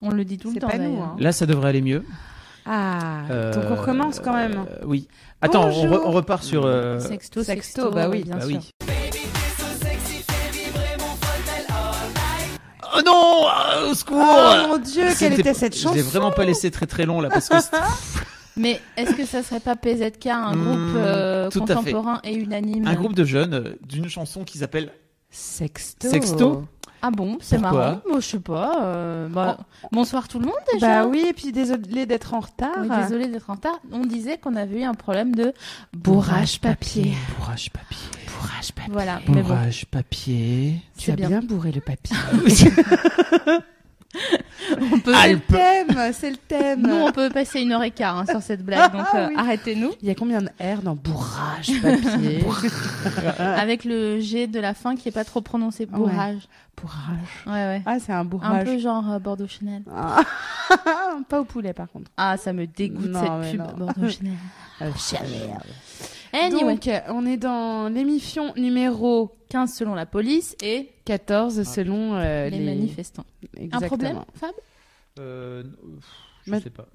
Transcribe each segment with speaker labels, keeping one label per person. Speaker 1: On le dit tout le
Speaker 2: C'est
Speaker 1: temps.
Speaker 2: pas nous,
Speaker 1: d'ailleurs.
Speaker 2: hein.
Speaker 3: Là, ça devrait aller mieux.
Speaker 2: Ah, donc
Speaker 3: Euh,
Speaker 2: on recommence quand même.
Speaker 3: euh, oui. Attends, on, re-
Speaker 2: Bonjour.
Speaker 3: on repart sur. euh,
Speaker 1: Sexto,
Speaker 2: Sexto, bah oui,
Speaker 1: bien
Speaker 3: bah
Speaker 1: sûr.
Speaker 3: oui. Oh non euh, Au secours
Speaker 2: Oh mon dieu, quelle
Speaker 3: C'était-
Speaker 2: était cette
Speaker 3: Je l'ai
Speaker 2: chanson
Speaker 3: vraiment pas laissé très très long là parce que c'était
Speaker 1: Mais est-ce que ça serait pas PZK, un
Speaker 3: Hmm,
Speaker 1: groupe euh,
Speaker 3: tout à fait.
Speaker 1: contemporain et unanime
Speaker 3: un groupe de jeunes euh, d'une chanson qui s'appelle
Speaker 2: Sexto.
Speaker 3: Sexto
Speaker 1: Ah bon, c'est
Speaker 3: Pourquoi
Speaker 1: marrant. Moi, je sais pas. euh, bah, Bonsoir tout le monde déjà.
Speaker 2: Oh. Bah oui, et puis désolé d'être en retard.
Speaker 1: Oui, désolé d'être en retard. On disait qu'on avait eu un problème de bourrage papier.
Speaker 3: Bourrage papier.
Speaker 2: Bourrage papier.
Speaker 1: Voilà, mais bon,
Speaker 3: Bourrage papier.
Speaker 2: Tu
Speaker 1: c'est
Speaker 2: as bien.
Speaker 1: bien.
Speaker 2: bourré le papier.
Speaker 1: On
Speaker 3: Ah,
Speaker 1: peut...
Speaker 2: c'est le thème, c'est le thème.
Speaker 1: Nous, on peut passer une heure et quart hein, sur cette blague, donc euh,
Speaker 2: Ah oui.
Speaker 1: arrêtez-nous.
Speaker 2: Il y a combien de R dans bourrage papier
Speaker 1: Avec le G de la fin qui est pas trop prononcé,
Speaker 2: Ah. Ouais.
Speaker 1: bourrage.
Speaker 2: Bourrage.
Speaker 1: Ouais, ouais.
Speaker 2: Ah, c'est un
Speaker 1: Un
Speaker 2: bourrage.
Speaker 1: peu genre euh, Bordeaux Chanel.
Speaker 2: Ah, Pas au poulet par contre.
Speaker 1: Ah, ça me dégoûte
Speaker 2: Non, mais
Speaker 1: cette pub
Speaker 2: non.
Speaker 1: Bordeaux Chanel.
Speaker 2: Euh,
Speaker 1: Anyway,
Speaker 2: Donc, euh, on est dans l'émission numéro
Speaker 1: 15 selon la police et
Speaker 2: 14 selon euh,
Speaker 1: les,
Speaker 2: les,
Speaker 1: manifestants.
Speaker 2: Exactement.
Speaker 1: Un problème, Fab
Speaker 3: Euh, je
Speaker 2: Ma-
Speaker 3: sais pas.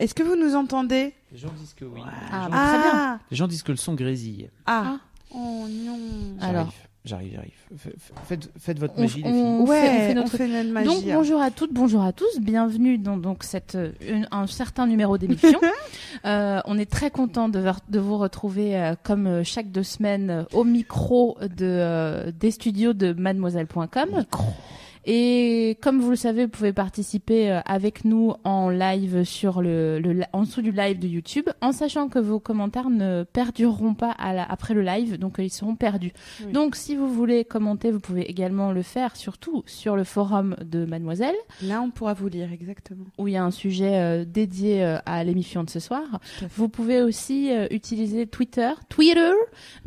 Speaker 2: Est-ce que vous nous entendez
Speaker 3: Les gens disent que oui.
Speaker 1: Ah,
Speaker 3: les,
Speaker 1: bah.
Speaker 3: gens...
Speaker 1: Très
Speaker 2: Ah,
Speaker 3: les gens disent que le son grésille.
Speaker 2: ah. Oh non.
Speaker 1: Ah. Alors.
Speaker 3: J'arrive, j'arrive, j'arrive. F- f- Faites, faites votre
Speaker 1: On-
Speaker 3: magie, les
Speaker 1: on-
Speaker 3: filles.
Speaker 2: ouais,
Speaker 1: fait- on fait
Speaker 2: on
Speaker 1: notre-
Speaker 2: fait notre magie. hein.
Speaker 1: Donc bonjour à toutes, bonjour à tous, bienvenue dans donc cette euh, une- un certain numéro d'émission. Euh, on est très content de, ver- de vous retrouver euh, comme euh, chaque deux semaines euh, au micro de euh, des studios de mademoiselle.com. Et comme vous le savez, vous pouvez participer euh, avec nous en live sur le, le li- en dessous du live de YouTube, en sachant que vos commentaires ne perdureront pas à la- après le live, donc euh, ils seront perdus.
Speaker 2: Oui.
Speaker 1: Donc si vous voulez commenter, vous pouvez également le faire, surtout sur le forum de Mademoiselle,
Speaker 2: Là, on pourra vous lire exactement.
Speaker 1: où il y a un sujet euh, dédié euh, à l'émission de ce soir.
Speaker 2: Tout à fait.
Speaker 1: Vous pouvez aussi euh, utiliser Twitter, Twitter,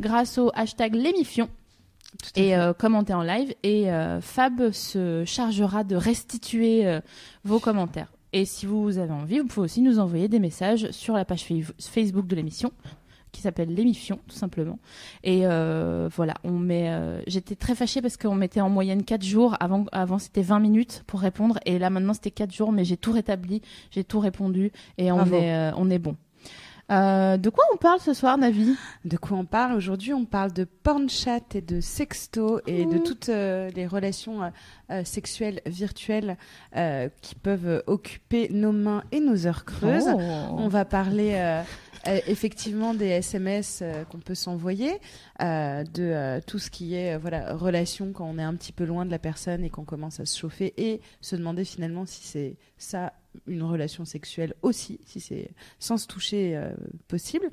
Speaker 1: grâce au hashtag l'émission
Speaker 2: Mhm.
Speaker 1: et euh, commenter en live. Et euh, Fab se chargera de restituer euh, vos commentaires. Et si vous avez envie, vous pouvez aussi nous envoyer des messages sur la page fei- Facebook de l'émission qui s'appelle l'émission tout simplement et euh, voilà on met euh, j'étais très fâchée parce qu'on mettait en moyenne 4 jours avant avant c'était 20 minutes pour répondre et là maintenant c'était 4 jours mais j'ai tout rétabli j'ai tout répondu et on
Speaker 2: Bravo.
Speaker 1: est euh, on est bon Euh, de quoi on parle ce soir, Navi
Speaker 2: De quoi on parle aujourd'hui On parle de porn chat et de sexto et de toutes euh, les relations euh, euh, sexuelles virtuelles euh, qui peuvent euh, occuper nos mains et nos heures creuses.
Speaker 1: Oh.
Speaker 2: On va parler euh, euh, effectivement des SMS euh, qu'on peut s'envoyer, euh, de euh, tout ce qui est euh, voilà relation quand on est un petit peu loin de la personne et qu'on commence à se chauffer et se demander finalement si c'est ça une relation sexuelle aussi, si c'est sans se toucher euh, possible.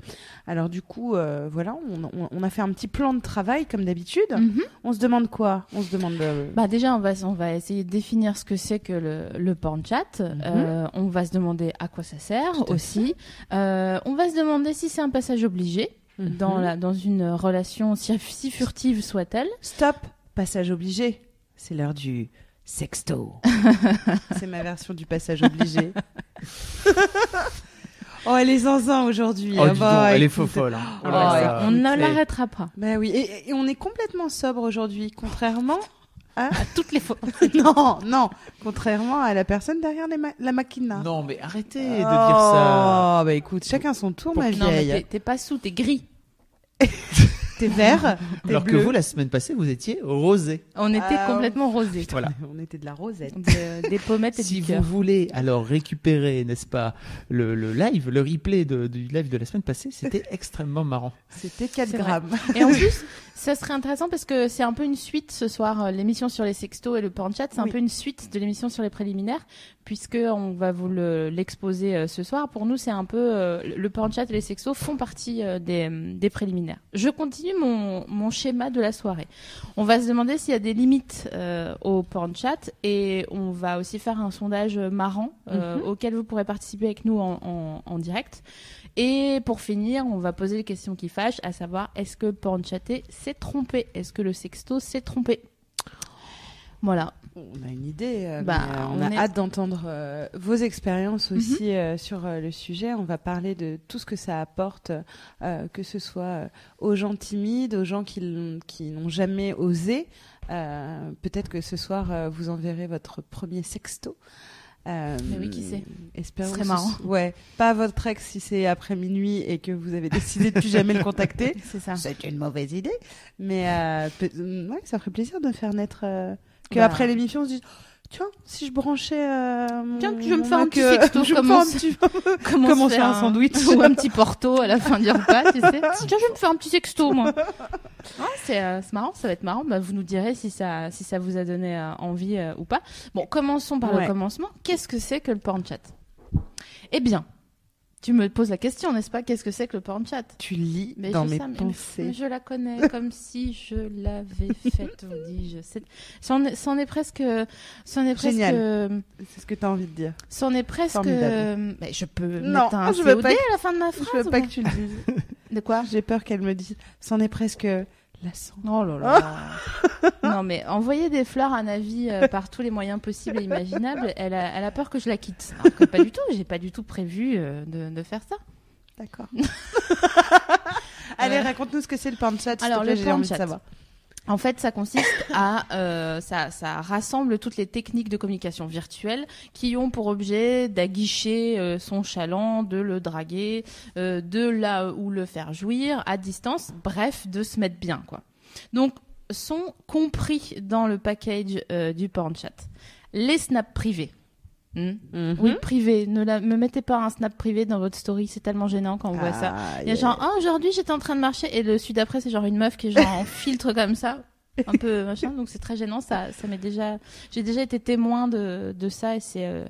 Speaker 2: Alors du coup, euh, voilà, on, on- on a fait un petit plan de travail comme d'habitude.
Speaker 1: Mhm.
Speaker 2: On se demande quoi On se demande euh, le-
Speaker 1: Bah déjà, on va, on va essayer de définir ce que c'est que le, le porn chat. Euh, on va se demander à quoi ça sert
Speaker 2: Tout à
Speaker 1: aussi. Euh, on va se demander si c'est un passage obligé
Speaker 2: Mhm.
Speaker 1: dans, la, dans une relation, si, si furtive soit-elle.
Speaker 2: Stop, passage obligé. C'est l'heure du sexto. C'est ma version du passage obligé. oh, elle est zinzin aujourd'hui.
Speaker 3: Oh,
Speaker 2: Ah
Speaker 3: dis
Speaker 2: bah,
Speaker 3: donc, elle est faux
Speaker 2: écoute.
Speaker 3: folle. hein.
Speaker 2: Ah
Speaker 3: Oh là
Speaker 2: bah,
Speaker 3: là.
Speaker 1: on ne
Speaker 3: C'est-
Speaker 1: l'arrêtera pas.
Speaker 2: Bah oui, et, et on est complètement sobre aujourd'hui, contrairement à, toutes les fois. non, non, contrairement à la personne derrière les ma- la maquina.
Speaker 3: Non, mais arrêtez de dire ça.
Speaker 2: Oh, bah écoute, chacun son tour, ma
Speaker 1: Non, mais
Speaker 2: vieille.
Speaker 1: t'es- t'es pas sous, t'es gris.
Speaker 2: T'es vert, t'es
Speaker 3: Alors que
Speaker 2: bleu.
Speaker 3: vous, la semaine passée, vous étiez rosé.
Speaker 1: On était
Speaker 2: Ah,
Speaker 1: complètement rosés.
Speaker 3: Voilà.
Speaker 2: On était de la rosette.
Speaker 1: De- des pommettes et
Speaker 3: Si
Speaker 1: du
Speaker 3: vous
Speaker 1: cœur.
Speaker 3: voulez alors récupérer, n'est-ce pas, le, le live, le replay de- du live de la semaine passée, c'était extrêmement marrant.
Speaker 2: C'était 4
Speaker 1: C'est vrai.
Speaker 2: grammes.
Speaker 1: Et en plus, ça serait intéressant parce que c'est un peu une suite ce soir. euh, L'émission sur les sextos et le porn chat, c'est un
Speaker 2: Oui.
Speaker 1: peu une suite de l'émission sur les préliminaires, puisque on va vous le- l'exposer euh, ce soir. Pour nous, c'est un peu euh, le porn chat et les sextos font partie euh, des, des préliminaires. Je continue mon, mon schéma de la soirée. On va se demander s'il y a des limites euh, au porn chat et on va aussi faire un sondage euh, marrant euh, auquel vous pourrez participer avec nous en, en- en direct. Et pour finir, on va poser les questions qui fâchent, à savoir est-ce que porn chaté s'est trompé Est-ce que le sexto s'est trompé Voilà.
Speaker 2: On a une idée, euh,
Speaker 1: Bah,
Speaker 2: mais, euh, on,
Speaker 1: on
Speaker 2: a
Speaker 1: est- Mhm.
Speaker 2: hâte d'entendre euh, vos expériences aussi euh, sur euh, le sujet. On va parler de tout ce que ça apporte, euh, que ce soit euh, aux gens timides, aux gens qui, l'ont- qui n'ont jamais osé. Euh, Peut-être que ce soir, euh, vous enverrez votre premier sexto. Euh,
Speaker 1: Mais oui, qui sait
Speaker 2: espérons
Speaker 1: Ce serait
Speaker 2: que
Speaker 1: marrant.
Speaker 2: Ouais, pas votre ex si c'est après minuit et que vous avez décidé de plus jamais le contacter.
Speaker 1: C'est ça.
Speaker 2: C'est une mauvaise idée. Mais euh, peut- euh, ouais, ça ferait plaisir de faire naître. euh, que
Speaker 1: Bah.
Speaker 2: après l'émission, on se dise oh, Tiens, si je branchais. euh, mon,
Speaker 1: Tiens, que je vais me
Speaker 2: mon
Speaker 1: faire un
Speaker 2: Mac,
Speaker 1: petit
Speaker 2: euh,
Speaker 1: sexto,
Speaker 2: je vais me
Speaker 1: comment
Speaker 2: faire un petit-
Speaker 1: Comment,
Speaker 2: Comment
Speaker 1: se
Speaker 2: faire un sandwich
Speaker 1: ou un petit porto à la fin du repas, tu sais Tiens, je vais me faire un petit sexto, moi. Ouais, c'est euh, c'est marrant, ça va être marrant. Bah, vous nous direz si ça, si ça vous a donné euh, envie euh, ou pas. Bon, commençons par
Speaker 2: Ouais.
Speaker 1: le commencement. Qu'est-ce que c'est que le porn chat Eh bien, tu me poses la question, n'est-ce pas Qu'est-ce que c'est que le porn chat
Speaker 2: Tu lis
Speaker 1: Mais
Speaker 2: dans
Speaker 1: je
Speaker 2: mes
Speaker 1: sais, mais-
Speaker 2: pensées.
Speaker 1: mais je la connais comme si je l'avais faite, on dit. Je sais. C'en est, c'en est presque. euh, C'en est presque. euh,
Speaker 2: Génial. C'est ce que tu as envie de dire.
Speaker 1: C'en est presque.
Speaker 2: Formidable.
Speaker 1: euh, mais je peux
Speaker 2: Non,
Speaker 1: mettre un
Speaker 2: je veux
Speaker 1: COD
Speaker 2: pas que-
Speaker 1: à la fin de ma phrase.
Speaker 2: Je veux
Speaker 1: ou
Speaker 2: pas
Speaker 1: pas
Speaker 2: que tu le dises.
Speaker 1: De quoi
Speaker 2: J'ai peur qu'elle me dise C'en est presque lassant.
Speaker 1: Oh là là. non mais envoyer des fleurs à Navi euh, par tous les moyens possibles et imaginables, elle a, elle a peur que je la quitte. Alors que pas du tout, j'ai pas du tout prévu euh, de, de faire ça.
Speaker 2: D'accord. Allez,
Speaker 1: Ouais.
Speaker 2: raconte-nous ce que c'est le porn chat. s'il te
Speaker 1: Alors,
Speaker 2: plaît,
Speaker 1: le
Speaker 2: j'ai
Speaker 1: porn
Speaker 2: envie de
Speaker 1: chat.
Speaker 2: savoir.
Speaker 1: En fait, ça consiste à euh, ça, ça rassemble toutes les techniques de communication virtuelle qui ont pour objet d'aguicher euh, son chaland, de le draguer, euh, de là où le faire jouir à distance, bref, de se mettre bien quoi. Donc sont compris dans le package euh, du porn chat les snaps privés. Hmm Oui, privés. Ne la- me mettez pas un snap privé dans votre story, c'est tellement gênant quand on voit ça. Il y a genre, Ah, aujourd'hui j'étais en train de marcher, et le celui d'après c'est genre une meuf qui est genre en filtre comme ça, un peu machin, donc c'est très gênant. Ça, ça m'est déjà, j'ai déjà été témoin de, de ça et c'est, euh,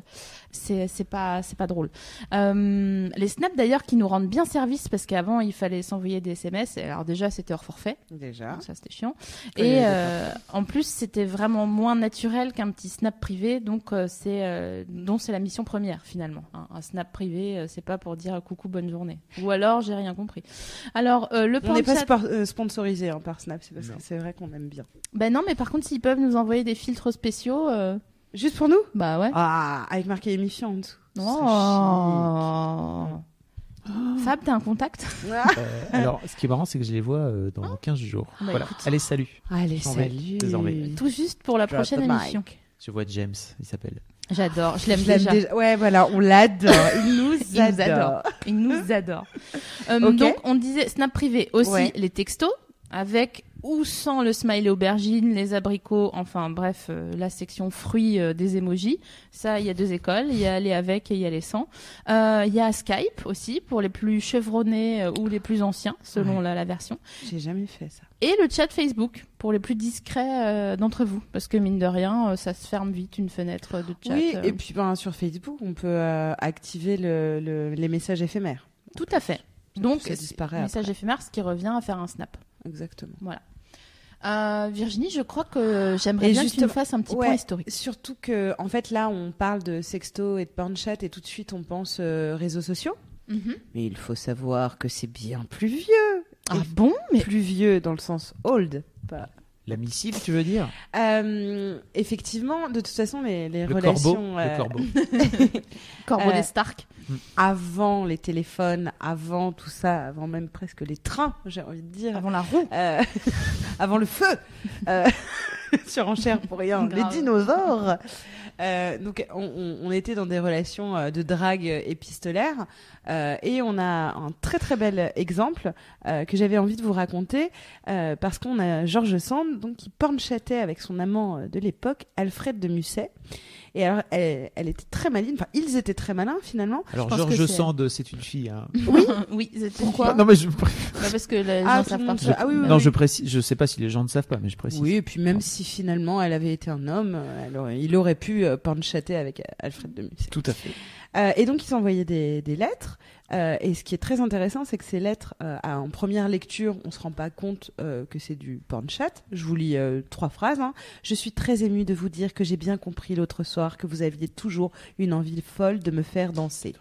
Speaker 1: c'est, c'est pas, c'est pas drôle. Euh, les snaps d'ailleurs qui nous rendent bien service parce qu'avant il fallait s'envoyer des SMS, et alors déjà c'était hors forfait.
Speaker 2: Déjà.
Speaker 1: Donc ça, c'était chiant.
Speaker 2: Ah. Oui,
Speaker 1: Et
Speaker 2: d'accord.
Speaker 1: euh, en plus, c'était vraiment moins naturel qu'un petit snap privé, donc euh, c'est euh, dont c'est la mission première finalement. hein. Un snap privé, euh, c'est pas pour dire coucou bonne journée. Ou alors j'ai rien compris. Alors euh, le
Speaker 2: On n'est pas
Speaker 1: porn-chat-
Speaker 2: spor- euh, sponsorisé hein, par Snap, c'est parce
Speaker 3: Non.
Speaker 2: que c'est vrai qu'on aime bien.
Speaker 1: Ben non, mais par contre, s'ils peuvent nous envoyer des filtres spéciaux, euh,
Speaker 2: Juste pour nous
Speaker 1: bah ouais.
Speaker 2: Ah, avec marqué émission en dessous. Ce serait
Speaker 1: Oh. Fab, t'as un contact
Speaker 2: chic. Ah.
Speaker 3: Euh, alors, ce qui est marrant, c'est que je les vois euh, dans
Speaker 2: Oh.
Speaker 3: 15 jours.
Speaker 1: Ah bah
Speaker 3: voilà.
Speaker 1: écoute.
Speaker 3: Allez, salut.
Speaker 2: Allez,
Speaker 3: J'en vais,
Speaker 2: salut.
Speaker 3: désormais.
Speaker 1: Tout juste pour la
Speaker 2: Drop
Speaker 1: prochaine
Speaker 2: the mic.
Speaker 1: émission.
Speaker 3: Je vois James, il s'appelle.
Speaker 1: J'adore, je l'aime
Speaker 2: Je l'aime
Speaker 1: déjà.
Speaker 2: déjà. Ouais, voilà, on l'adore. Il nous
Speaker 1: Il nous
Speaker 2: adore.
Speaker 1: adore. Il nous adore. Euh,
Speaker 2: Ok.
Speaker 1: Donc, on disait Snap privé aussi
Speaker 2: Ouais.
Speaker 1: les textos avec ou sans le smiley aubergine, les abricots, enfin bref, euh, la section fruits euh, des emojis. Ça, il y a deux écoles, il y a les avec et il y a les sans. Euh, Il y a Skype aussi pour les plus chevronnés euh, ou les plus anciens, selon
Speaker 2: Ouais.
Speaker 1: la, la version.
Speaker 2: J'ai jamais fait ça.
Speaker 1: Et le chat Facebook pour les plus discrets euh, d'entre vous, parce que mine de rien, euh, ça se ferme vite une fenêtre euh, de chat.
Speaker 2: oui,
Speaker 1: euh,
Speaker 2: et puis ben, sur Facebook, on peut euh, activer le- le- les messages éphémères.
Speaker 1: tout à fait. Donc,
Speaker 2: ça disparaît
Speaker 1: message
Speaker 2: après.
Speaker 1: éphémère, ce qui revient à faire un snap.
Speaker 2: Exactement.
Speaker 1: Euh, Virginie, je crois que j'aimerais
Speaker 2: Et
Speaker 1: bien que tu nous
Speaker 2: justement-
Speaker 1: fasses un petit
Speaker 2: Ouais.
Speaker 1: point historique.
Speaker 2: Surtout que, en fait, là, on parle de sexto et de porn chat et tout de suite, on pense euh, réseaux sociaux. Mais il faut savoir que c'est bien plus vieux.
Speaker 1: Ah bon Mais
Speaker 2: Plus vieux dans le sens old. Pas...
Speaker 3: La missile, tu veux dire
Speaker 2: Euh, effectivement, de toute façon, les, les
Speaker 3: Le
Speaker 2: relations
Speaker 3: corbeau. Le
Speaker 2: euh,
Speaker 3: corbeau.
Speaker 1: Corbeau
Speaker 2: Euh,
Speaker 1: des Stark.
Speaker 2: avant les téléphones, avant tout ça, avant même presque les trains, j'ai envie de dire,
Speaker 1: Avant la roue.
Speaker 2: Euh, avant le feu, euh, surenchère pour rien, les
Speaker 1: Grave.
Speaker 2: dinosaures. Euh, donc on, on- on était dans des relations euh, de drague épistolaire euh, et on a un très très bel exemple euh, que j'avais envie de vous raconter euh, parce qu'on a Georges Sand donc qui pornchatait avec son amant euh, de l'époque Alfred de Musset et alors elle, elle était très maligne enfin ils étaient très malins finalement
Speaker 3: Alors,
Speaker 1: pense que
Speaker 3: Georges
Speaker 1: c'est-
Speaker 3: Sand, c'est une fille. hein.
Speaker 1: Oui, oui. c'était-
Speaker 2: Pourquoi
Speaker 3: Non, mais je,
Speaker 1: Bah, Parce que les
Speaker 2: Ah,
Speaker 1: gens
Speaker 2: tout
Speaker 1: savent
Speaker 2: le
Speaker 1: pas.
Speaker 2: monde
Speaker 3: je-
Speaker 2: Ah oui, oui,
Speaker 3: non,
Speaker 2: oui.
Speaker 3: je précise. Je sais pas si les gens ne savent pas, mais je précise.
Speaker 2: Oui, et puis même si finalement elle avait été un homme, euh, elle aurait- il aurait pu euh, pornchatter avec euh, Alfred de Musset.
Speaker 3: Tout à fait.
Speaker 2: Euh, et donc ils s'envoyaient des, des lettres. euh, et ce qui est très intéressant, c'est que ces lettres, euh, à- en première lecture, on se rend pas compte euh, que c'est du pornchat. Je vous lis euh, trois phrases. hein. Je suis très émue de vous dire que j'ai bien compris l'autre soir que vous aviez toujours une envie folle de me faire danser.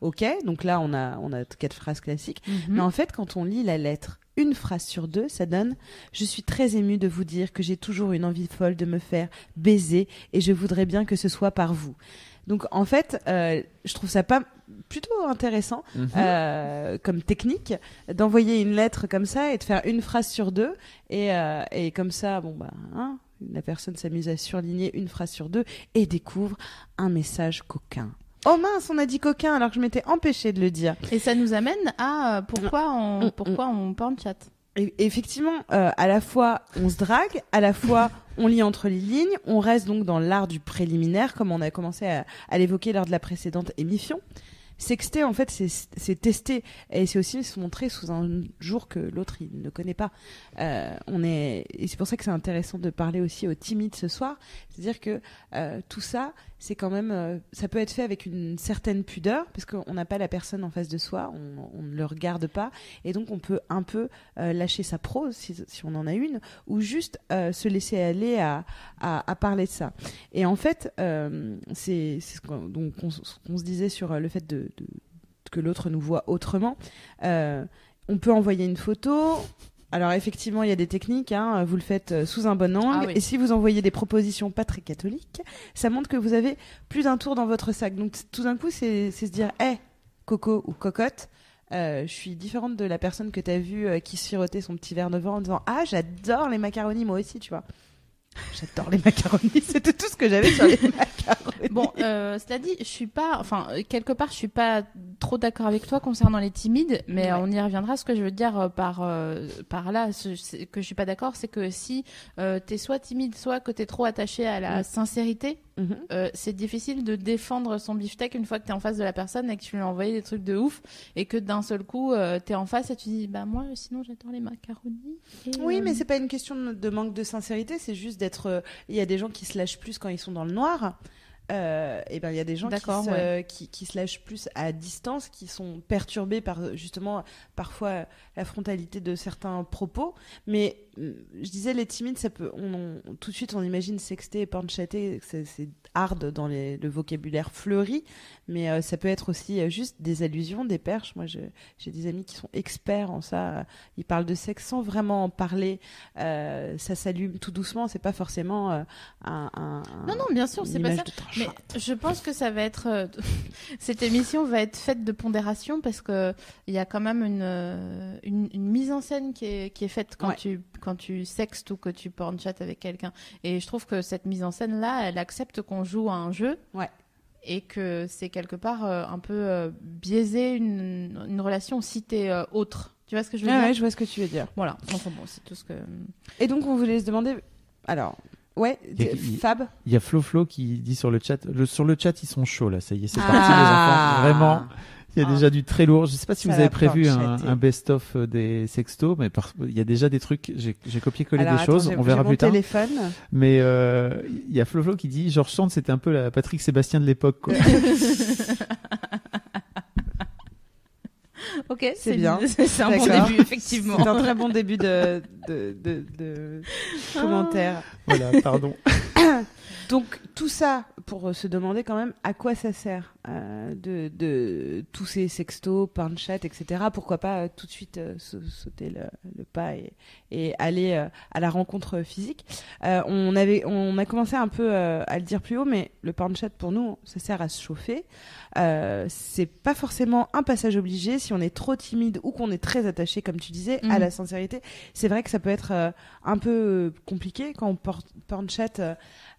Speaker 2: Ok, donc là on a on a quatre phrases classiques.
Speaker 1: Mhm.
Speaker 2: Mais en fait, quand on lit la lettre, une phrase sur deux, ça donne Je suis très émue de vous dire que j'ai toujours une envie folle de me faire baiser et je voudrais bien que ce soit par vous. Donc en fait, euh, je trouve ça pas plutôt intéressant
Speaker 3: Mhm.
Speaker 2: euh, comme technique d'envoyer une lettre comme ça et de faire une phrase sur deux et, euh, et comme ça, bon bah. hein, la personne s'amuse à surligner une phrase sur deux et découvre un message coquin. Oh mince, on a dit coquin alors que je m'étais empêchée de le dire.
Speaker 1: Et ça nous amène à euh, pourquoi on,
Speaker 2: Mm.
Speaker 1: pourquoi on parle chat.
Speaker 2: Et- Effectivement, euh, à la fois on se drague, à la fois on lit entre les lignes, on reste donc dans l'art du préliminaire, comme on a commencé à, à l'évoquer lors de la précédente émission. Sexter, en fait, c'est c'est tester et c'est aussi se montrer sous un jour que l'autre il ne connaît pas. Euh, on est et c'est pour ça que c'est intéressant de parler aussi aux timides ce soir, c'est-à-dire que euh, tout ça, c'est quand même, euh, ça peut être fait avec une certaine pudeur parce qu'on n'a pas la personne en face de soi, on, on ne le regarde pas et donc on peut un peu euh, lâcher sa prose si, si on en a une ou juste euh, se laisser aller à, à, à parler de ça et en fait euh, c'est c'est ce qu'on donc on s- ce qu'on se disait sur euh, le fait de, de- que l'autre nous voit autrement Euh, on peut envoyer une photo alors effectivement, il y a des techniques, hein, vous le faites euh, sous un bon angle,
Speaker 1: Ah oui.
Speaker 2: et si vous envoyez des propositions pas très catholiques, ça montre que vous avez plus d'un tour dans votre sac. Donc t- tout d'un coup, c'est c'est se dire, hé, coco ou cocotte, euh, je suis différente de la personne que t'as vue euh, qui se sirotait son petit verre de vin en disant Ah, j'adore les macaronis, moi aussi, tu vois. J'adore les macaronis, c'était tout ce que j'avais sur les macaronis.
Speaker 1: Bon, euh, cela dit, je suis pas, enfin euh, quelque part, je suis pas trop d'accord avec toi concernant les timides, mais
Speaker 2: Ouais.
Speaker 1: euh, on y reviendra. Ce que je veux dire euh, par euh, par là, ce c'est- que je suis pas d'accord, c'est que si euh, t'es soit timide, soit que t'es trop attaché à la
Speaker 2: Mm.
Speaker 1: sincérité,
Speaker 2: Mhm.
Speaker 1: Euh, c'est difficile de défendre son beefsteak une fois que t'es en face de la personne et que tu lui as envoyé des trucs de ouf et que d'un seul coup euh, t'es en face et tu dis bah moi sinon j'adore les macaronis. et,
Speaker 2: Oui,
Speaker 1: euh,
Speaker 2: mais c'est pas une question de- de manque de sincérité, c'est juste d'être. euh, Il y a des gens qui se lâchent plus quand ils sont dans le noir. Euh, et ben il y a des gens qui
Speaker 1: D'accord,
Speaker 2: se,
Speaker 1: ouais.
Speaker 2: qui, qui se lâchent plus à distance, qui sont perturbés par euh, justement parfois euh, la frontalité de certains propos. Mais euh, je disais les timides, ça peut, on, on- tout de suite on imagine sexter et pornchatter, c'est c'est hard dans les- le vocabulaire fleuri, mais euh, ça peut être aussi euh, juste des allusions, des perches. Moi je- j'ai des amis qui sont experts en ça. euh, ils parlent de sexe sans vraiment en parler. euh, ça s'allume tout doucement. C'est pas forcément euh, un, un-
Speaker 1: non non bien sûr
Speaker 2: une
Speaker 1: c'est pas
Speaker 2: image
Speaker 1: ça.
Speaker 2: de tranchant.
Speaker 1: Mais je pense que ça va être euh, cette émission va être faite de pondération parce que il y a quand même une, euh, une une mise en scène qui est qui est faite quand
Speaker 2: Ouais.
Speaker 1: tu quand tu sextes ou que tu porn chat avec quelqu'un et je trouve que cette mise en scène là elle accepte qu'on joue à un jeu.
Speaker 2: Ouais.
Speaker 1: et que c'est quelque part euh, un peu euh, biaisé une, une relation si t'es euh, autre. Tu vois ce que je veux
Speaker 2: Ah
Speaker 1: dire
Speaker 2: ouais, je vois ce que tu veux dire.
Speaker 1: Voilà, enfin bon, c'est tout ce que...
Speaker 2: Et donc, on voulait se demander. Alors, ouais,
Speaker 3: Il y a-
Speaker 2: des-
Speaker 3: il-
Speaker 2: Fab.
Speaker 3: Il y a Flo Flo qui dit sur le chat, le- sur le chat ils sont chauds là, ça y est, c'est
Speaker 2: Ah.
Speaker 3: parti les enfants. Vraiment, il y a
Speaker 1: Ah.
Speaker 3: déjà du très lourd. Je sais pas si
Speaker 2: Ça
Speaker 3: vous avez
Speaker 2: va
Speaker 3: prévu un,
Speaker 2: planchetter.
Speaker 3: un best-of euh, des sextos, mais par- il y a déjà des trucs, j'ai j'ai copié-collé
Speaker 2: Alors,
Speaker 3: des
Speaker 2: attends,
Speaker 3: choses,
Speaker 2: j'ai-
Speaker 3: on verra
Speaker 2: j'ai mon
Speaker 3: plus tard.
Speaker 2: téléphone.
Speaker 3: Mais euh, il y a Flo Flo qui dit, Georges Sand c'était un peu la Patrick Sébastien de l'époque. quoi.
Speaker 1: Ok,
Speaker 2: c'est- bien.
Speaker 1: C'est un
Speaker 2: bon
Speaker 1: bon
Speaker 2: D'accord.
Speaker 1: début,
Speaker 2: début,
Speaker 1: effectivement.
Speaker 2: C'est un très bon début de, de, de- de
Speaker 1: Ah.
Speaker 2: commentaire.
Speaker 3: voilà, pardon.
Speaker 2: Donc tout ça pour euh, se demander quand même à quoi ça sert euh, de, de tous ces sextos, pain de chat, etc. Pourquoi pas euh, tout de suite euh, sa- sauter le, le pas et, et aller euh, à la rencontre physique. Euh, on, avait, on a commencé un peu euh, à le dire plus haut, mais le pain de chat pour nous, ça sert à se chauffer. Euh, c'est pas forcément un passage obligé si on est trop timide ou qu'on est très attaché, comme tu disais, à
Speaker 1: Mhm.
Speaker 2: la sincérité. C'est vrai que ça peut être euh, un peu euh, compliqué quand on porte porn chat. euh,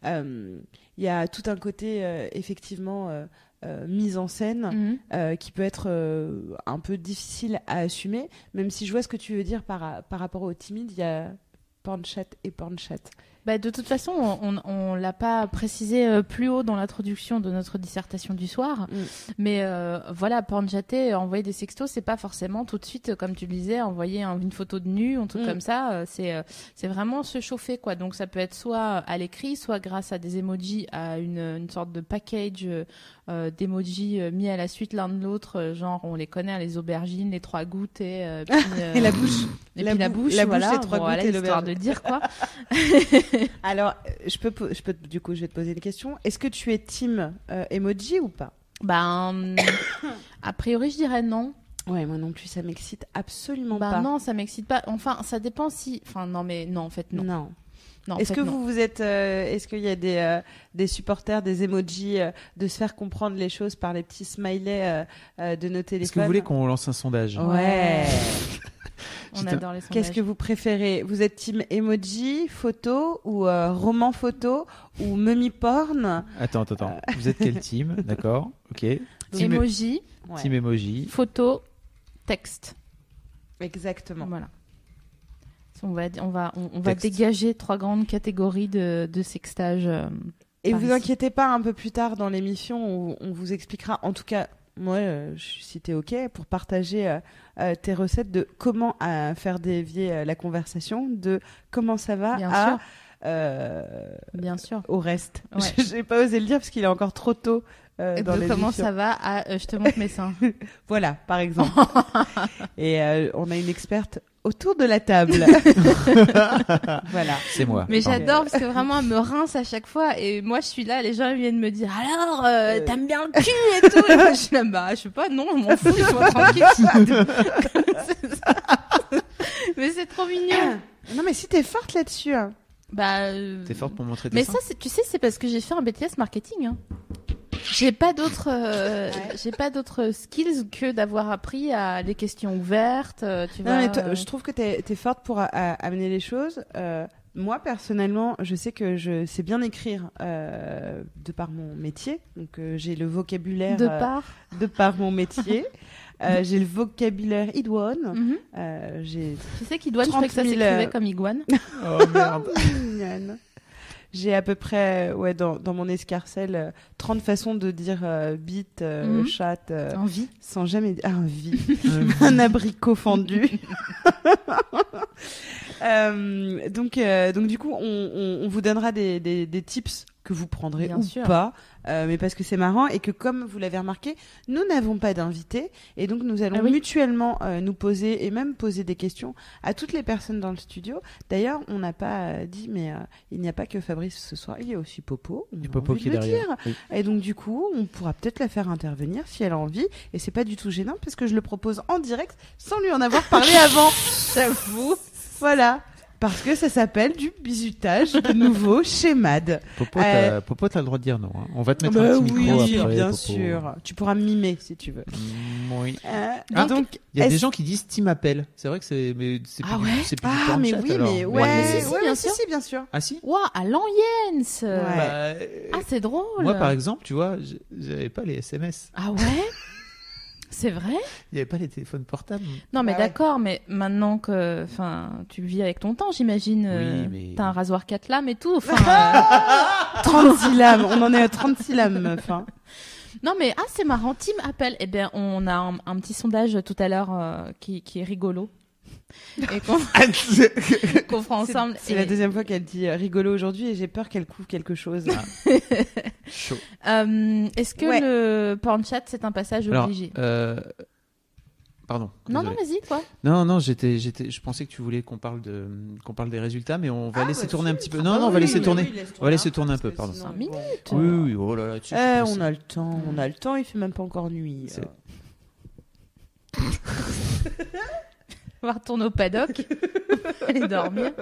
Speaker 2: euh, Il y a tout un côté euh, effectivement euh, euh, mise en scène
Speaker 1: Mhm.
Speaker 2: euh, qui peut être euh, un peu difficile à assumer, même si je vois ce que tu veux dire par, par rapport au timide, il y a porn chat et porn chat.
Speaker 1: Bah, de toute façon, on, on- on l'a pas précisé euh, plus haut dans l'introduction de notre dissertation du soir,
Speaker 2: Mm.
Speaker 1: mais euh, voilà, pornjaté, envoyer des sextos, c'est pas forcément tout de suite, euh, comme tu le disais, envoyer un- une photo de nu, un truc
Speaker 2: Mm.
Speaker 1: comme ça. euh, C'est euh, c'est vraiment se chauffer, quoi. Donc ça peut être soit à l'écrit, soit grâce à des emojis, à une, une sorte de package euh, euh, d'emojis euh, mis à la suite l'un de l'autre, euh, genre on les connaît, hein, les aubergines, les trois gouttes et, euh, puis, euh,
Speaker 2: Et la bouche.
Speaker 1: et
Speaker 2: la
Speaker 1: puis la
Speaker 2: bou-
Speaker 1: bouche,
Speaker 2: la bouche,
Speaker 1: voilà,
Speaker 2: les trois
Speaker 1: bon,
Speaker 2: gouttes
Speaker 1: voilà,
Speaker 2: et
Speaker 1: histoire
Speaker 2: l'aubergine.
Speaker 1: de dire quoi.
Speaker 2: Alors, euh, je peux, po- je peux, du coup, je vais te poser une question. Est-ce que tu es team euh, emoji ou pas
Speaker 1: Ben, a priori, je dirais non.
Speaker 2: Ouais, moi non plus, ça m'excite absolument
Speaker 1: Ben
Speaker 2: pas.
Speaker 1: non, ça m'excite pas. Enfin, ça dépend si. Enfin, non, mais non, en fait, non.
Speaker 2: non.
Speaker 1: non en
Speaker 2: Est-ce
Speaker 1: fait,
Speaker 2: que
Speaker 1: non.
Speaker 2: vous vous êtes, euh, est-ce qu'il y a des, euh, des supporters, des emojis, euh, de se faire comprendre les choses par les petits smileys euh, euh, de nos téléphones
Speaker 3: Est-ce que vous voulez qu'on lance un sondage
Speaker 2: Oh. Ouais.
Speaker 1: On
Speaker 3: Putain.
Speaker 1: adore les sondages.
Speaker 2: Qu'est-ce que vous préférez Vous êtes team emoji, photo ou euh, roman photo ou mummy porn
Speaker 3: Attends, attends, attends.
Speaker 2: Euh.
Speaker 3: Vous êtes quel team D'accord, ok. Team, e-
Speaker 1: Emoji,
Speaker 2: Ouais,
Speaker 3: team emoji.
Speaker 1: photo, texte.
Speaker 2: Exactement.
Speaker 1: Voilà. On va, on va, on, on va
Speaker 3: Texte.
Speaker 1: dégager trois grandes catégories de, de sextage. euh,
Speaker 2: Et
Speaker 1: Par
Speaker 2: vous
Speaker 1: ici.
Speaker 2: inquiétez pas, un peu plus tard dans l'émission, on, on vous expliquera. En tout cas, moi, euh, je suis- si t'es ok pour partager euh, euh, tes recettes de comment euh, faire dévier euh, la conversation, de comment ça va
Speaker 1: bien
Speaker 2: à
Speaker 1: sûr,
Speaker 2: euh,
Speaker 1: bien sûr.
Speaker 2: au reste.
Speaker 1: Ouais.
Speaker 2: Je J'ai pas osé le dire parce qu'il est encore trop tôt euh, dans
Speaker 1: de
Speaker 2: les
Speaker 1: comment ça va à euh, je te montre mes seins.
Speaker 2: Voilà, par exemple. Et euh, on a une experte autour de la table. voilà.
Speaker 3: C'est moi.
Speaker 1: Mais
Speaker 3: Ah, Pardon.
Speaker 1: j'adore parce que vraiment elle me rince à chaque fois et moi je suis là, les gens ils viennent me dire alors euh,
Speaker 2: Euh.
Speaker 1: t'aimes bien le cul et tout. Et moi, je suis là bah je sais pas, non, je m'en fous, je vois tranquille. C'est ça. mais c'est trop mignon.
Speaker 2: Non mais si t'es forte là-dessus. hein.
Speaker 1: Bah. euh,
Speaker 3: T'es forte pour montrer tes
Speaker 1: Mais
Speaker 3: seins
Speaker 1: ça, c'est- tu sais, c'est parce que j'ai fait un BTS marketing. hein. J'ai pas d'autres, euh, j'ai pas d'autres skills que d'avoir appris à des questions ouvertes. euh, tu
Speaker 2: Non,
Speaker 1: vois.
Speaker 2: mais t-
Speaker 1: euh.
Speaker 2: je trouve que t'es es forte pour a- a- amener les choses. Euh, moi personnellement, je sais que je sais bien écrire euh, de par mon métier. Donc euh, j'ai le vocabulaire
Speaker 1: de
Speaker 2: euh,
Speaker 1: part.
Speaker 2: de par mon métier. Euh, j'ai le vocabulaire idoine.
Speaker 1: Mhm.
Speaker 2: Euh, j'ai
Speaker 1: Tu sais qu'Idouane, je crois que ça
Speaker 2: 30 000,
Speaker 1: s'écrivait
Speaker 2: euh,
Speaker 1: comme iguane.
Speaker 3: Oh merde
Speaker 2: Mignonne. J'ai à peu près, euh, ouais, dans, dans mon escarcelle, euh, 30 façons de dire euh, bite, euh,
Speaker 1: Mhm.
Speaker 2: chatte, euh,
Speaker 1: Envie.
Speaker 2: sans jamais dire ah, un vi,
Speaker 3: Euh,
Speaker 2: un abricot fendu. Euh, donc, euh, donc du coup, on, on- on vous donnera des, des- des tips que vous prendrez
Speaker 1: Bien
Speaker 2: ou
Speaker 1: sûr.
Speaker 2: pas, euh, mais parce que c'est marrant et que comme vous l'avez remarqué, nous n'avons pas d'invités et donc nous allons
Speaker 1: Ah oui.
Speaker 2: mutuellement euh, nous poser et même poser des questions à toutes les personnes dans le studio. D'ailleurs, on n'a pas euh, dit, mais euh, il n'y a pas que Fabrice ce soir, il y a aussi Popo. On
Speaker 3: Il y a
Speaker 2: a
Speaker 3: Popo
Speaker 2: envie
Speaker 3: qui est
Speaker 2: de le dire.
Speaker 3: derrière. Oui.
Speaker 2: Et donc du coup, on pourra peut-être la faire intervenir si elle a envie. Et c'est pas du tout gênant parce que je le propose en direct sans lui en avoir parlé avant. J'avoue. Voilà. Parce que ça s'appelle du bisutage de nouveau chez Mad.
Speaker 3: Popo, t'as
Speaker 2: Euh,
Speaker 3: Popo, t'as le droit de dire non. hein. On va te mettre
Speaker 2: Bah
Speaker 3: un petit
Speaker 2: oui,
Speaker 3: micro après.
Speaker 2: bien
Speaker 3: Popo.
Speaker 2: sûr. Tu pourras mimer si tu veux.
Speaker 3: Mmh. Oui.
Speaker 2: Ah,
Speaker 3: Ah,
Speaker 2: donc,
Speaker 3: Il y a des
Speaker 2: est-ce-
Speaker 3: gens qui disent Team Appel. C'est vrai que c'est mais c'est
Speaker 1: Ah
Speaker 3: plus du-
Speaker 1: ouais
Speaker 3: c'est plus du
Speaker 2: Ah,
Speaker 3: porn
Speaker 2: mais
Speaker 3: chat,
Speaker 2: oui,
Speaker 3: alors.
Speaker 2: mais ouais,
Speaker 1: Mais si, si,
Speaker 2: ouais,
Speaker 1: bien
Speaker 2: si,
Speaker 1: sûr.
Speaker 2: si, bien sûr.
Speaker 3: Ah si
Speaker 1: Waouh, à l'Yens
Speaker 2: Ouais.
Speaker 3: Bah, euh,
Speaker 1: Ah, c'est drôle.
Speaker 3: Moi, par exemple, tu vois, j- j'avais pas les SMS.
Speaker 1: Ah ouais C'est vrai
Speaker 3: Il n'y avait pas les téléphones portables.
Speaker 1: Non, mais
Speaker 2: Bah ouais.
Speaker 1: d'accord, mais maintenant que enfin, tu vis avec ton temps, j'imagine. euh,
Speaker 3: mais-
Speaker 1: T'as un rasoir 4 lames et tout. enfin, euh.
Speaker 2: 30 syllabes, on en est à 30 syllabes, meuf. hein.
Speaker 1: euh, Non, mais ah, c'est marrant. Team Appel, eh bien, on a un, un petit sondage tout à l'heure euh, qui, qui est rigolo. Et qu'on
Speaker 3: Ah,
Speaker 1: qu'on fera
Speaker 2: C'est-
Speaker 1: ensemble.
Speaker 2: C'est
Speaker 1: Et,
Speaker 2: la deuxième fois qu'elle dit euh, rigolo aujourd'hui et j'ai peur qu'elle couvre quelque chose.
Speaker 3: Chaud.
Speaker 1: euh, Est-ce que
Speaker 2: Ouais.
Speaker 1: le porn chat, c'est un passage
Speaker 3: Alors,
Speaker 1: obligé
Speaker 3: euh, pardon.
Speaker 1: Non, non,
Speaker 3: désolé.
Speaker 1: vas-y, toi.
Speaker 3: Non, non, j'étais, j'étais, je pensais que tu voulais qu'on parle de, qu'on parle des résultats, mais on va
Speaker 2: Ah,
Speaker 3: laisser
Speaker 2: bah,
Speaker 3: tourner
Speaker 2: si.
Speaker 3: un petit peu.
Speaker 2: Ah,
Speaker 3: Non,
Speaker 2: bah
Speaker 3: non, on va
Speaker 2: oui,
Speaker 3: laisser
Speaker 2: oui,
Speaker 3: tourner.
Speaker 2: oui, laisse
Speaker 3: on va laisser tourner un
Speaker 2: parce
Speaker 3: peu,
Speaker 2: que
Speaker 3: pardon.
Speaker 2: sinon,
Speaker 1: Cinq
Speaker 2: bon.
Speaker 1: minutes.
Speaker 3: Oui, oui, oh là là. tu-
Speaker 2: Eh,
Speaker 3: c'est-
Speaker 2: on a le temps, on a le temps, il fait même pas encore nuit. euh.
Speaker 3: C'est-
Speaker 1: On va retourner au paddock, aller dormir.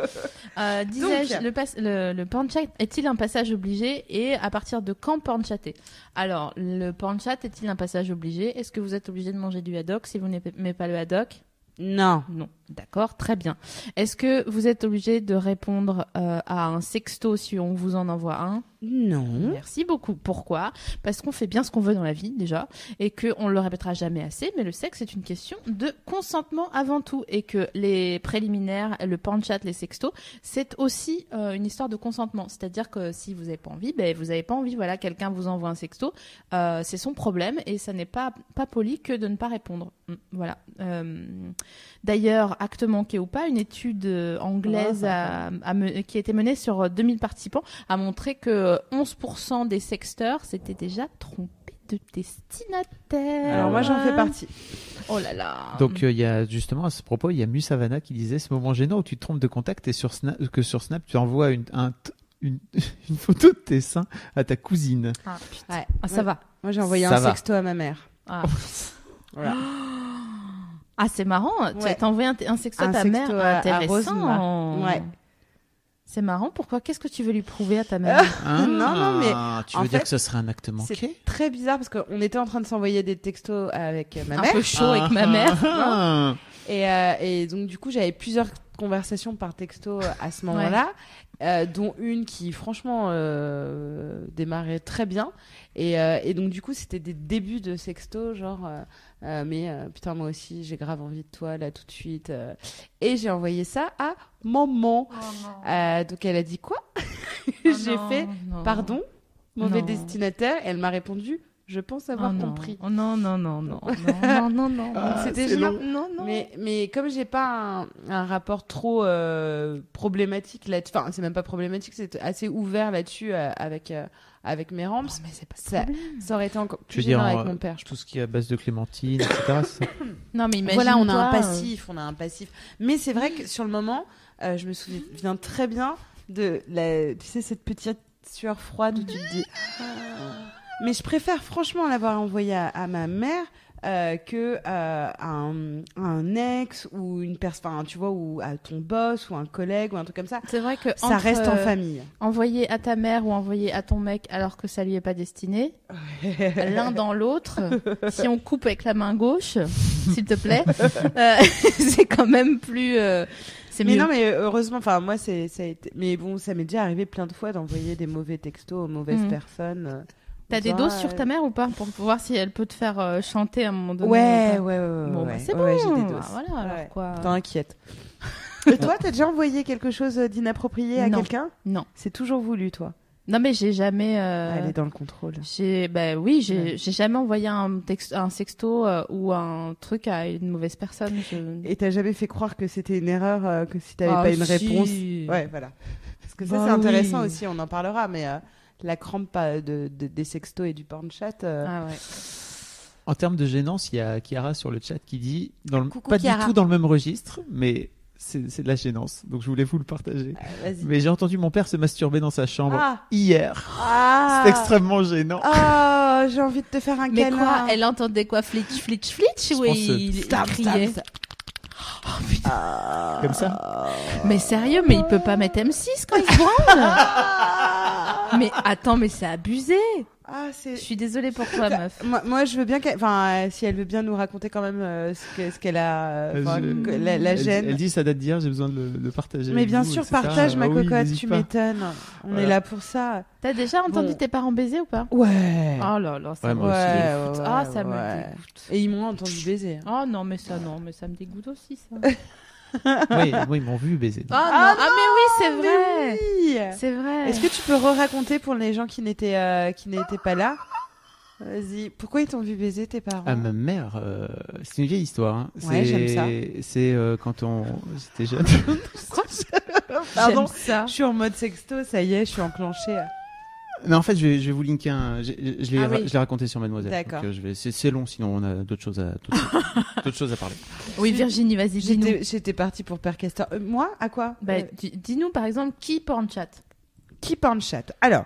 Speaker 1: Euh, Disais-je,
Speaker 2: Donc-
Speaker 1: le, pas- le, le porn chat est-il un passage obligé et à partir de quand porn chatter Alors, le porn chat est-il un passage obligé Est-ce que vous êtes obligé de manger du haddock si vous n'aimez pas le haddock
Speaker 2: Non.
Speaker 1: Non, d'accord, très bien. Est-ce que vous êtes obligé de répondre euh, à un sexto si on vous en envoie un
Speaker 2: Non.
Speaker 1: Merci beaucoup. Pourquoi Parce qu'on fait bien ce qu'on veut dans la vie déjà et que on le répétera jamais assez, mais le sexe est une question de consentement avant tout et que les préliminaires, le panchat, les sextos, c'est aussi euh, une histoire de consentement. C'est-à-dire que si vous n'avez pas envie, ben vous n'avez pas envie. Voilà, quelqu'un vous envoie un sexto, euh, c'est son problème et ça n'est pas pas poli que de ne pas répondre. Mm, Voilà. Euh, D'ailleurs, acte manqué ou pas, une étude euh, anglaise a- a me- qui a été menée sur euh, 2000 participants a montré que euh, 11% des sexteurs s'étaient déjà trompés de destinataire.
Speaker 2: Alors moi j'en fais partie.
Speaker 1: Oh là
Speaker 2: Ah.
Speaker 1: là.
Speaker 3: Donc euh, il y a justement à ce propos, il y a Musavana qui disait ce moment gênant où tu te trompes de contact et sur Snap, que sur Snap tu envoies une, un t- une, une photo de tes seins à ta cousine.
Speaker 1: Ah, putain.
Speaker 2: Ouais.
Speaker 1: Ah, ça va.
Speaker 2: Moi j'ai envoyé
Speaker 3: Ça
Speaker 2: un
Speaker 3: va.
Speaker 2: sexto à ma mère.
Speaker 1: Ah,
Speaker 2: Voilà.
Speaker 1: Ah, c'est marrant.
Speaker 2: Ouais.
Speaker 1: Tu T'as envoyé un, t- un sexto
Speaker 2: Un
Speaker 1: à ta
Speaker 2: sexto
Speaker 1: mère.
Speaker 2: à- à
Speaker 1: Intéressant.
Speaker 2: Rosema. Ouais. Euh,
Speaker 1: C'est marrant. Pourquoi Qu'est-ce que tu veux lui prouver à ta mère
Speaker 3: Ah,
Speaker 2: Non, non, mais
Speaker 3: tu
Speaker 2: en
Speaker 3: veux dire
Speaker 2: fait,
Speaker 3: que ce serait un acte manqué
Speaker 2: C'est très bizarre parce qu'on était en train de s'envoyer des textos avec euh, ma
Speaker 1: Un
Speaker 2: mère
Speaker 1: peu Ah, chaud avec ma mère.
Speaker 3: Ah,
Speaker 2: et, euh, et donc du coup j'avais plusieurs conversations par texto euh, à ce
Speaker 1: Ouais.
Speaker 2: moment-là, euh, dont une qui franchement euh, démarrait très bien et, euh, et donc du coup c'était des débuts de texto genre euh, euh, mais euh, putain moi aussi j'ai grave envie de toi là tout de suite euh. et j'ai envoyé ça à
Speaker 1: Oh
Speaker 2: maman. Euh, donc elle a dit quoi J'ai fait Pardon Mauvais
Speaker 1: Non.
Speaker 2: destinataire. Elle m'a répondu Je pense avoir compris.
Speaker 1: Oh non, non, non, non, non, non, non, non.
Speaker 3: Ah,
Speaker 2: C'était
Speaker 3: c'est
Speaker 2: gênant.
Speaker 3: long.
Speaker 1: non, non.
Speaker 2: Mais, mais comme j'ai pas un, un rapport trop euh, problématique là enfin c'est même pas problématique, c'est assez ouvert là-dessus euh, avec, euh, avec mes ramps,
Speaker 1: mais c'est pas
Speaker 2: ça, ça aurait été encore
Speaker 3: Tu
Speaker 2: plus
Speaker 3: veux dire
Speaker 2: gênant
Speaker 3: en-
Speaker 2: avec mon père. je
Speaker 3: tout ce qui est à base de clémentine, etc. c'est ça
Speaker 1: Non, mais imagine.
Speaker 2: voilà, on a un passif, on a un passif. Mais c'est vrai que sur le moment, euh, je me souviens très bien de la, tu sais, cette petite sueur froide où tu te dis. ah. Mais je préfère franchement l'avoir envoyé à, à ma mère euh, que euh, à un, à un ex ou une personne, tu vois, ou à ton boss ou un collègue ou un truc comme ça.
Speaker 1: C'est vrai que
Speaker 2: Ça
Speaker 1: entre,
Speaker 2: reste en
Speaker 1: euh,
Speaker 2: famille.
Speaker 1: Envoyer à ta mère ou envoyer à ton mec alors que ça lui est pas destiné, l'un dans l'autre, si on coupe avec la main gauche, s'il te plaît, euh, c'est quand même plus. euh, c'est
Speaker 2: Mais
Speaker 1: mieux.
Speaker 2: non, mais euh, heureusement, enfin moi, c'est, ça a été. Mais bon, ça m'est déjà arrivé plein de fois d'envoyer des mauvais textos aux mauvaises
Speaker 1: Mhm.
Speaker 2: personnes. euh,
Speaker 1: T'as
Speaker 2: en
Speaker 1: des
Speaker 2: disant,
Speaker 1: doses
Speaker 2: ah,
Speaker 1: sur
Speaker 2: euh,
Speaker 1: ta mère ou pas pour voir si elle peut te faire euh, chanter à un moment donné
Speaker 2: Ouais, ouais,
Speaker 1: ou
Speaker 2: ouais, ouais.
Speaker 1: pas. Bon, bah,
Speaker 2: ouais.
Speaker 1: c'est
Speaker 2: Ouais,
Speaker 1: bon.
Speaker 2: ouais, j'ai des
Speaker 1: bah,
Speaker 2: doses.
Speaker 1: voilà, alors
Speaker 2: Ouais.
Speaker 1: quoi.
Speaker 2: inquiète. Et toi, t'as déjà envoyé quelque chose d'inapproprié à
Speaker 1: Non.
Speaker 2: quelqu'un
Speaker 1: Non.
Speaker 2: C'est toujours voulu, toi.
Speaker 1: Non, mais j'ai jamais. euh,
Speaker 2: Ah, Elle est dans le contrôle.
Speaker 1: J'ai, ben oui, j'ai,
Speaker 2: Ouais.
Speaker 1: j'ai jamais envoyé un, texte, un sexto euh, ou un truc à une mauvaise personne. Je...
Speaker 2: Et t'as jamais fait croire que c'était une erreur, euh, que si t'avais
Speaker 1: Ah,
Speaker 2: pas une
Speaker 1: si.
Speaker 2: réponse. Ouais, voilà. Parce que ça,
Speaker 3: Bah
Speaker 2: c'est intéressant
Speaker 3: oui.
Speaker 2: aussi, on en parlera, mais euh, la crampe euh, de, de- des sextos et du porn chat. euh,
Speaker 1: Ah ouais.
Speaker 3: En termes de gênance, il y a Chiara sur le chat qui dit, dans le,
Speaker 2: Coucou,
Speaker 3: pas
Speaker 2: Chiara.
Speaker 3: du tout dans le même registre, mais c'est c'est de la gênance. Donc je voulais vous le partager.
Speaker 2: Ah, Vas-y.
Speaker 3: Mais j'ai entendu mon père se masturber dans sa chambre
Speaker 2: Ah
Speaker 3: hier.
Speaker 2: Ah
Speaker 3: C'est extrêmement gênant.
Speaker 2: Ah, j'ai envie de te faire un
Speaker 1: Mais
Speaker 2: câlin.
Speaker 1: quoi Elle entendait quoi Flitch, flitch, flitch Ou
Speaker 3: pense,
Speaker 1: il,
Speaker 3: euh,
Speaker 1: il
Speaker 2: stab,
Speaker 1: criait
Speaker 2: stab,
Speaker 1: Oh, putain.
Speaker 3: Comme ça.
Speaker 1: Mais sérieux, mais il peut pas mettre M6 quand il se branle Mais attends, mais c'est abusé
Speaker 2: Ah, c'est.
Speaker 1: Je suis désolée pour toi, meuf.
Speaker 2: Bah, Moi, moi, je veux bien qu'elle. Enfin, euh, si elle veut bien nous raconter quand même euh, ce que- ce qu'elle a. euh, enfin,
Speaker 3: Elle-
Speaker 2: que- la, la
Speaker 3: elle,
Speaker 2: gêne.
Speaker 3: Elle dit ça date d'hier, j'ai besoin de le, de partager.
Speaker 2: Mais
Speaker 3: avec
Speaker 2: bien
Speaker 3: vous,
Speaker 2: sûr,
Speaker 3: etc.
Speaker 2: partage ma
Speaker 3: Ah oui,
Speaker 2: cocotte,
Speaker 3: n'hésite
Speaker 2: tu
Speaker 3: pas.
Speaker 2: m'étonnes. On
Speaker 3: Voilà.
Speaker 2: est là pour ça.
Speaker 1: T'as déjà entendu
Speaker 2: Bon.
Speaker 1: tes parents baiser ou pas
Speaker 2: Ouais.
Speaker 1: Oh là là, ça
Speaker 3: Ouais,
Speaker 1: me
Speaker 3: moi aussi,
Speaker 1: dégoûte.
Speaker 2: ouais, ouais,
Speaker 1: Ah, ça
Speaker 2: ouais.
Speaker 1: me dégoûte.
Speaker 2: Et ils m'ont entendu baiser. hein.
Speaker 1: Oh non, mais ça, non, mais ça me dégoûte aussi, ça.
Speaker 3: Oui, moi, ils m'ont vu baiser.
Speaker 1: Ah, non. ah, mais oui, c'est vrai.
Speaker 2: Oui.
Speaker 1: C'est vrai.
Speaker 2: Est-ce que tu peux re-raconter pour les gens qui n'étaient euh, qui n'étaient pas là Vas-y. Pourquoi ils t'ont vu baiser tes parents
Speaker 3: Ah, ma mère, euh, c'est une vieille histoire. hein.
Speaker 2: Ouais, j'aime ça.
Speaker 3: C'est- C'est euh, quand on. J'étais jeune.
Speaker 2: Pardon.
Speaker 1: J'aime ça
Speaker 2: Je suis en mode sexto, ça y est, je suis enclenchée.
Speaker 3: Mais en fait, je vais, je vais vous linker un. Je, je- je l'ai
Speaker 2: Ah
Speaker 3: ra-
Speaker 2: oui.
Speaker 3: je l'ai raconté sur Mademoiselle.
Speaker 2: D'accord.
Speaker 3: Donc, euh, je vais- C'est c'est long, sinon on a d'autres choses, à... d'autres- d'autres choses à parler.
Speaker 1: Oui, Virginie, vas-y, dis-nous.
Speaker 2: J'étais j'étais partie pour Père Castor. Euh, moi, à quoi
Speaker 1: Bah,
Speaker 2: Euh,
Speaker 1: tu- dis-nous, par exemple, qui porn chat
Speaker 2: qui parle chat Alors.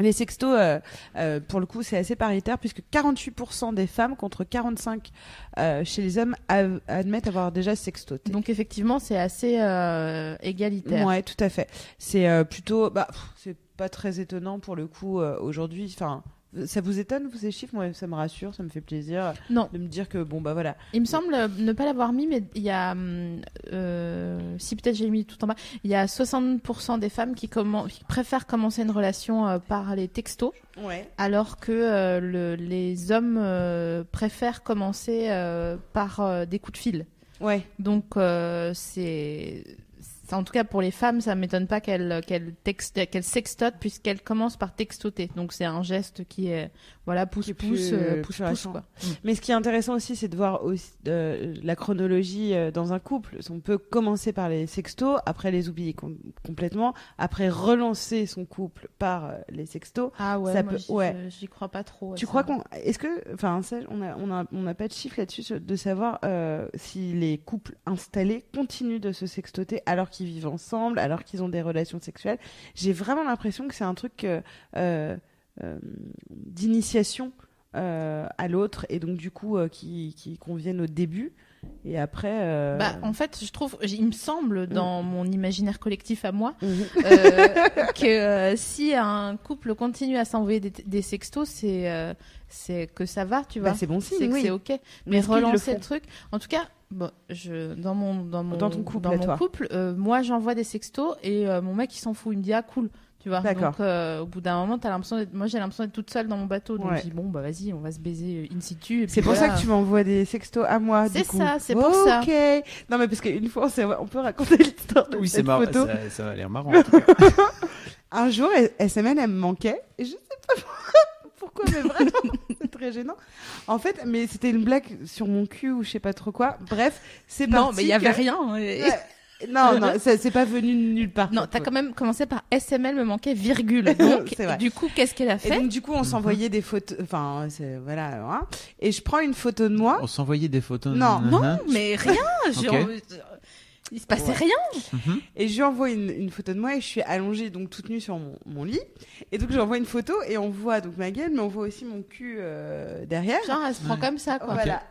Speaker 2: Les sextos, euh, euh, pour le coup, c'est assez paritaire puisque 48% des femmes contre 45 euh, chez les hommes av- admettent avoir déjà sextoté.
Speaker 1: Donc, effectivement, c'est assez euh, égalitaire.
Speaker 2: Ouais, tout à fait. C'est euh, plutôt, bah, pff, c'est pas très étonnant pour le coup euh, aujourd'hui. Enfin, ça vous étonne vous ces chiffres Moi, ça me rassure, ça me fait plaisir
Speaker 1: Non,
Speaker 2: de me dire que bon bah voilà.
Speaker 1: il me semble euh, ne pas l'avoir mis, mais il y a. hum, euh, si peut-être j'ai mis tout en bas, il y a 60% des femmes qui, commen- qui préfèrent commencer une relation euh, par les textos.
Speaker 2: Ouais.
Speaker 1: Alors que euh, le- les hommes euh, préfèrent commencer euh, par euh, des coups de fil.
Speaker 2: Ouais.
Speaker 1: Donc euh, c'est c'est- en tout cas pour les femmes, ça m'étonne pas qu'elles qu'elles texte- qu'elles sextotent puisqu'elles commencent par textoter. Donc c'est un geste qui est voilà pouce
Speaker 2: Qui est plus-
Speaker 1: pouce euh,
Speaker 2: plus
Speaker 1: pouce pouce
Speaker 2: récent.
Speaker 1: quoi.
Speaker 2: Mais ce qui est intéressant aussi, c'est de voir aussi, euh, la chronologie euh, dans un couple. On peut commencer par les sextos, après les oublier com- complètement, après relancer son couple par euh, les sextos.
Speaker 1: Ah ouais,
Speaker 2: Ça
Speaker 1: moi,
Speaker 2: peut-
Speaker 1: j'y-
Speaker 2: ouais.
Speaker 1: je- j'y crois pas trop. à
Speaker 2: Tu
Speaker 1: ça.
Speaker 2: crois qu'on est-ce que enfin ça on a on a on a pas de chiffre là-dessus sur- de savoir euh, si les couples installés continuent de se sextoter alors qu'ils vivent ensemble alors qu'ils ont des relations sexuelles j'ai vraiment l'impression que c'est un truc euh, euh, euh, d'initiation euh, à l'autre et donc du coup euh, qui qui conviennent au début et après euh, Mm.
Speaker 1: Bah, en fait, je trouve, j- il me semble dans mon imaginaire collectif à moi
Speaker 2: mhm.
Speaker 1: Euh, que euh, si un couple continue à s'envoyer des, des sextos, c'est euh, c'est que ça va, tu vois.
Speaker 2: Bah, c'est bon signe
Speaker 1: c'est que
Speaker 2: oui.
Speaker 1: c'est ok.
Speaker 2: Mais
Speaker 1: Mais,
Speaker 2: est-ce qu'ils le
Speaker 1: relancer le,
Speaker 2: font
Speaker 1: truc. En tout cas, bon, je dans mon dans mon
Speaker 2: Dans ton couple,
Speaker 1: dans
Speaker 2: à
Speaker 1: mon
Speaker 2: toi.
Speaker 1: couple, euh, moi j'envoie des sextos et euh, mon mec il s'en fout, il me dit ah cool. Tu vois,
Speaker 2: D'accord.
Speaker 1: donc euh, au bout d'un moment, as l'impression d'être- moi j'ai l'impression d'être toute seule dans mon bateau. Donc
Speaker 2: Ouais.
Speaker 1: je dis, bon, bah vas-y, on va se baiser euh, in situ. et puis
Speaker 2: C'est pour
Speaker 1: voilà.
Speaker 2: ça que tu m'envoies des sextos à moi. du
Speaker 1: C'est
Speaker 2: coup.
Speaker 1: ça, c'est pour
Speaker 2: Ok.
Speaker 1: ça.
Speaker 2: Non, mais parce qu'une fois, on, s'est- on peut raconter l'histoire de
Speaker 3: Oui, c'est
Speaker 2: cette
Speaker 3: marrant.
Speaker 2: photo.
Speaker 3: Ça, ça a l'air marrant. en tout cas.
Speaker 2: Un jour, elle- SML, elle me manquait. Et je sais pas pourquoi, mais vraiment, c'est très gênant. En fait, mais c'était une blague sur mon cul ou je sais pas trop quoi. Bref, c'est parti.
Speaker 1: Non, mais il y avait
Speaker 2: que-
Speaker 1: rien. et-
Speaker 2: Non, non, ça- c'est pas venu de nulle part.
Speaker 1: Non, t'as quand même commencé par SML me manquait virgule. Donc,
Speaker 2: euh, C'est vrai.
Speaker 1: du coup, qu'est-ce qu'elle a
Speaker 2: Et
Speaker 1: fait
Speaker 2: donc, du coup, on
Speaker 3: Mhm.
Speaker 2: s'envoyait des photos. Enfin, c'est- voilà. hein. Et je prends une photo de moi.
Speaker 3: On s'envoyait des photos.
Speaker 2: Non.
Speaker 3: nanana.
Speaker 1: Non, mais rien. j'ai
Speaker 3: Uh-huh. Ok.
Speaker 1: envie-
Speaker 2: euh,
Speaker 1: Il se passait rien.
Speaker 2: Et je lui envoie une, une photo de moi et je suis allongée donc toute nue sur mon, mon lit. Et donc j'envoie une photo et on voit donc ma gueule, mais on voit aussi mon cul euh, derrière.
Speaker 1: Genre, elle se prend
Speaker 3: Ouais.
Speaker 1: comme ça, quoi.
Speaker 2: Voilà.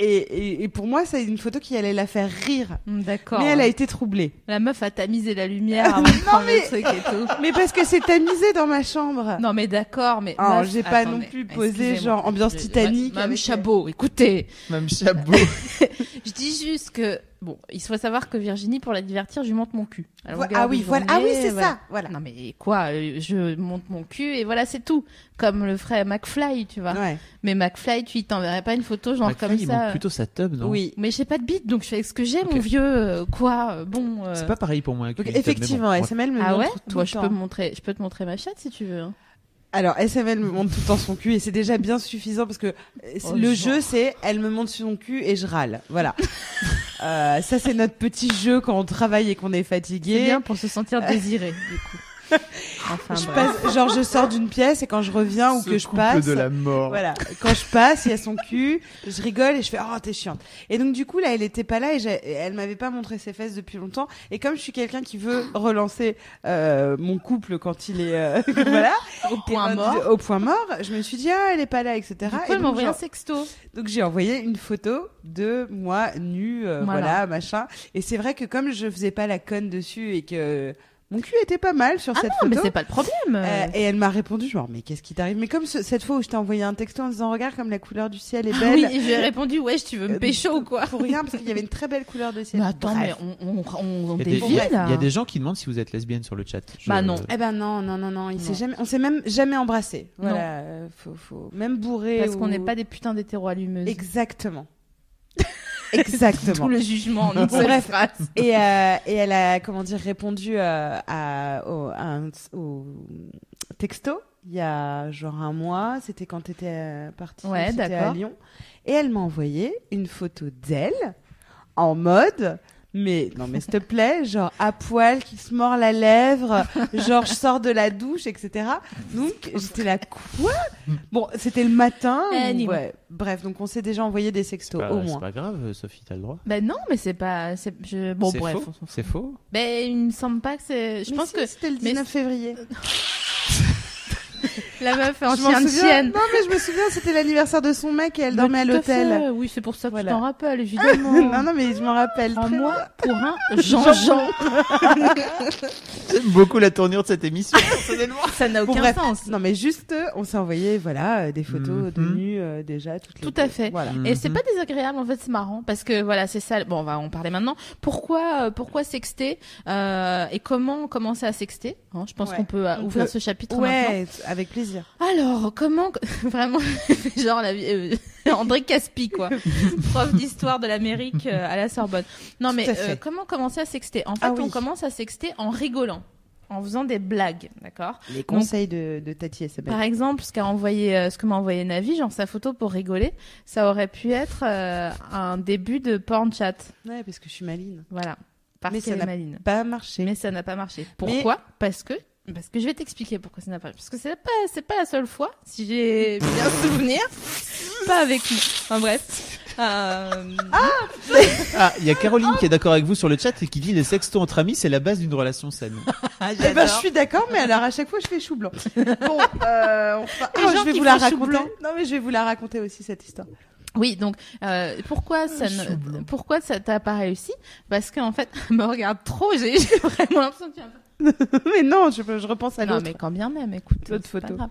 Speaker 2: Et, et- et pour moi, c'est une photo qui allait la faire rire.
Speaker 1: Mm, D'accord.
Speaker 2: mais elle a été troublée.
Speaker 1: La meuf a tamisé la lumière avant de prendre
Speaker 2: mais-
Speaker 1: le truc et tout.
Speaker 2: Mais parce que c'est tamisé dans ma chambre.
Speaker 1: Non, mais d'accord, mais.
Speaker 2: Alors,
Speaker 1: meuf,
Speaker 2: Ah, j'ai pas
Speaker 1: attendez,
Speaker 2: non plus posé
Speaker 1: excusez-moi.
Speaker 2: genre ambiance
Speaker 1: Je-
Speaker 2: Titanic.
Speaker 1: Madame
Speaker 2: avec- euh,
Speaker 1: Chabot, écoutez,
Speaker 3: Même Chabot.
Speaker 1: je dis juste que bon, il faut savoir que Virginie, pour la divertir, je lui monte mon cul. à
Speaker 2: Vo-
Speaker 1: longueur
Speaker 2: Ah
Speaker 1: de
Speaker 2: oui, voilà.
Speaker 1: journée,
Speaker 2: Ah oui, c'est
Speaker 1: voilà.
Speaker 2: ça. Voilà.
Speaker 1: Non mais quoi, euh, je monte mon cul et voilà c'est tout. Comme le ferait McFly, tu vois.
Speaker 2: Ouais.
Speaker 1: Mais McFly, tu il t'enverrait pas une photo genre
Speaker 3: McFly,
Speaker 1: comme
Speaker 3: il
Speaker 1: ça.
Speaker 3: manque plutôt sa tub, non
Speaker 2: Oui.
Speaker 1: Mais j'ai pas de bite, donc je fais avec ce que j'ai,
Speaker 3: Ok.
Speaker 1: mon vieux. euh, quoi, euh, bon. euh,
Speaker 3: C'est pas pareil pour moi. un
Speaker 2: Donc
Speaker 3: cul, une tub, mais bon,
Speaker 2: effectivement,
Speaker 3: bref.
Speaker 2: SML me
Speaker 1: Ah ouais
Speaker 2: montre tout
Speaker 1: Toi,
Speaker 2: le
Speaker 1: je
Speaker 2: temps.
Speaker 1: peux, me montrer, je peux te montrer ma chatte si tu veux. hein.
Speaker 2: Alors, SML me montre tout le temps son cul et c'est déjà bien suffisant parce que euh,
Speaker 1: Oh,
Speaker 2: le
Speaker 1: le
Speaker 2: jeu,
Speaker 1: genre.
Speaker 2: c'est elle me montre son cul et je râle. Voilà. Euh, ça, c'est notre petit jeu quand on travaille et qu'on est
Speaker 1: C'est
Speaker 2: fatigué.
Speaker 1: bien pour se sentir désiré, du coup. Enfin,
Speaker 2: Je
Speaker 1: bref.
Speaker 2: passe- genre, je sors d'une pièce et quand je reviens ou
Speaker 3: Ce
Speaker 2: que je
Speaker 3: couple
Speaker 2: passe.
Speaker 3: de la mort.
Speaker 2: Voilà. Quand je passe, il y a son cul, je rigole et je fais oh t'es chiante. Et donc du coup là, elle était pas là et j'ai- et elle m'avait pas montré ses fesses depuis longtemps. Et comme je suis quelqu'un qui veut relancer euh, mon couple quand il est euh, voilà
Speaker 1: Au point
Speaker 2: et, euh,
Speaker 1: mort.
Speaker 2: au point mort, je me suis dit ah elle est pas là etc.
Speaker 1: Du coup,
Speaker 2: et
Speaker 1: elle
Speaker 2: donc,
Speaker 1: m'a envoyé
Speaker 2: genre-
Speaker 1: un sexto.
Speaker 2: donc j'ai envoyé une photo de moi nue, euh, voilà.
Speaker 1: Voilà.
Speaker 2: machin. Et c'est vrai que comme je faisais pas la conne dessus et que Mon cul était pas mal sur
Speaker 1: Ah
Speaker 2: cette
Speaker 1: non, mais
Speaker 2: photo.
Speaker 1: c'est pas le problème.
Speaker 2: Euh,
Speaker 1: euh.
Speaker 2: et elle m'a répondu genre mais qu'est-ce qui t'arrive Mais comme ce- cette fois où je t'ai envoyé un texto en disant regarde comme la couleur du ciel est
Speaker 1: Ah
Speaker 2: belle.
Speaker 1: oui, et j'ai répondu, wesh, tu veux me
Speaker 2: Euh,
Speaker 1: pécho ou quoi
Speaker 2: Pour rien parce qu'il y avait une très belle couleur de ciel.
Speaker 1: Mais attends,
Speaker 2: Bref.
Speaker 1: mais on, on, on, on
Speaker 3: Il y, a des,
Speaker 1: dévie
Speaker 3: il y a-
Speaker 1: là.
Speaker 3: il y a des gens qui demandent si vous êtes lesbienne sur le chat. Je-
Speaker 1: Bah non.
Speaker 2: Eh ben non, non, non, non, il s'est
Speaker 1: Non.
Speaker 2: jamais, on s'est même jamais embrassé.
Speaker 1: Non.
Speaker 2: Voilà, euh, faut, faut même bourré.
Speaker 1: Parce qu'on
Speaker 2: ou-
Speaker 1: n'est pas des putains d'hétéro-allumeuses.
Speaker 2: Exactement.
Speaker 1: Tout
Speaker 2: Exactement.
Speaker 1: le jugement en une
Speaker 2: Bon,
Speaker 1: seule
Speaker 2: bref.
Speaker 1: phrase.
Speaker 2: Et, euh, et elle a comment dire répondu euh, à, au, à un- au texto il y a genre un mois. C'était quand t'étais euh, partie.
Speaker 1: Ouais,
Speaker 2: c'était à
Speaker 1: d'accord.
Speaker 2: Lyon. Et elle m'a envoyé une photo d'elle en mode. Mais non, mais s'il te plaît, genre à poil, qui se mord la lèvre, genre je sors de la douche, etc. Donc j'étais là quoi Bon, c'était le matin.
Speaker 1: Anyway.
Speaker 2: ouais. Bref, donc on s'est déjà envoyé des sextos
Speaker 3: Bah,
Speaker 2: au
Speaker 3: c'est
Speaker 2: moins.
Speaker 3: pas grave, Sophie, t'as le droit.
Speaker 1: Ben non, mais c'est pas. c'est- je- Bon,
Speaker 3: c'est
Speaker 1: bref.
Speaker 3: faux. C'est faux.
Speaker 1: Ben il me semble pas que c'est. Je
Speaker 2: Mais
Speaker 1: pense
Speaker 2: si, c'était le
Speaker 1: mais
Speaker 2: 19 février.
Speaker 1: que la meuf est en
Speaker 2: Je m'en
Speaker 1: chien de
Speaker 2: souviens.
Speaker 1: chienne.
Speaker 2: Non, mais je me souviens, c'était l'anniversaire de son mec et elle
Speaker 1: Mais
Speaker 2: dormait à
Speaker 1: tout
Speaker 2: l'hôtel.
Speaker 1: fait, Oui, c'est pour ça que
Speaker 2: Voilà. Ah,
Speaker 1: je t'en rappelle, évidemment.
Speaker 2: non, non, mais je m'en rappelle.
Speaker 1: Prends
Speaker 2: très
Speaker 1: moi pour un Jean-Jean.
Speaker 3: J'aime beaucoup la tournure de cette émission.
Speaker 1: ça n'a
Speaker 2: Bon,
Speaker 1: aucun
Speaker 2: bref.
Speaker 1: sens.
Speaker 2: bien. Non, mais juste, euh, on s'est envoyé, voilà, euh, des photos de
Speaker 3: Mhm.
Speaker 2: nu euh, déjà. Toutes les
Speaker 1: Tout
Speaker 2: deux.
Speaker 1: à fait.
Speaker 2: Voilà.
Speaker 1: Et c'est
Speaker 3: Mhm.
Speaker 1: pas désagréable en fait, c'est marrant parce que voilà, c'est ça. Bon, on va en parler maintenant. Pourquoi, euh, pourquoi sexter euh, et comment commencer à sexter hein, Je pense
Speaker 2: Ouais.
Speaker 1: qu'on peut euh,
Speaker 2: On
Speaker 1: ouvrir
Speaker 2: peut.
Speaker 1: ce chapitre maintenant.
Speaker 2: Ouais, t- avec plaisir.
Speaker 1: Alors, comment vraiment genre la vie- euh, André Caspi quoi, prof d'histoire de l'Amérique euh, à la Sorbonne. Non
Speaker 2: Tout
Speaker 1: mais
Speaker 2: à fait.
Speaker 1: euh, comment commencer à sexter En fait,
Speaker 2: Ah
Speaker 1: on
Speaker 2: oui.
Speaker 1: commence à sexter en rigolant, en faisant des blagues, d'accord
Speaker 2: Les conseils de, de Tati SML.
Speaker 1: par exemple, ce qu'a envoyé, euh, ce que m'a envoyé Navi, genre sa photo pour rigoler, ça aurait pu être euh, un début de porn chat.
Speaker 2: Ouais, parce que je suis maline.
Speaker 1: Voilà. Parce
Speaker 2: Mais ça
Speaker 1: qu'elle est
Speaker 2: n'a
Speaker 1: maline.
Speaker 2: Pas marché.
Speaker 1: Mais ça n'a pas marché.
Speaker 2: Mais-
Speaker 1: Pourquoi Parce que parce que je vais t'expliquer pourquoi ça n'a pas marché. Parce que c'est pas c'est pas la seule fois, si j'ai bien souvenir, pas avec nous. Enfin bref. Euh,
Speaker 3: Ah, il y a Caroline qui est d'accord avec vous sur le chat et qui dit les sextos entre amis, c'est la base d'une relation saine. Ah,
Speaker 2: Eh ben, je suis d'accord, mais alors à chaque fois, je fais chou blanc. Bon, euh, on fera-
Speaker 1: Les
Speaker 2: Oh,
Speaker 1: gens
Speaker 2: je vais
Speaker 1: qui
Speaker 2: vous la
Speaker 1: font chou
Speaker 2: raconter.
Speaker 1: blanc.
Speaker 2: Non, mais je vais vous la raconter aussi, cette histoire.
Speaker 1: Oui, donc euh, pourquoi ça
Speaker 3: chou
Speaker 1: ne...
Speaker 3: blanc.
Speaker 1: pourquoi ça t'a pas réussi Parce qu'en fait, me regarde trop. J'ai j'ai vraiment l'impression que tu es un peu
Speaker 2: mais non, je, je repense à
Speaker 1: Non,
Speaker 2: l'autre.
Speaker 1: mais quand bien même, écoute.
Speaker 2: L'autre
Speaker 1: c'est pas
Speaker 2: photo.
Speaker 1: grave.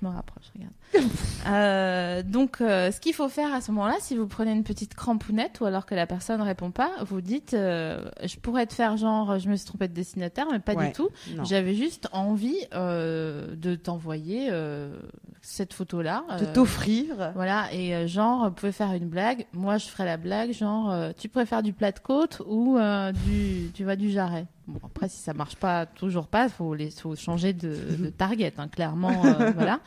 Speaker 1: Je me rapproche, regarde. Euh, donc, euh, ce qu'il faut faire à ce moment-là, si vous prenez une petite crampounette ou alors que la personne ne répond pas, vous dites euh, Je pourrais te faire genre, je me suis trompée de destinataire, mais pas
Speaker 2: Ouais,
Speaker 1: du tout.
Speaker 2: Non.
Speaker 1: J'avais juste envie euh, de t'envoyer euh, cette photo-là.
Speaker 2: De
Speaker 1: euh,
Speaker 2: t'offrir.
Speaker 1: voilà, et euh, genre, vous pouvez faire une blague. Moi, je ferai la blague, genre, euh, tu préfères du plat de côte ou euh, du, tu vois, du jarret. Bon, après, si ça marche pas, toujours pas, faut les, faut changer de, de target, hein, clairement, euh, voilà.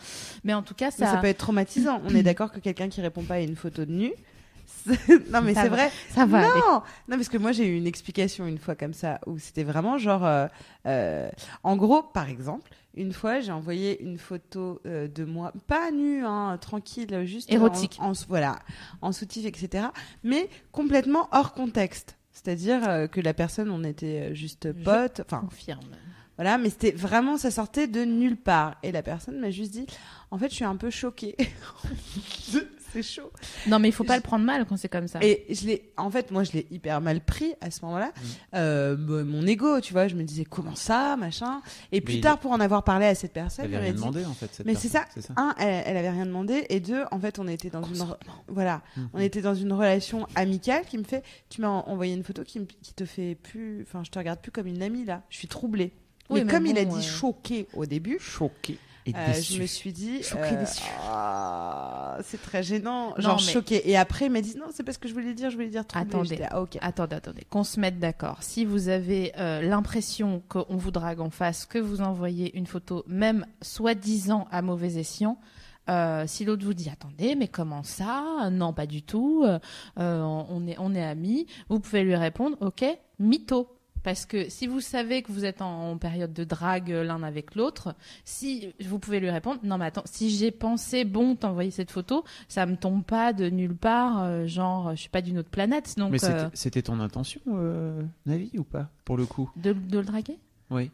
Speaker 1: Mais en tout cas,
Speaker 2: Mais
Speaker 1: ça,
Speaker 2: Ça... peut être traumatisant. On est d'accord que quelqu'un qui répond pas à une photo de nu. c'est- non mais
Speaker 1: Ça
Speaker 2: c'est
Speaker 1: va.
Speaker 2: vrai.
Speaker 1: ça va. aller.
Speaker 2: non, non parce que moi j'ai eu une explication une fois comme ça où c'était vraiment genre, euh, euh, en gros par exemple, une fois j'ai envoyé une photo euh, de moi pas nue, hein, tranquille, juste en-
Speaker 1: Érotique.
Speaker 2: en, voilà, en soutif etc. Mais complètement hors contexte. C'est-à-dire euh, que la personne, on était euh, juste
Speaker 1: Je-
Speaker 2: potes. Enfin,
Speaker 1: Confirme.
Speaker 2: voilà, mais c'était vraiment, ça sortait de nulle part. Et la personne m'a juste dit, en fait, je suis un peu choquée. c'est chaud.
Speaker 1: Non, mais il faut pas le prendre mal quand c'est
Speaker 3: Ah.
Speaker 1: comme ça.
Speaker 2: Et je l'ai, en fait, moi, je l'ai hyper mal pris à ce moment-là.
Speaker 3: Mm.
Speaker 2: Euh, bah, mon ego, tu vois, je me disais, comment ça, machin. Et plus
Speaker 3: il-
Speaker 2: tard, pour en avoir parlé à cette personne,
Speaker 3: T'avais
Speaker 2: elle m'a
Speaker 3: rien
Speaker 2: dit,
Speaker 3: demandé en fait. cette
Speaker 2: mais c'est ça.
Speaker 3: personne, c'est ça.
Speaker 2: Un, elle, elle avait rien demandé, et deux, en fait, on était dans une re- voilà,
Speaker 3: Mhm.
Speaker 2: on était dans une relation amicale qui me fait, tu m'as en- envoyé une photo qui, me- qui te fait plus, enfin, je te regarde plus comme une amie là. Je suis troublée.
Speaker 1: Oui,
Speaker 2: mais,
Speaker 1: mais
Speaker 2: comme il a
Speaker 1: bon,
Speaker 2: dit
Speaker 1: euh,
Speaker 2: choqué au début,
Speaker 3: Choqué et
Speaker 2: euh, je me suis dit,
Speaker 1: Choquée,
Speaker 2: euh,
Speaker 1: déçue.
Speaker 2: ah, c'est très gênant,
Speaker 1: Non,
Speaker 2: genre
Speaker 1: mais-
Speaker 2: choqué. Et après, il m'a dit non, c'est parce que je voulais dire, je voulais dire troublée.
Speaker 1: Attendez.
Speaker 2: J'étais, ah, ok.
Speaker 1: Attendez, attendez, qu'on se mette d'accord. Si vous avez euh, l'impression qu'on vous drague en face, que vous envoyez une photo, même soi-disant à mauvais escient, euh, si l'autre vous dit attendez, mais comment ça Non, pas du tout. euh, euh, on est on est amis. Vous pouvez lui répondre ok, mytho. Parce que si vous savez que vous êtes en, en période de drague euh, l'un avec l'autre, si vous pouvez lui répondre non mais attends, si j'ai pensé bon t'envoyer cette photo, ça me tombe pas de nulle part, euh, genre je suis pas d'une autre planète donc.
Speaker 3: Mais c'était-
Speaker 1: euh,
Speaker 3: c'était ton intention, euh, Navi, ou pas Pour le coup
Speaker 1: de, de le draguer Ah, bah,
Speaker 3: Oui.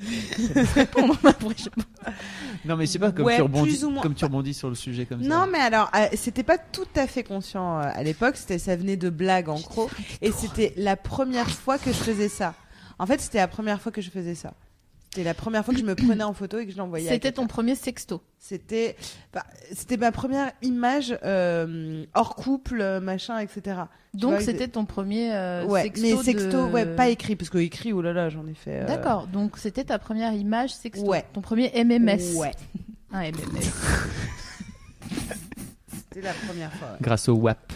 Speaker 1: Répondre, ma vraie- je-
Speaker 3: Non, mais c'est pas comme,
Speaker 2: Ouais,
Speaker 3: tu rebondis,
Speaker 2: plus ou moins.
Speaker 3: comme tu rebondis sur le sujet comme ça.
Speaker 2: Non, mais alors, euh, c'était pas tout à fait conscient euh, à l'époque. C'était, ça venait de blagues en gros, et c'était la première fois que je faisais ça. En fait, c'était la première fois que je faisais ça. C'était la première fois que je me prenais en photo et que je l'envoyais. à
Speaker 1: C'était
Speaker 2: quelqu'un.
Speaker 1: ton premier sexto.
Speaker 2: C'était, bah, c'était ma première image euh, hors couple, euh, machin, etc. Tu vois,
Speaker 1: Donc
Speaker 2: que-
Speaker 1: c'était ton premier euh,
Speaker 2: ouais,
Speaker 1: sexto.
Speaker 2: mais
Speaker 1: de-
Speaker 2: sexto, ouais, pas écrit, parce que écrit, oh là là, j'en ai fait. euh,
Speaker 1: D'accord, donc c'était ta première image sexto.
Speaker 2: Ouais.
Speaker 1: Ton premier MMS.
Speaker 2: Ouais,
Speaker 1: Un MMS.
Speaker 2: c'était la première fois. ouais.
Speaker 3: Grâce au WAP.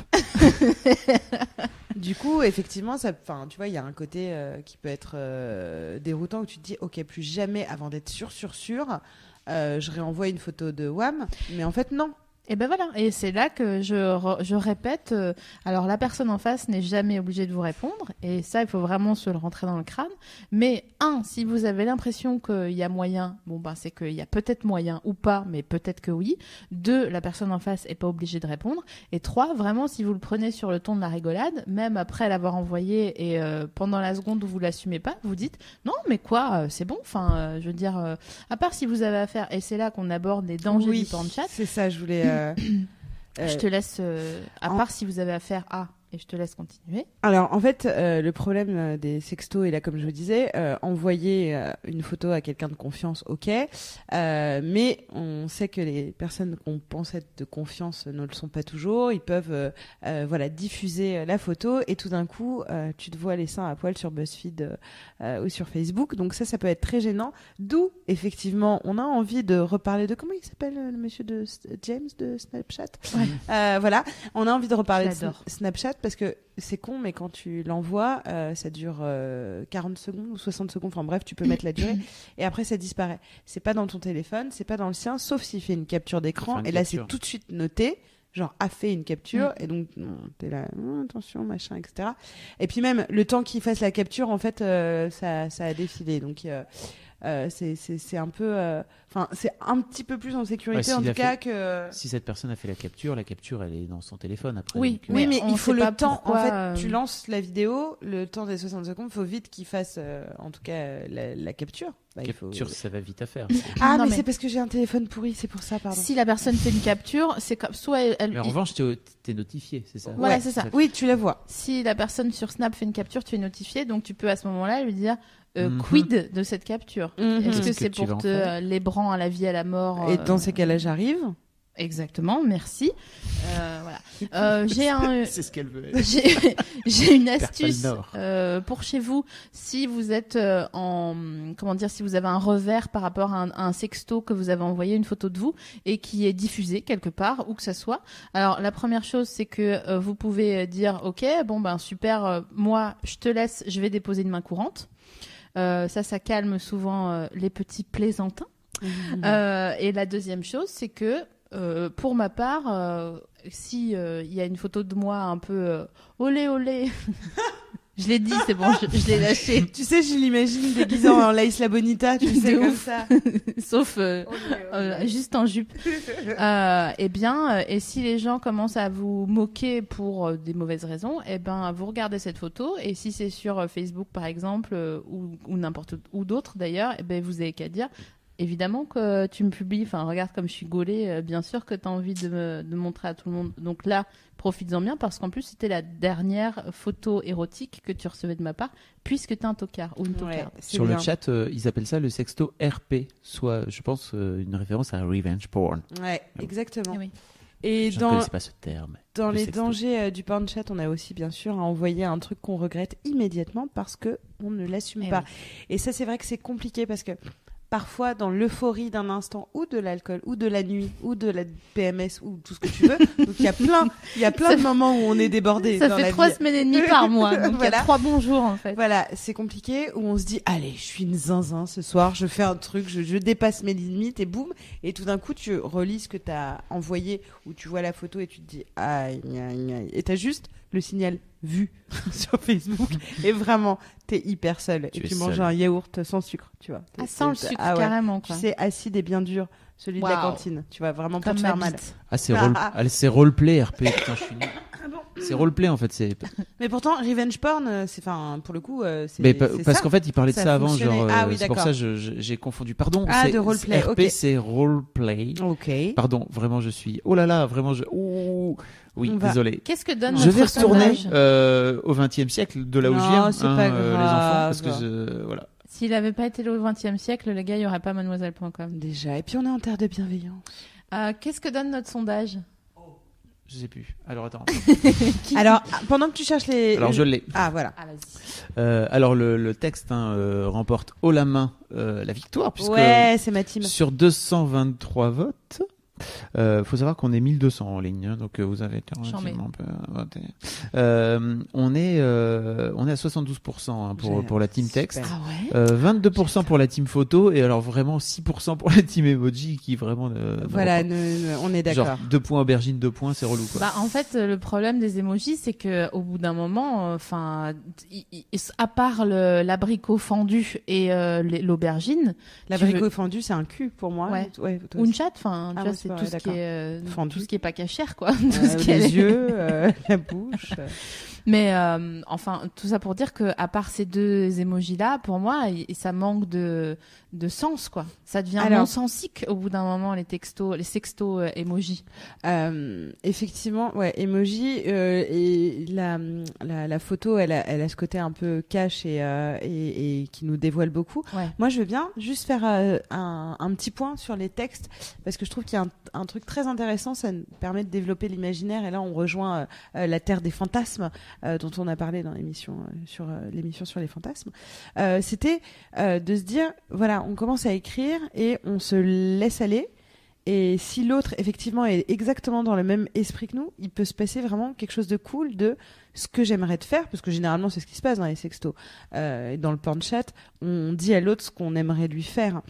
Speaker 2: du coup, effectivement, ça, enfin, tu vois, il y a un côté euh, qui peut être euh, déroutant où tu te dis, ok, plus jamais, avant d'être sûr, sûr, sûr, euh, je réenvoie une photo de Wham, mais en fait non.
Speaker 1: Et ben voilà, et c'est là que je, re- je répète, euh, alors la personne en face n'est jamais obligée de vous répondre, et ça il faut vraiment se le rentrer dans le crâne, mais un, si vous avez l'impression qu'il y a moyen, bon ben c'est qu'il y a peut-être moyen ou pas, mais peut-être que oui, deux, la personne en face n'est pas obligée de répondre, et trois, vraiment si vous le prenez sur le ton de la rigolade, même après l'avoir envoyé et euh, pendant la seconde où vous l'assumez pas, vous dites non mais quoi, euh, c'est bon, enfin euh, je veux dire, euh, à part si vous avez affaire, et c'est là qu'on aborde les dangers
Speaker 2: oui,
Speaker 1: du porn chat,
Speaker 2: C'est ça, je voulais. euh, euh,
Speaker 1: je te laisse, euh, à
Speaker 2: en-
Speaker 1: part si vous avez affaire à, et je te laisse continuer.
Speaker 2: Alors en fait, euh, le problème euh, des sextos est là, comme je vous disais, euh, envoyer euh, une photo à quelqu'un de confiance, ok, euh, mais on sait que les personnes qu'on pense être de confiance ne le sont pas toujours. Ils peuvent, euh, euh, voilà, diffuser euh, la photo et tout d'un coup, euh, tu te vois les seins à poil sur BuzzFeed euh, euh, ou sur Facebook. Donc ça, ça peut être très gênant. D'où effectivement, on a envie de reparler de comment il s'appelle euh, le monsieur de S- James de Snapchat.
Speaker 1: Ouais.
Speaker 2: Euh, voilà, on a envie de reparler de
Speaker 1: Je l'adore.
Speaker 2: Sna- Snapchat parce que c'est con, mais quand tu l'envoies, euh, ça dure euh, 40 secondes ou 60 secondes. Enfin bref, tu peux mettre la durée et après ça disparaît. C'est pas dans ton téléphone, c'est pas dans le sien, sauf s'il fait une capture d'écran.
Speaker 3: Enfin, une
Speaker 2: Et là, c'est
Speaker 3: capture.
Speaker 2: tout de suite noté. Genre a fait une capture
Speaker 1: Mm.
Speaker 2: et donc non, t'es là Hum, attention machin etc et puis même le temps qu'il fasse la capture en fait euh, ça, ça a défilé donc euh, euh, c'est- c'est c'est un peu euh, enfin c'est un petit peu plus en sécurité
Speaker 3: Ouais,
Speaker 2: en
Speaker 3: s'il
Speaker 2: tout cas
Speaker 3: a
Speaker 2: que
Speaker 3: Si cette personne a fait la capture, la capture, elle est dans son téléphone après.
Speaker 1: Oui,
Speaker 3: donc, euh,
Speaker 2: oui,
Speaker 1: Ouais,
Speaker 2: mais
Speaker 1: on
Speaker 2: il faut
Speaker 1: sait
Speaker 2: le
Speaker 1: pas
Speaker 2: temps.
Speaker 1: pourquoi,
Speaker 2: en fait,
Speaker 1: euh,
Speaker 2: tu lances la vidéo, le temps des 60 secondes, faut vite qu'il fasse, euh, en tout cas, euh, la, la capture. Bah, il faut-
Speaker 3: capture, ça va vite à faire.
Speaker 2: Ah,
Speaker 1: Non,
Speaker 2: mais,
Speaker 1: mais-
Speaker 2: c'est parce que j'ai un téléphone pourri, c'est pour ça, pardon.
Speaker 1: Si la personne fait une capture, c'est comme soit elle, elle-
Speaker 3: Mais en
Speaker 1: il-
Speaker 3: revanche, t'es t'es notifié, c'est ça
Speaker 1: Voilà, c'est ça.
Speaker 2: Oui, tu la vois.
Speaker 1: si la personne sur Snap fait une capture, tu es notifié, donc tu peux à ce moment-là lui dire euh,
Speaker 3: Mhm.
Speaker 1: quid de cette capture. Est-ce
Speaker 3: Qu'est-ce
Speaker 1: que
Speaker 3: que
Speaker 1: c'est
Speaker 3: tu
Speaker 1: pour
Speaker 3: vas en
Speaker 1: te
Speaker 3: faire
Speaker 1: euh, l'ébran à la vie à la mort
Speaker 2: Mhm. Et
Speaker 1: euh,
Speaker 2: dans ces cas-là, j'arrive.
Speaker 1: Exactement, merci. Euh, voilà. Euh, j'ai un
Speaker 3: ce qu'elle veut.
Speaker 1: J'ai j'ai une
Speaker 3: Perd pas le
Speaker 1: astuce
Speaker 3: nord.
Speaker 1: euh, pour chez vous. Si vous êtes euh, en comment dire, si vous avez un revers par rapport à un, à un sexto que vous avez envoyé une photo de vous et qui est diffusée quelque part où que ça soit. Alors la première chose, c'est que euh, vous pouvez euh, dire ok, bon ben super, euh, moi je te laisse, je vais déposer une main courante. Euh, ça, ça calme souvent euh, les petits plaisantins. Euh, et la deuxième chose, c'est que euh, pour ma part, euh, si euh, il y a une photo de moi un peu euh, olé olé, je l'ai dit, c'est bon, je, je l'ai lâché.
Speaker 2: Tu sais, je l'imagine déguisant en Laïs la Bonita, tu sais,
Speaker 1: De
Speaker 2: comme
Speaker 1: ouf.
Speaker 2: ça.
Speaker 1: Sauf euh, euh, juste en jupe. Euh, eh bien, euh, et si les gens commencent à vous moquer pour euh, des mauvaises raisons, eh ben, vous regardez cette photo. Et si c'est sur euh, Facebook, par exemple, euh, ou, ou n'importe où ou d'autres d'ailleurs, eh ben, vous avez qu'à dire. Évidemment que tu me publies, enfin regarde comme je suis gaulée, euh, bien sûr que tu as envie de me de montrer à tout le monde. Donc là, profites-en bien parce qu'en plus c'était la dernière photo érotique que tu recevais de ma part puisque tu es un tocard ou une
Speaker 2: Ouais,
Speaker 1: tocarde.
Speaker 2: c'est
Speaker 3: Sur
Speaker 2: bien.
Speaker 3: le chat, euh, ils appellent ça le sexto RP, soit, je pense, euh, une référence à revenge porn.
Speaker 2: Ouais, exactement.
Speaker 1: Eh oui.
Speaker 2: Et
Speaker 3: Ah Je ne
Speaker 2: dans,
Speaker 3: connaissais pas ce terme.
Speaker 2: Dans
Speaker 3: Le
Speaker 2: les
Speaker 3: sexto.
Speaker 2: dangers euh, du porn chat, on a aussi bien sûr à envoyer un truc qu'on regrette immédiatement parce que on ne l'assume
Speaker 1: Eh
Speaker 2: pas. Et ça, c'est vrai que c'est compliqué parce que parfois, dans l'euphorie d'un instant ou de l'alcool ou de la nuit ou de la PMS ou tout ce que tu veux, donc il y a plein, il y a plein
Speaker 1: Ça
Speaker 2: de
Speaker 1: fait-
Speaker 2: moments où on est débordé
Speaker 1: Ça
Speaker 2: dans
Speaker 1: fait
Speaker 2: la
Speaker 1: trois
Speaker 2: vie.
Speaker 1: semaines et demie par mois, donc il y
Speaker 2: Voilà.
Speaker 1: a trois bons jours en fait.
Speaker 2: Voilà, c'est compliqué où on se dit allez, je suis une zinzin ce soir, je fais un truc, je, je dépasse mes limites et boum. Et tout d'un coup, tu relis ce que t'as envoyé ou tu vois la photo et tu te dis aïe aïe aïe. Et t'as juste le signal vu sur Facebook et vraiment, t'es hyper seul.
Speaker 3: Tu
Speaker 2: et
Speaker 3: es
Speaker 2: tu manges
Speaker 3: seul.
Speaker 2: un yaourt sans sucre, tu vois.
Speaker 1: Ah, sans le sucre,
Speaker 2: Ah ouais.
Speaker 1: carrément
Speaker 2: Tu
Speaker 1: quoi.
Speaker 2: sais, acide et bien dur, celui de la
Speaker 1: Waouh.
Speaker 2: cantine, tu vois, vraiment pour
Speaker 1: Comme
Speaker 2: te
Speaker 1: ma
Speaker 2: faire mal.
Speaker 1: bite.
Speaker 3: Ah, c'est role... ah, c'est roleplay RP, putain, je suis nul. C'est roleplay en fait. C'est
Speaker 2: Mais pourtant, revenge porn, euh, c'est enfin pour le coup, euh, c'est
Speaker 3: mais pa-
Speaker 2: c'est
Speaker 3: parce
Speaker 2: ça.
Speaker 3: qu'en fait, il parlait de
Speaker 2: Ça
Speaker 3: ça,
Speaker 2: a
Speaker 3: avant,
Speaker 2: fonctionné.
Speaker 3: genre euh,
Speaker 2: Ah oui,
Speaker 3: c'est pour
Speaker 2: d'accord.
Speaker 3: ça je- je- j'ai confondu. Pardon.
Speaker 2: Ah,
Speaker 3: c'est-
Speaker 2: de roleplay,
Speaker 3: RP,
Speaker 2: ok.
Speaker 3: c'est roleplay.
Speaker 2: Ok.
Speaker 3: Pardon, vraiment, je suis. Oh là là, vraiment, je. Oh, oui,
Speaker 2: On va-
Speaker 3: désolé.
Speaker 1: Qu'est-ce que donne
Speaker 3: Je vais
Speaker 1: votre
Speaker 3: retourner
Speaker 1: sondage
Speaker 3: euh, au XXe siècle, de là où
Speaker 2: Non,
Speaker 3: je viens,
Speaker 2: c'est pas
Speaker 3: euh, les enfants, parce que
Speaker 2: grave.
Speaker 3: je- voilà.
Speaker 1: S'il n'avait pas été le 20e siècle, le gars, il n'y aurait pas mademoiselle.com.
Speaker 2: Déjà. Et puis on est en terre de bienveillance.
Speaker 1: Euh, Qu'est-ce que donne notre sondage
Speaker 3: Je sais plus. Alors attends.
Speaker 2: Alors, ah, pendant que tu cherches les.
Speaker 3: Alors je l'ai.
Speaker 2: Ah voilà.
Speaker 1: Ah, vas-y.
Speaker 3: Euh, alors le, le texte hein, euh, remporte haut la main euh, la victoire puisque
Speaker 2: Ouais, c'est ma team.
Speaker 3: sur 223 votes. Euh, faut savoir qu'on est 1200 en ligne, hein, donc euh, vous avez été
Speaker 1: J'en mets.
Speaker 3: relativement peu à voter. Euh, on est euh, on est à 72% hein, pour
Speaker 2: J'ai-
Speaker 3: pour la team texte,
Speaker 2: Super.
Speaker 1: Ah ouais
Speaker 3: Euh, 22% pour la team photo et alors vraiment 6% pour la team emoji qui vraiment euh, ne
Speaker 2: Voilà, ne-
Speaker 3: rend
Speaker 2: ne- on est
Speaker 3: pas- genre
Speaker 2: d'accord.
Speaker 3: deux points aubergine deux points c'est relou quoi.
Speaker 1: Bah, en fait, euh, le problème des emojis, c'est que au bout d'un moment, euh, enfin, à part le- l'abricot fendu et euh, les- l'aubergine,
Speaker 2: L'abricot fendu, c'est un cul pour moi.
Speaker 1: Ouais.
Speaker 2: ouais toi
Speaker 1: ou une
Speaker 2: aussi.
Speaker 1: chatte, enfin,
Speaker 2: Ah,
Speaker 1: tu vois,
Speaker 2: oui,
Speaker 1: c'est
Speaker 2: c'est
Speaker 1: tout
Speaker 2: vrai,
Speaker 1: ce qui
Speaker 2: d'accord.
Speaker 1: est euh,
Speaker 2: Fendu.
Speaker 1: tout ce qui est pas cachère, quoi. Tout
Speaker 2: Euh,
Speaker 1: ce qui est-
Speaker 2: les yeux, euh, la bouche.
Speaker 1: Mais euh, enfin, tout ça pour dire que à part ces deux émojis là, pour moi, y- ça manque de de sens, quoi. Ça devient
Speaker 2: Alors-
Speaker 1: nonsensique au bout d'un moment les textos, les sextos euh, emojis.
Speaker 2: Euh, effectivement, ouais, emoji euh, et la, la, la photo, elle a, elle a ce côté un peu cash et, euh, et, et qui nous dévoile beaucoup.
Speaker 1: Ouais.
Speaker 2: Moi, je veux bien juste faire euh, un, un petit point sur les textes parce que je trouve qu'il y a un, un truc très intéressant. Ça nous permet de développer l'imaginaire et là, on rejoint euh, euh, la terre des fantasmes euh, dont on a parlé dans l'émission euh, sur euh, l'émission sur les fantasmes. Euh, C'était euh, de se dire, voilà, on commence à écrire et on se laisse aller. Et si l'autre, effectivement, est exactement dans le même esprit que nous, il peut se passer vraiment quelque chose de cool de ce que j'aimerais te faire, parce que généralement, c'est ce qui se passe dans les sextos. Euh, et dans le porn chat, on dit à l'autre ce qu'on aimerait lui faire.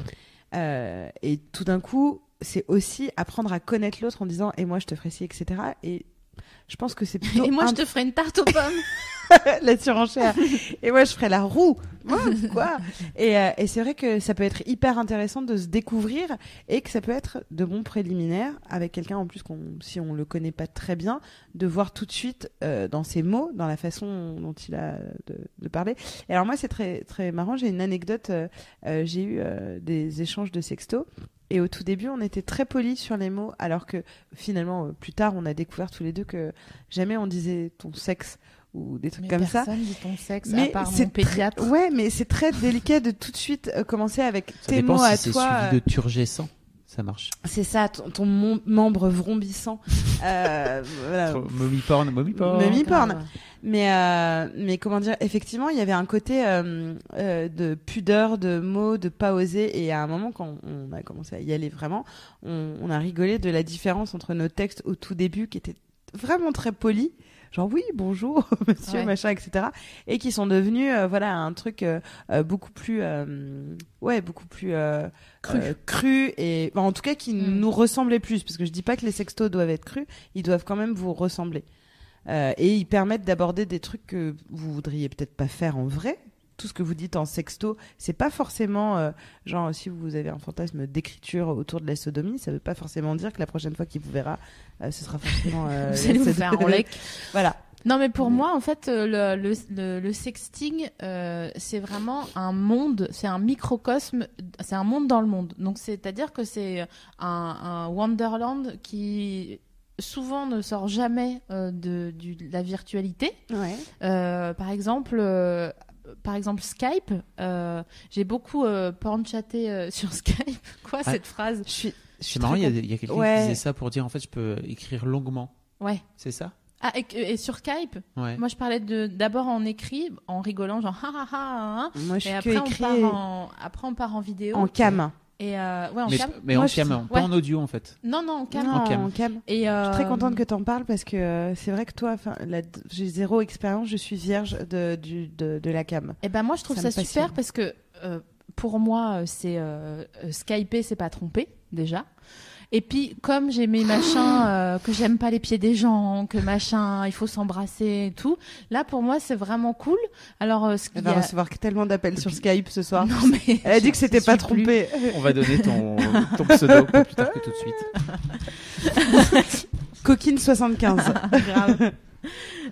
Speaker 2: Euh, et tout d'un coup, c'est aussi apprendre à connaître l'autre en disant Et moi, je te ferai ci, etc. Et je pense que c'est plutôt
Speaker 1: Et moi,
Speaker 2: un
Speaker 1: je te ferai une tarte aux pommes.
Speaker 2: la surenchère. Et moi, je ferais la roue. Moi, quoi Et, euh, et c'est vrai que ça peut être hyper intéressant de se découvrir et que ça peut être de bons préliminaires avec quelqu'un en plus qu'on, si on le connaît pas très bien, de voir tout de suite euh, dans ses mots, dans la façon dont il a de, de parler. Et alors moi, c'est très très marrant. J'ai une anecdote. euh, euh, j'ai eu euh, des échanges de sexto. Et au tout début, on était très polis sur les mots, alors que finalement, euh, plus tard, on a découvert tous les deux que jamais on disait ton sexe ou des trucs
Speaker 1: Mais
Speaker 2: comme ça.
Speaker 1: personne dit ton sexe à
Speaker 2: Mais
Speaker 1: part
Speaker 2: c'est
Speaker 1: mon pédiatre.
Speaker 2: Ouais, mais c'est très délicat de tout de suite euh, commencer avec
Speaker 3: ça
Speaker 2: tes
Speaker 3: dépend
Speaker 2: mots
Speaker 3: si
Speaker 2: à
Speaker 3: c'est
Speaker 2: toi. euh,
Speaker 3: suivi de turgescent, ça marche.
Speaker 2: C'est ça, ton, ton mem- membre vrombissant. euh, voilà.
Speaker 3: Trop- Mommy porn, mommy porn.
Speaker 2: Mommy
Speaker 1: Ouais, Oh, grave.
Speaker 2: porn. Mais, euh, mais comment dire, effectivement, il y avait un côté euh, euh, de pudeur, de mots, de pas oser. Et à un moment, quand on a commencé à y aller vraiment, on, on a rigolé de la différence entre nos textes au tout début, qui étaient vraiment très polis, genre oui, bonjour, monsieur,
Speaker 1: Ouais.
Speaker 2: machin, etc. Et qui sont devenus, euh, voilà, un truc euh, euh, beaucoup plus, euh, ouais, beaucoup plus euh,
Speaker 1: Cru.
Speaker 2: euh, cru et, enfin, en tout cas, qui
Speaker 1: Mm.
Speaker 2: nous ressemblait plus, parce que je dis pas que les sextos doivent être crus, ils doivent quand même vous ressembler. Euh, et ils permettent d'aborder des trucs que vous voudriez peut-être pas faire en vrai. Tout ce que vous dites en sexto, c'est pas forcément euh, genre si vous avez un fantasme d'écriture autour de la sodomie, ça veut pas forcément dire que la prochaine fois qu'il vous verra, euh, ce sera forcément. euh,
Speaker 1: Vous
Speaker 2: la
Speaker 1: allez vous
Speaker 2: sodomie.
Speaker 1: faire en lec.
Speaker 2: Voilà.
Speaker 1: Non, mais pour moi, en fait, euh, le, le, le, le sexting, euh, c'est vraiment un monde, c'est un microcosme, c'est un monde dans le monde. Donc, c'est-à-dire que c'est un, un Wonderland qui souvent ne sort jamais euh, de, du- de la virtualité.
Speaker 2: Ouais.
Speaker 1: Euh, par exemple, euh, par exemple Skype, euh, j'ai beaucoup euh, porn-chatté euh, sur Skype. Quoi,
Speaker 3: Ah.
Speaker 1: cette phrase
Speaker 2: Je suis. Je suis
Speaker 3: C'est marrant,
Speaker 2: très
Speaker 3: il y a,
Speaker 2: con-
Speaker 3: il y a quelqu'un
Speaker 2: Ouais.
Speaker 3: qui disait ça pour dire en fait je peux écrire longuement,
Speaker 1: Ouais.
Speaker 3: c'est ça
Speaker 1: Ah, et, et sur Skype,
Speaker 3: Ouais.
Speaker 1: moi, je parlais de d'abord en écrit, en rigolant, genre ha ha hein, ha. ha, ha.
Speaker 2: Moi,
Speaker 1: Et
Speaker 2: je suis
Speaker 1: après,
Speaker 2: que
Speaker 1: on
Speaker 2: écrit
Speaker 1: part en... après, on part en vidéo.
Speaker 2: en cam.
Speaker 1: Et euh, ouais, en
Speaker 3: mais
Speaker 1: cam.
Speaker 3: mais
Speaker 2: Moi,
Speaker 3: en
Speaker 2: je
Speaker 3: cam,
Speaker 2: suis-
Speaker 3: hein, pas
Speaker 1: ouais.
Speaker 3: en audio en fait.
Speaker 1: Non, non, en cam.
Speaker 2: Non,
Speaker 3: En cam.
Speaker 2: En cam.
Speaker 1: Et,
Speaker 2: Je suis
Speaker 1: euh,
Speaker 2: très contente que tu en parles parce que euh, c'est vrai que toi, enfin, la- j'ai zéro expérience, je suis vierge de, du, de, de la cam.
Speaker 1: Eh ben moi, je trouve
Speaker 2: Ça
Speaker 1: ça,
Speaker 2: me passionne.
Speaker 1: super parce que euh, pour moi, euh, c'est euh, euh, skyper, c'est pas tromper déjà. Et puis, comme j'ai mes machins, euh, que j'aime pas les pieds des gens, que machin, il faut s'embrasser et tout. Là, pour moi, c'est vraiment cool. Alors, euh, ce qu'il
Speaker 2: Elle
Speaker 1: y
Speaker 2: va
Speaker 1: a...
Speaker 2: recevoir tellement d'appels sur Skype ce soir.
Speaker 1: Non, mais
Speaker 2: Elle a dit que
Speaker 1: je
Speaker 2: c'était
Speaker 1: suis
Speaker 2: pas
Speaker 1: plus.
Speaker 2: trompé.
Speaker 3: On va donner ton, ton pseudo pas plus tard que tout de suite.
Speaker 2: Coquine 75.
Speaker 1: Grave.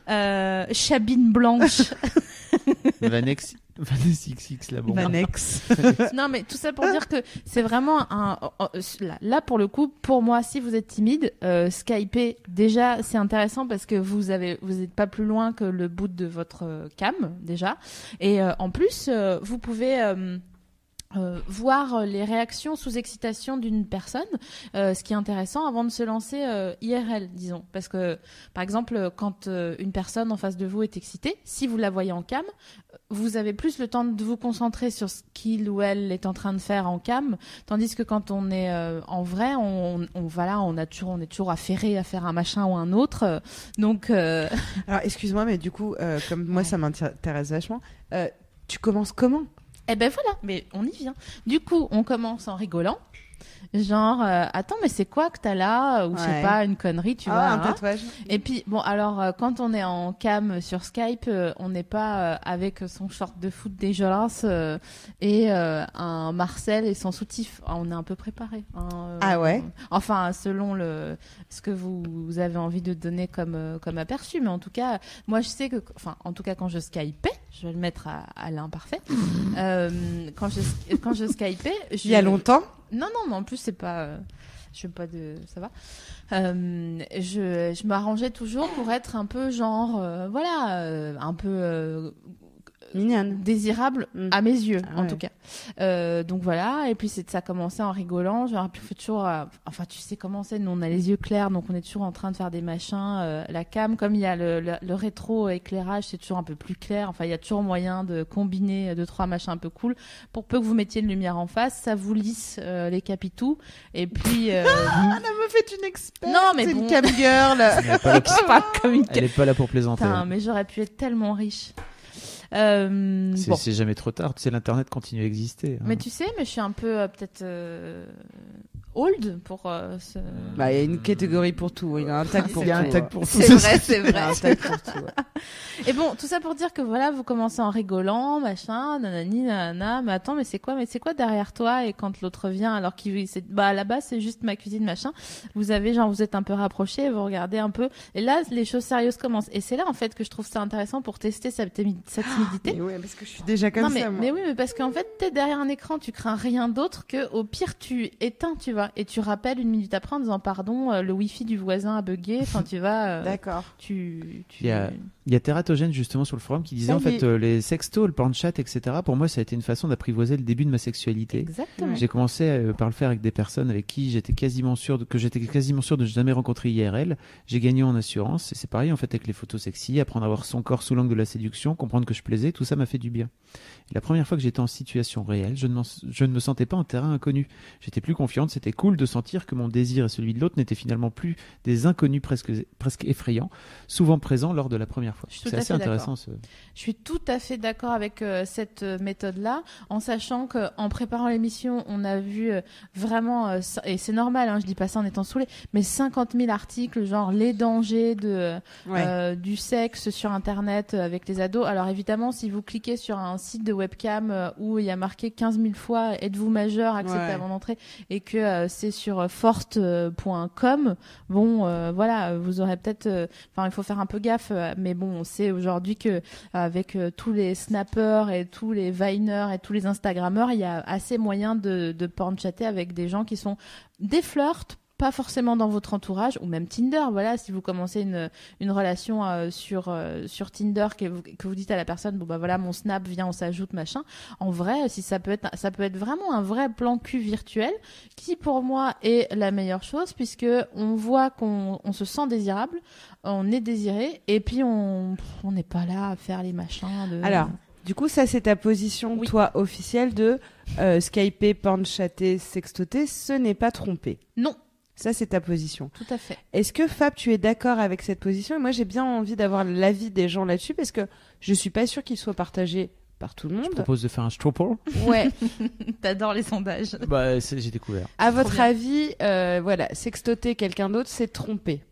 Speaker 1: Euh, Chabine Blanche.
Speaker 3: Vanex, Vanex XX, là, bon.
Speaker 2: Vanex.
Speaker 1: non, mais tout ça pour dire que c'est vraiment un. oh, Là, là, pour le coup, pour moi, si vous êtes timide, euh, Skyper, déjà, c'est intéressant parce que vous avez, vous n'êtes pas plus loin que le bout de votre euh, cam, déjà. Et euh, en plus, euh, vous pouvez. euh, euh, voir euh, les réactions sous excitation d'une personne, euh, ce qui est intéressant avant de se lancer euh, IRL, disons. Parce que, par exemple, euh, quand euh, une personne en face de vous est excitée, si vous la voyez en cam, euh, vous avez plus le temps de vous concentrer sur ce qu'il ou elle est en train de faire en cam, tandis que quand on est euh, en vrai, on, on, voilà, on, a toujours, on est toujours affairé à faire un machin ou un autre. euh, Donc, euh,
Speaker 2: Alors, excuse-moi, mais du coup, euh, comme moi,
Speaker 1: Ouais.
Speaker 2: ça m'intéresse vachement. euh, tu commences comment
Speaker 1: Eh ben voilà, mais on y vient. Du coup, on commence en rigolant. Genre, euh, attends, mais c'est quoi que t'as là Ou je
Speaker 2: Ouais.
Speaker 1: sais pas, une connerie, tu
Speaker 2: Ah,
Speaker 1: vois.
Speaker 2: un
Speaker 1: hein.
Speaker 2: tatouage.
Speaker 1: Et puis, bon, alors, euh, quand on est en cam sur Skype, euh, on n'est pas euh, avec son short de foot dégueulasse euh, et euh, un Marcel et son soutif. Ah, on est un peu préparé. hein, euh,
Speaker 2: Ah ouais
Speaker 1: Enfin, selon le, ce que vous, vous avez envie de donner comme, euh, comme aperçu. Mais en tout cas, moi, je sais que, enfin, en tout cas, quand je Skypais, je vais le mettre à, à l'imparfait, euh, quand, je, quand je Skypais, je-
Speaker 2: Il y a longtemps
Speaker 1: non, non, mais en plus, c'est pas. euh, je sais pas de. Ça va. Euh, je je m'arrangeais toujours pour être un peu genre. euh, voilà, euh, un peu. euh,
Speaker 2: Mignonne.
Speaker 1: désirable
Speaker 2: Mm.
Speaker 1: à mes yeux
Speaker 2: Ah
Speaker 1: en
Speaker 2: ouais.
Speaker 1: tout cas Euh, donc voilà et puis c'est ça commençait en rigolant genre puis on fait toujours euh, enfin tu sais comment c'est nous on a les yeux clairs donc on est toujours en train de faire des machins euh, la cam comme il y a le, le, le rétro éclairage c'est toujours un peu plus clair enfin il y a toujours moyen de combiner euh, deux trois machins un peu cool pour peu que vous mettiez une lumière en face ça vous lisse euh, les capitous et puis euh,
Speaker 2: Ah, la meuf est une experte.
Speaker 1: Non, mais
Speaker 2: C'est
Speaker 1: bon.
Speaker 2: une cam girl.
Speaker 3: Elle n'est pas, là-
Speaker 1: je parle comme une
Speaker 3: elle est pas là pour plaisanter. hein.
Speaker 1: Putain, mais j'aurais pu être tellement riche euh,
Speaker 3: C'est
Speaker 1: bon.
Speaker 3: c'est jamais trop tard. Tu sais, l'internet continue à exister. hein.
Speaker 1: Mais tu sais, mais je suis un peu euh, peut-être euh, old pour euh, ce.
Speaker 2: bah, il y a une catégorie pour tout. Il y a un tag pour
Speaker 3: Il y a un
Speaker 2: tout,
Speaker 3: tag
Speaker 2: ouais.
Speaker 3: pour tout.
Speaker 1: C'est vrai, c'est
Speaker 2: Il y a
Speaker 1: vrai.
Speaker 2: un tag pour tout. ouais.
Speaker 1: Et bon, tout ça pour dire que voilà, vous commencez en rigolant, machin, nanani, nanana, mais attends, mais c'est quoi, mais c'est quoi derrière toi Et quand l'autre vient, alors qu'il, c'est- bah là-bas, c'est juste ma cuisine, machin. Vous avez, genre, vous êtes un peu rapprochés, vous regardez un peu, et là, les choses sérieuses commencent. Et c'est là, en fait, que je trouve ça intéressant pour tester cette timi- cette timidité.
Speaker 2: Mais ouais, parce que je suis déjà comme
Speaker 1: non, mais,
Speaker 2: ça, moi.
Speaker 1: mais oui, mais parce qu'en fait, t'es derrière un écran, tu crains rien d'autre que, au pire, tu éteins, tu vois, et tu rappelles une minute après en disant pardon, euh, le wifi du voisin a bugué, enfin, tu vas, euh,
Speaker 2: D'accord.
Speaker 1: tu, tu.
Speaker 3: Il y a- Il y a Teratogène justement sur le forum qui disait
Speaker 2: Ça
Speaker 3: en
Speaker 2: y
Speaker 3: fait
Speaker 2: est.
Speaker 3: euh, les sextos, le pornchat, etc. Pour moi, ça a été une façon d'apprivoiser le début de ma sexualité.
Speaker 1: Exactement.
Speaker 3: J'ai commencé euh, par le faire avec des personnes avec qui j'étais quasiment sûr de, que j'étais quasiment sûr de jamais rencontrer IRL. J'ai gagné en assurance et c'est pareil en fait avec les photos sexy, apprendre à voir son corps sous l'angle de la séduction, comprendre que je plaisais, tout ça m'a fait du bien. Et la première fois que j'étais en situation réelle, je ne, m'en- je ne me sentais pas en terrain inconnu. J'étais plus confiante, c'était cool de sentir que mon désir et celui de l'autre n'étaient finalement plus des inconnus presque presque effrayants, souvent présents lors de la première fois.
Speaker 1: Je suis tout
Speaker 3: C'est
Speaker 1: à
Speaker 3: assez
Speaker 1: fait d'accord.
Speaker 3: intéressant ce
Speaker 1: Je suis tout à fait d'accord avec euh, cette euh, méthode-là, en sachant que en préparant l'émission, on a vu euh, vraiment, euh, ça- et c'est normal, hein, je dis pas ça en étant saoulé, mais 50 000 articles, genre les dangers de,
Speaker 2: Ouais.
Speaker 1: euh, du sexe sur Internet euh, avec les ados. Alors évidemment, si vous cliquez sur un site de webcam euh, où il y a marqué 15 000 fois « Êtes-vous majeur Acceptez
Speaker 2: Ouais.
Speaker 1: avant d'entrer » et que euh, c'est sur euh, forte.com, bon, euh, voilà, vous aurez peut-être... euh, Enfin, il faut faire un peu gaffe, euh, mais bon, on sait aujourd'hui que euh, avec euh, tous les snappers et tous les viners et tous les instagrammeurs, il y a assez moyen de, de porn chatter avec des gens qui sont des flirts, pas forcément dans votre entourage, ou même Tinder, voilà, si vous commencez une, une relation euh, sur euh, sur Tinder que vous, que vous dites à la personne bon bah voilà mon snap vient on s'ajoute machin en vrai si ça peut être ça peut être vraiment un vrai plan cul virtuel qui pour moi est la meilleure chose puisque on voit qu'on on se sent désirable on est désiré et puis on pff, on n'est pas là à faire les machins de
Speaker 2: Alors, du coup, ça, c'est ta position,
Speaker 1: Oui.
Speaker 2: toi, officielle de euh, Skyper, pornchatter, sextoter, ce n'est pas tromper.
Speaker 1: non
Speaker 2: Ça, c'est ta position.
Speaker 1: tout à fait
Speaker 2: Est-ce que, Fab, tu es d'accord avec cette position Et Moi, j'ai bien envie d'avoir l'avis des gens là-dessus parce que je suis pas sûre qu'il soit partagé par tout le
Speaker 3: je
Speaker 2: monde.
Speaker 3: propose de faire un stropper.
Speaker 2: Ouais.
Speaker 1: t'adores les sondages
Speaker 3: bah c'est- j'ai découvert.
Speaker 2: à
Speaker 1: Trop
Speaker 2: votre
Speaker 1: bien.
Speaker 2: avis, euh, voilà, sextoter quelqu'un d'autre, c'est tromper.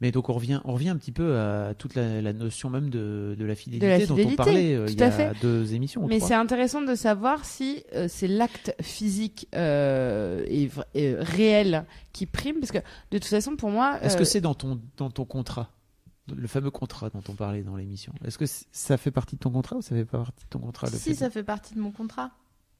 Speaker 3: Mais donc on revient, on revient un petit peu à toute la, la notion même de, de la fidélité,
Speaker 2: De la
Speaker 3: dont on
Speaker 2: fidélité,
Speaker 3: parlait euh, il y
Speaker 2: tout à
Speaker 3: a
Speaker 2: fait.
Speaker 3: deux émissions. ou
Speaker 2: Mais
Speaker 3: trois.
Speaker 2: c'est intéressant de savoir si euh, c'est l'acte physique euh, et, vra- et réel qui prime, parce que de toute façon, pour moi,
Speaker 3: Est-ce
Speaker 2: euh,
Speaker 3: que c'est dans ton, dans ton contrat le fameux contrat dont on parlait dans l'émission. Est-ce que c- ça fait partie de ton contrat ou ça fait pas partie de ton contrat le
Speaker 1: si
Speaker 3: fait
Speaker 1: ça
Speaker 3: de-
Speaker 1: fait partie de mon contrat.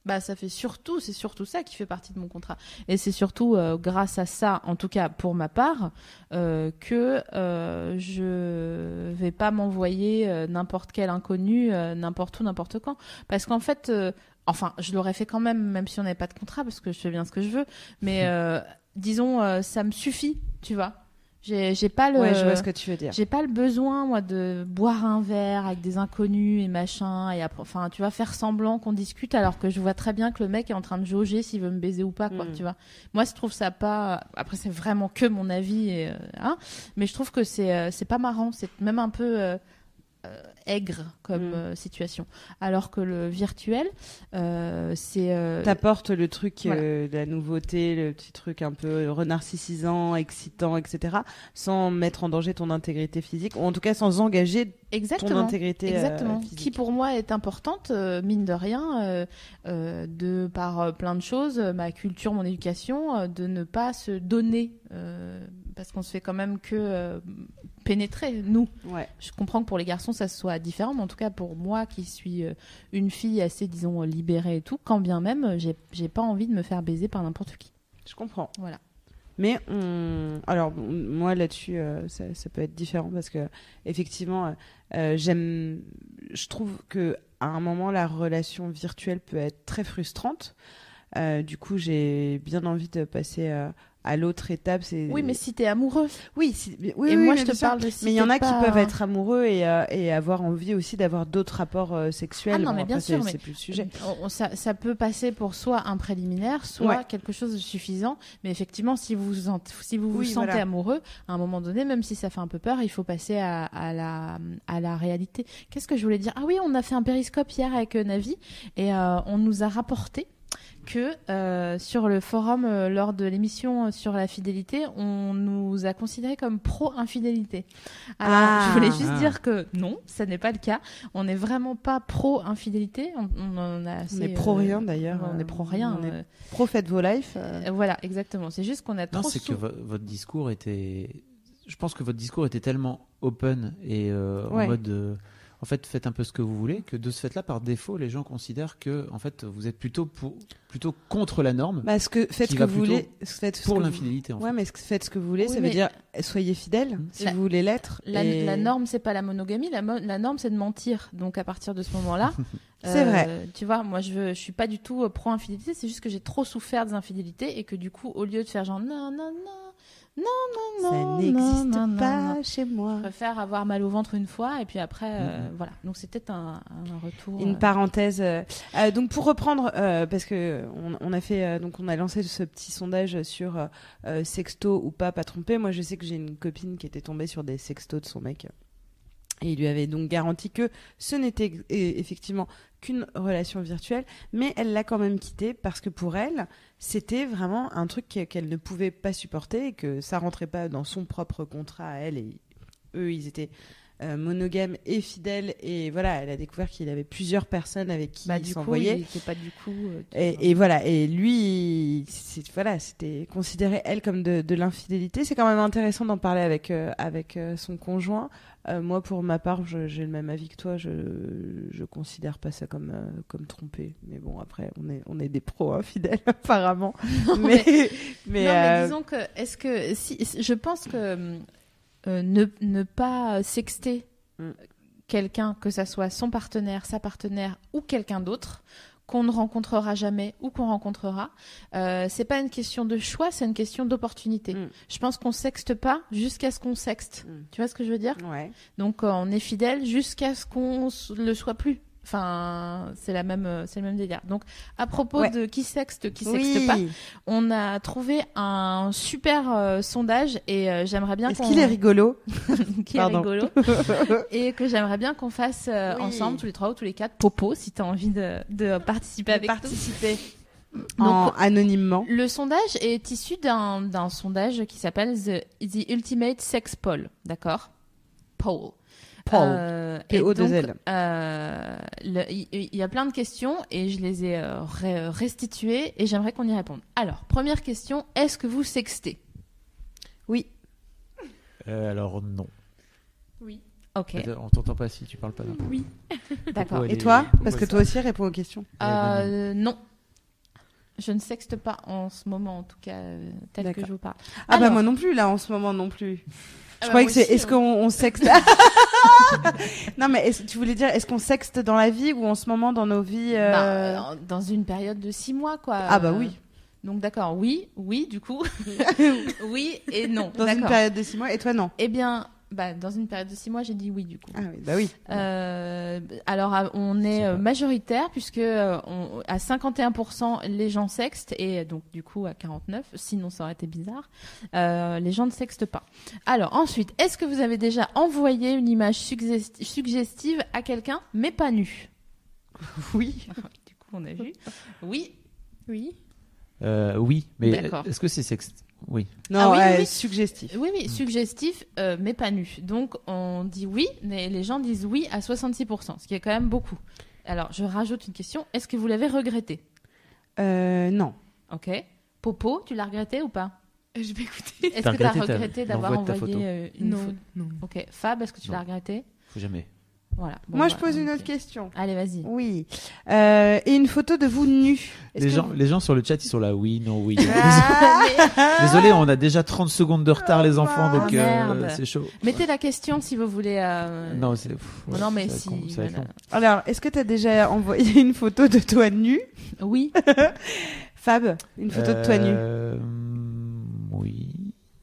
Speaker 1: Bah ça fait surtout, c'est surtout ça qui fait partie de mon contrat. Et c'est surtout euh, grâce à ça, en tout cas pour ma part, euh, que euh, je vais pas m'envoyer euh, n'importe quel inconnu, euh, n'importe où, n'importe quand. Parce qu'en fait, euh, enfin, je l'aurais fait quand même, même si on n'avait pas de contrat, parce que je fais bien ce que je veux. Mais euh, disons, euh, ça me suffit, tu vois. J'ai j'ai pas le.
Speaker 2: Ouais, je vois ce que tu veux dire.
Speaker 1: J'ai pas le besoin, moi, de boire un verre avec des inconnus et machin, et après, enfin, tu vois, faire semblant qu'on discute alors que je vois très bien que le mec est en train de jauger s'il veut me baiser ou pas, quoi,
Speaker 2: Mm.
Speaker 1: tu vois. Moi, je trouve ça pas. Après, c'est vraiment que mon avis, et, euh, hein, mais je trouve que c'est euh, c'est pas marrant, c'est même un peu. euh, euh, aigre comme
Speaker 2: Mm.
Speaker 1: euh, situation alors que le virtuel euh, c'est euh,
Speaker 2: T'apportes le truc,
Speaker 1: Voilà.
Speaker 2: euh, de la nouveauté, le petit truc un peu renarcissisant, excitant, etc. Sans mettre en danger ton intégrité physique, ou en tout cas sans engager ton
Speaker 1: exactement
Speaker 2: intégrité euh,
Speaker 1: Exactement. qui
Speaker 2: physique.
Speaker 1: pour moi est importante, euh, mine de rien, euh, euh, de par euh, plein de choses, euh, ma culture, mon éducation, euh, de ne pas se donner, euh, parce qu'on se fait quand même que euh, pénétrer, nous.
Speaker 2: Ouais.
Speaker 1: Je comprends que pour les garçons, ça soit différent, mais en tout cas pour moi qui suis euh, une fille assez, disons, euh, libérée et tout, quand bien même, euh, j'ai j'ai pas envie de me faire baiser par n'importe qui.
Speaker 2: Je comprends.
Speaker 1: Voilà.
Speaker 2: Mais on- alors bon, moi là-dessus, euh, ça, ça peut être différent parce que effectivement, euh, euh, j'aime, je trouve que à un moment la relation virtuelle peut être très frustrante. Euh, du coup, j'ai bien envie de passer euh, à l'autre étape. C'est
Speaker 1: Oui, mais si t'es amoureux,
Speaker 2: oui, si- mais- oui,
Speaker 1: et
Speaker 2: oui,
Speaker 1: moi
Speaker 2: mais
Speaker 1: je te
Speaker 2: bien sûr.
Speaker 1: parle de si
Speaker 2: mais il y en
Speaker 1: t'es
Speaker 2: a
Speaker 1: pas-
Speaker 2: qui peuvent être amoureux et, euh, et avoir envie aussi d'avoir d'autres rapports euh, sexuels.
Speaker 1: Ah non,
Speaker 2: Bon,
Speaker 1: mais bien
Speaker 2: après,
Speaker 1: sûr,
Speaker 2: c'est-
Speaker 1: mais-
Speaker 2: c'est plus le sujet.
Speaker 1: On- on- ça, ça peut passer pour soit un préliminaire, soit
Speaker 2: Ouais.
Speaker 1: quelque chose de suffisant. Mais effectivement, si vous vous, en- si vous, vous
Speaker 2: Oui,
Speaker 1: sentez
Speaker 2: voilà.
Speaker 1: amoureux, à un moment donné, même si ça fait un peu peur, il faut passer à, à la, à la réalité. Qu'est-ce que je voulais dire Ah oui, on a fait un périscope hier avec euh, Navi et euh, on nous a rapporté que euh, sur le forum, euh, lors de l'émission euh, sur la fidélité, on nous a considérés comme pro-infidélité. Alors,
Speaker 2: Ah.
Speaker 1: je voulais juste
Speaker 3: Ah.
Speaker 1: dire que non, ça n'est pas le cas. On n'est vraiment pas pro-infidélité. On, on en a assez,
Speaker 2: On est pro
Speaker 1: euh,
Speaker 2: rien d'ailleurs.
Speaker 1: on est pro rien.
Speaker 2: On est
Speaker 1: euh.
Speaker 2: pro faites vos lives. euh.
Speaker 1: Euh, Voilà, exactement. C'est juste qu'on a
Speaker 3: Non,
Speaker 1: trop.
Speaker 3: c'est que
Speaker 1: sou-
Speaker 3: vo- votre discours était. Je pense que votre discours était tellement open et euh,
Speaker 2: Ouais.
Speaker 3: en mode. euh, en fait, faites un peu ce que vous voulez, que de ce fait-là, par défaut, les gens considèrent que en fait, vous êtes plutôt, pour, plutôt contre la norme
Speaker 2: Bah, ce que faites ce
Speaker 3: Qui
Speaker 2: que
Speaker 3: va
Speaker 2: vous
Speaker 3: plutôt
Speaker 2: voulez, faites ce
Speaker 3: pour
Speaker 2: que vous-
Speaker 3: l'infidélité. En
Speaker 2: Ouais,
Speaker 3: fait.
Speaker 2: mais ce que- faites ce que vous voulez,
Speaker 1: Oui,
Speaker 2: ça
Speaker 1: mais-
Speaker 2: veut dire eh, soyez fidèle si
Speaker 1: La-
Speaker 2: vous voulez l'être.
Speaker 1: La,
Speaker 2: et-
Speaker 1: la norme, c'est pas la monogamie. La, mo- la norme, c'est de mentir. Donc à partir de ce moment-là, euh,
Speaker 2: C'est vrai.
Speaker 1: Tu vois, moi je veux, je suis pas du tout euh, pro infidélité. C'est juste que j'ai trop souffert des infidélités et que du coup, au lieu de faire genre non non non non non
Speaker 2: Ça
Speaker 1: non
Speaker 2: n'existe
Speaker 1: non, non,
Speaker 2: pas
Speaker 1: non,
Speaker 2: chez moi.
Speaker 1: je préfère avoir mal au ventre une fois et puis après,
Speaker 3: Mm-hmm.
Speaker 1: euh, voilà. Donc c'est peut-être un, un retour. euh,
Speaker 2: Une parenthèse. euh, euh, donc pour reprendre, euh, parce que on, on a fait, euh, donc on a lancé ce petit sondage sur euh, euh, sexto ou pas, pas trompé. Moi, je sais que j'ai une copine qui était tombée sur des sextos de son mec. Et il lui avait donc garanti que ce n'était ex- e- effectivement qu'une relation virtuelle, mais elle l'a quand même quitté parce que pour elle, c'était vraiment un truc que- qu'elle ne pouvait pas supporter et que ça rentrait pas dans son propre contrat à elle. Et eux, ils étaient euh, monogames et fidèles. Et voilà, elle a découvert qu'il avait plusieurs personnes avec qui
Speaker 1: bah,
Speaker 2: il
Speaker 1: du coup,
Speaker 2: s'envoyait.
Speaker 1: il était pas du coup. euh, tu vois.
Speaker 2: Et, et voilà, et lui, c'est- voilà, c'était considéré elle comme de, de l'infidélité. C'est quand même intéressant d'en parler avec euh, avec euh, son conjoint. Euh, moi, pour ma part, je- j'ai le même avis que toi. Je je considère pas ça comme euh, comme trompé. Mais bon, après, on est on est des pros infidèles apparemment. mais mais,
Speaker 1: non, mais
Speaker 2: euh,
Speaker 1: disons que, est-ce que, si, si- je pense que euh, ne, ne pas sexter
Speaker 2: Mm.
Speaker 1: quelqu'un, que ça soit son partenaire, sa partenaire ou quelqu'un d'autre, qu'on ne rencontrera jamais ou qu'on rencontrera, euh, c'est pas une question de choix, c'est une question d'opportunité.
Speaker 2: Mm.
Speaker 1: Je pense qu'on sexte pas jusqu'à ce qu'on sexte.
Speaker 2: Mm.
Speaker 1: Tu vois ce que je veux dire
Speaker 2: ouais.
Speaker 1: Donc euh, on est fidèle jusqu'à ce qu'on s- le soit plus. Enfin, c'est la même, euh, c'est le même délire. Donc à propos
Speaker 2: Ouais.
Speaker 1: de qui sexte, qui sexte
Speaker 2: Oui.
Speaker 1: pas, on a trouvé un super euh, sondage et euh, j'aimerais bien
Speaker 2: Est-ce
Speaker 1: qu'on-
Speaker 2: qu'il est rigolo
Speaker 1: qui est
Speaker 2: Pardon.
Speaker 1: rigolo et que j'aimerais bien qu'on fasse euh,
Speaker 2: Oui.
Speaker 1: ensemble tous les trois ou tous les quatre popo si t'as envie de, de participer avec
Speaker 2: participer
Speaker 1: nous.
Speaker 2: en,
Speaker 1: Donc,
Speaker 2: anonymement
Speaker 1: le sondage est issu d'un d'un sondage qui s'appelle the, The Ultimate Sex Poll, d'accord Poll.
Speaker 2: Poll.
Speaker 1: Euh, et
Speaker 2: P-O-2-L.
Speaker 1: donc, euh, le- Il il y a plein de questions et je les ai euh, re- restituées et j'aimerais qu'on y réponde. Alors, première question, est-ce que vous sextez
Speaker 2: Oui.
Speaker 3: Euh, alors non.
Speaker 4: Oui.
Speaker 1: Ok,
Speaker 2: Bah,
Speaker 3: Attends, On t'entend pas si tu parles pas. d'un coup.
Speaker 4: Oui.
Speaker 1: d'accord.
Speaker 3: Ouais.
Speaker 2: Et
Speaker 3: les-
Speaker 2: toi Parce
Speaker 3: pourquoi
Speaker 2: que
Speaker 3: ça
Speaker 2: toi aussi, réponds aux questions.
Speaker 1: Euh, non. Je ne sexte pas en ce moment, en tout cas, euh, tel que
Speaker 2: D'accord.
Speaker 1: je vous parle.
Speaker 2: Ah bah
Speaker 1: Alors.
Speaker 2: moi non plus, là, en ce moment non plus.
Speaker 4: Ah
Speaker 2: Je
Speaker 4: bah,
Speaker 2: croyais que
Speaker 4: moi
Speaker 2: c'est.
Speaker 4: aussi,
Speaker 2: Est-ce
Speaker 4: hein.
Speaker 2: qu'on on sexte Non, mais est-ce- tu voulais dire, est-ce qu'on sexte dans la vie ou en ce moment dans nos vies euh,
Speaker 1: Bah, euh, dans une période de six mois, quoi.
Speaker 2: Ah bah
Speaker 1: Euh,
Speaker 2: oui.
Speaker 1: Donc d'accord, oui, oui, du coup, oui et non.
Speaker 2: Dans une
Speaker 1: euh, D'accord.
Speaker 2: période de six mois, et toi non
Speaker 1: Eh bien, bah, dans une période de six mois, j'ai dit oui, du coup.
Speaker 2: Ah oui, bah oui.
Speaker 1: Euh, alors, à- on est
Speaker 3: Sympa.
Speaker 1: euh, majoritaire puisque euh, on- à 51% les gens sextent et donc du coup à 49, sinon ça aurait été bizarre, euh, les gens ne sextent pas. Alors ensuite, est-ce que vous avez déjà envoyé une image suggesti- suggestive à quelqu'un mais pas nu
Speaker 2: Oui.
Speaker 1: Du coup, on a vu. Oui.
Speaker 4: Oui.
Speaker 3: Euh, oui, mais
Speaker 1: D'accord.
Speaker 3: est-ce que c'est sexte Oui.
Speaker 2: Non,
Speaker 1: ah oui, oui,
Speaker 2: euh,
Speaker 1: oui.
Speaker 2: suggestif.
Speaker 1: Oui,
Speaker 3: Mm.
Speaker 1: oui, suggestif, euh, mais pas nu. Donc on dit oui, mais les gens disent oui à 66%, ce qui est quand même beaucoup. Alors je rajoute une question, est-ce que vous l'avez regretté
Speaker 2: Euh, non.
Speaker 1: Ok. Popo, tu l'as regretté ou pas
Speaker 4: Euh, Je vais écouter.
Speaker 1: Est-ce
Speaker 3: T'as
Speaker 1: que tu as
Speaker 3: regretté ta-
Speaker 1: regretté d'avoir
Speaker 3: l'envoi de ta
Speaker 1: envoyé
Speaker 3: photo
Speaker 1: euh, une
Speaker 4: Non.
Speaker 1: photo
Speaker 4: non.
Speaker 1: Ok. Fab, est-ce que tu
Speaker 3: Non.
Speaker 1: l'as regretté
Speaker 3: Faut jamais.
Speaker 1: Voilà. Bon,
Speaker 2: moi,
Speaker 1: bah,
Speaker 2: je pose une
Speaker 1: ok.
Speaker 2: autre question.
Speaker 1: Allez, vas-y.
Speaker 2: Oui. Euh, et une photo de vous nus. Est-ce que
Speaker 3: Les gens,
Speaker 2: vous-
Speaker 3: les gens sur le chat, ils sont là. Oui, non, oui.
Speaker 2: Ah,
Speaker 3: Désolé, on a déjà 30 secondes de retard, les enfants, donc
Speaker 1: Ah,
Speaker 3: euh,
Speaker 1: merde.
Speaker 3: c'est chaud.
Speaker 1: Mettez la question si vous voulez. euh,
Speaker 3: Non, c'est. pff,
Speaker 1: Oh non, mais
Speaker 3: ça va être
Speaker 1: si,
Speaker 3: con, ça va être
Speaker 1: voilà.
Speaker 3: long.
Speaker 2: Alors, est-ce que t'as déjà envoyé une photo de toi nu
Speaker 1: Oui.
Speaker 2: Fab, une photo de toi nu.
Speaker 3: Euh, mm, Oui.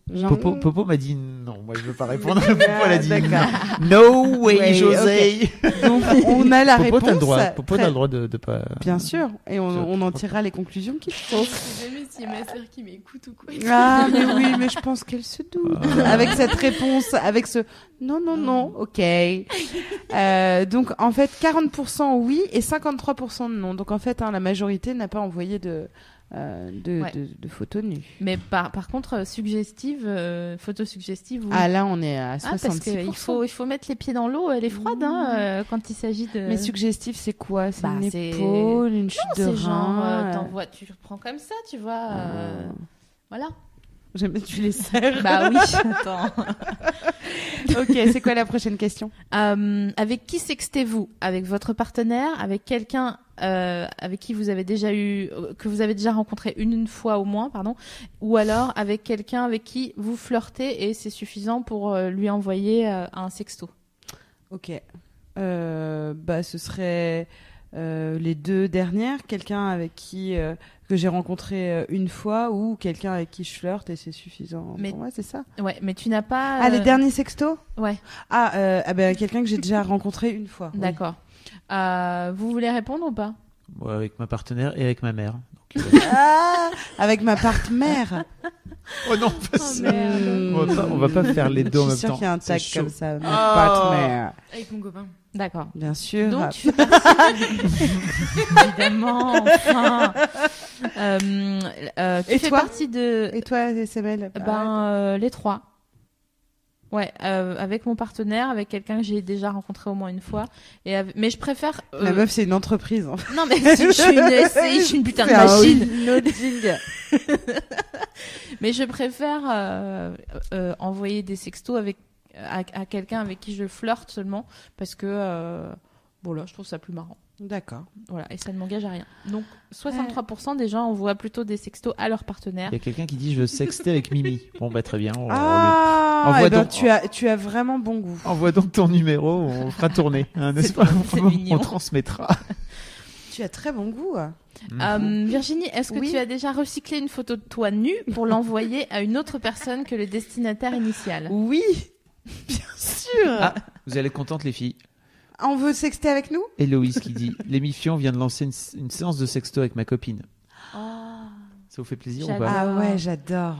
Speaker 2: Genre-
Speaker 3: Popo, Popo m'a dit non, moi je veux pas répondre. Popo elle a dit
Speaker 2: D'accord.
Speaker 3: no way,
Speaker 2: Ouais,
Speaker 3: José.
Speaker 2: Donc, on a la
Speaker 3: Popo,
Speaker 2: réponse.
Speaker 3: t'as le droit. Popo,
Speaker 2: Très-
Speaker 3: t'as le droit de, de pas.
Speaker 2: Bien sûr, et on,
Speaker 3: Je-
Speaker 2: on en tirera les conclusions qu'il faut.
Speaker 4: Je
Speaker 1: Oh.
Speaker 4: sais jamais si ma sœur qui m'écoute ou quoi.
Speaker 2: Ah, mais oui, mais je pense qu'elle se doute. Avec cette réponse, avec ce non, non, non, ok. Euh, donc, en fait, 40% oui et 53% non. Donc, en fait, hein, la majorité n'a pas envoyé de, euh, de,
Speaker 1: Ouais.
Speaker 2: de- de photos nues.
Speaker 1: Mais par, par contre, euh, suggestive, euh, photo suggestive. Oui.
Speaker 2: Ah, là, on est à 66%.
Speaker 1: Ah, parce qu'il faut, il faut mettre les pieds dans l'eau, elle est froide hein, euh, quand il s'agit de.
Speaker 2: Mais suggestif, c'est quoi C'est
Speaker 1: Bah,
Speaker 2: une
Speaker 1: c'est-
Speaker 2: épaule, une chute
Speaker 1: Non,
Speaker 2: de
Speaker 1: c'est genre,
Speaker 2: rein.
Speaker 1: euh,
Speaker 2: euh,
Speaker 1: t'envoies, tu reprends comme ça, tu vois. euh, Voilà.
Speaker 2: J'aime bien, tu les serres.
Speaker 1: bah oui, attends.
Speaker 2: ok, c'est quoi la prochaine question
Speaker 1: Euh, avec qui sextez-vous Avec votre partenaire Avec quelqu'un euh, avec qui vous avez déjà eu, euh, que vous avez déjà rencontré une, une fois au moins, pardon Ou alors avec quelqu'un avec qui vous flirtez et c'est suffisant pour euh, lui envoyer euh, un sexto
Speaker 2: Ok. Euh, bah, ce serait euh, les deux dernières. Quelqu'un avec qui euh, que j'ai rencontré euh, une fois ou quelqu'un avec qui je flirte et c'est suffisant.
Speaker 1: Mais-
Speaker 2: Pour moi, c'est ça.
Speaker 1: Ouais, mais tu n'as pas.
Speaker 2: Ah, les
Speaker 1: euh,
Speaker 2: derniers sextos
Speaker 1: Ouais,
Speaker 2: Ah, euh, ah ben, quelqu'un que j'ai déjà rencontré une fois. oui.
Speaker 1: d'accord. Euh, vous voulez répondre ou pas
Speaker 3: Ouais, avec ma partenaire et avec ma mère. Donc, euh,
Speaker 2: Ah, avec ma partenaire. Hmm.
Speaker 3: oh non, pas
Speaker 4: Oh,
Speaker 3: ça.
Speaker 4: merde.
Speaker 3: On va pas- on va pas faire les deux en
Speaker 2: Je
Speaker 3: même
Speaker 2: suis sûre
Speaker 3: temps.
Speaker 2: qu'il y a un
Speaker 3: C'est
Speaker 2: tag
Speaker 3: chaud.
Speaker 2: comme ça. Ma
Speaker 3: Ah.
Speaker 2: partenaire.
Speaker 4: Avec mon copain.
Speaker 1: D'accord.
Speaker 2: Bien sûr.
Speaker 1: Oh. Donc, tu fais partie- évidemment, enfin. Euh, euh, tu
Speaker 2: Et
Speaker 1: fais
Speaker 2: toi
Speaker 1: partie de.
Speaker 2: Et toi, Ah, SML
Speaker 1: Ben, euh, les trois. Ouais, euh, avec mon partenaire, avec quelqu'un que j'ai déjà rencontré au moins une fois. Et av- Mais je préfère. euh,
Speaker 2: La meuf, c'est une entreprise. En fait.
Speaker 1: Non, mais si je suis une SCI, je suis une putain de
Speaker 2: C'est un
Speaker 1: machine.
Speaker 2: holding.
Speaker 1: Mais je préfère euh, euh, envoyer des sextos avec, à, à quelqu'un avec qui je flirte seulement parce que. euh, Bon là, je trouve ça plus marrant.
Speaker 2: D'accord.
Speaker 1: Voilà, et ça ne m'engage à rien. Donc, 63% des gens envoient plutôt des sextos à leur partenaire.
Speaker 3: Il y a quelqu'un qui dit je veux sexter avec Mimi. Bon bah très bien. on- on le-
Speaker 2: Ah,
Speaker 3: Envoie
Speaker 2: eh ben,
Speaker 3: donc.
Speaker 2: tu, as, tu as vraiment bon goût.
Speaker 3: Envoie donc ton numéro, on fera tourner, hein, n'est-ce
Speaker 1: C'est
Speaker 3: pas,
Speaker 1: bon, c'est
Speaker 3: On-
Speaker 1: mignon.
Speaker 3: On transmettra. Mmh.
Speaker 2: Tu as très bon goût.
Speaker 1: Euh, Virginie, est-ce que
Speaker 2: Oui.
Speaker 1: tu as déjà recyclé une photo de toi nue pour l'envoyer à une autre personne que le destinataire initial
Speaker 2: Oui, bien sûr.
Speaker 3: Ah. Vous allez être contentes les filles.
Speaker 2: On veut sexter avec nous
Speaker 3: Héloïse qui dit Les Mifions vient de lancer une, une séance de sexto avec ma copine. Ça vous fait plaisir ou
Speaker 1: J'adore.
Speaker 3: pas
Speaker 1: Ah.
Speaker 2: Ah ouais, j'adore.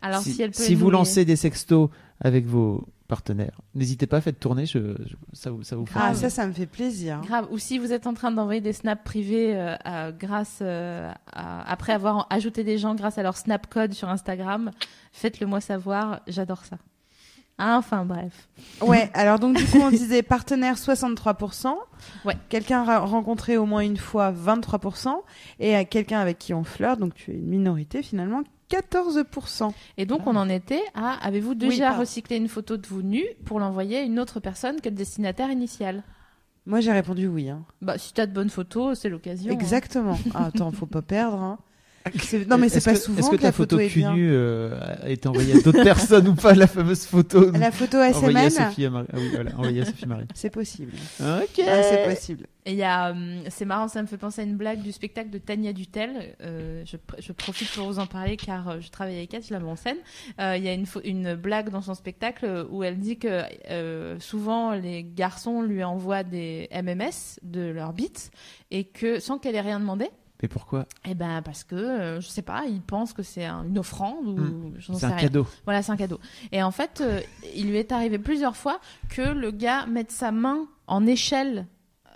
Speaker 1: Alors si, elle peut
Speaker 3: si
Speaker 1: nous
Speaker 3: vous
Speaker 1: les-
Speaker 3: lancez des sextos avec vos partenaires, n'hésitez pas, faites tourner, je, je- ça, vous, ça vous fera.
Speaker 2: Ah,
Speaker 1: Grave.
Speaker 2: ça, ça me fait plaisir.
Speaker 1: grave, ou si vous êtes en train d'envoyer des snaps privés euh, à- grâce euh, à- après avoir en- ajouté des gens grâce à leur snap code sur Instagram, faites-le moi savoir, j'adore ça. Enfin bref.
Speaker 2: Ouais, alors donc du coup, on disait partenaire 63%.
Speaker 1: Ouais.
Speaker 2: Quelqu'un ra- rencontré au moins une fois 23%. Et à quelqu'un avec qui on flirte, donc tu es une minorité finalement, 14%.
Speaker 1: Et donc, on en était à avez-vous déjà
Speaker 2: Ah. pardon.
Speaker 1: recyclé une photo de vous nue pour l'envoyer à une autre personne que le destinataire initial
Speaker 2: Moi, j'ai répondu oui. hein.
Speaker 1: Bah, si t'as de bonnes photos, c'est l'occasion. hein.
Speaker 2: Exactement. Ah, attends, faut pas perdre. hein. C'est- Non, mais c'est
Speaker 3: Est-ce
Speaker 2: pas
Speaker 3: que-
Speaker 2: souvent
Speaker 3: Est-ce que
Speaker 2: que la
Speaker 3: ta photo,
Speaker 2: photo est
Speaker 3: cul
Speaker 2: bien.
Speaker 3: nu euh, a été envoyée à d'autres personnes ou pas la fameuse photo
Speaker 2: La photo
Speaker 3: envoyée à
Speaker 2: SMM,
Speaker 3: Sophie et Marie. Ah oui, voilà, envoyée à Sophie et Marie.
Speaker 2: c'est possible.
Speaker 3: Ok.
Speaker 2: Ah, c'est possible.
Speaker 1: Et il y a, hum, c'est marrant, ça me fait penser à une blague du spectacle de Tania Dutel. Euh, je, pr- je profite pour vous en parler car euh, je travaille avec elle, je la mets en scène. Euh, Il y a une, fo- une blague dans son spectacle euh, où elle dit que euh, souvent les garçons lui envoient des MMS de leur bite et que sans qu'elle ait rien demandé.
Speaker 3: Mais pourquoi
Speaker 1: Eh ben parce que euh, je sais pas, ils pensent que c'est un- une offrande ou
Speaker 3: Mm.
Speaker 1: je n'en
Speaker 3: C'est
Speaker 1: sais
Speaker 3: un
Speaker 1: rien.
Speaker 3: cadeau.
Speaker 1: Voilà, c'est un cadeau. Et en fait, euh, il lui est arrivé plusieurs fois que le gars mette sa main en échelle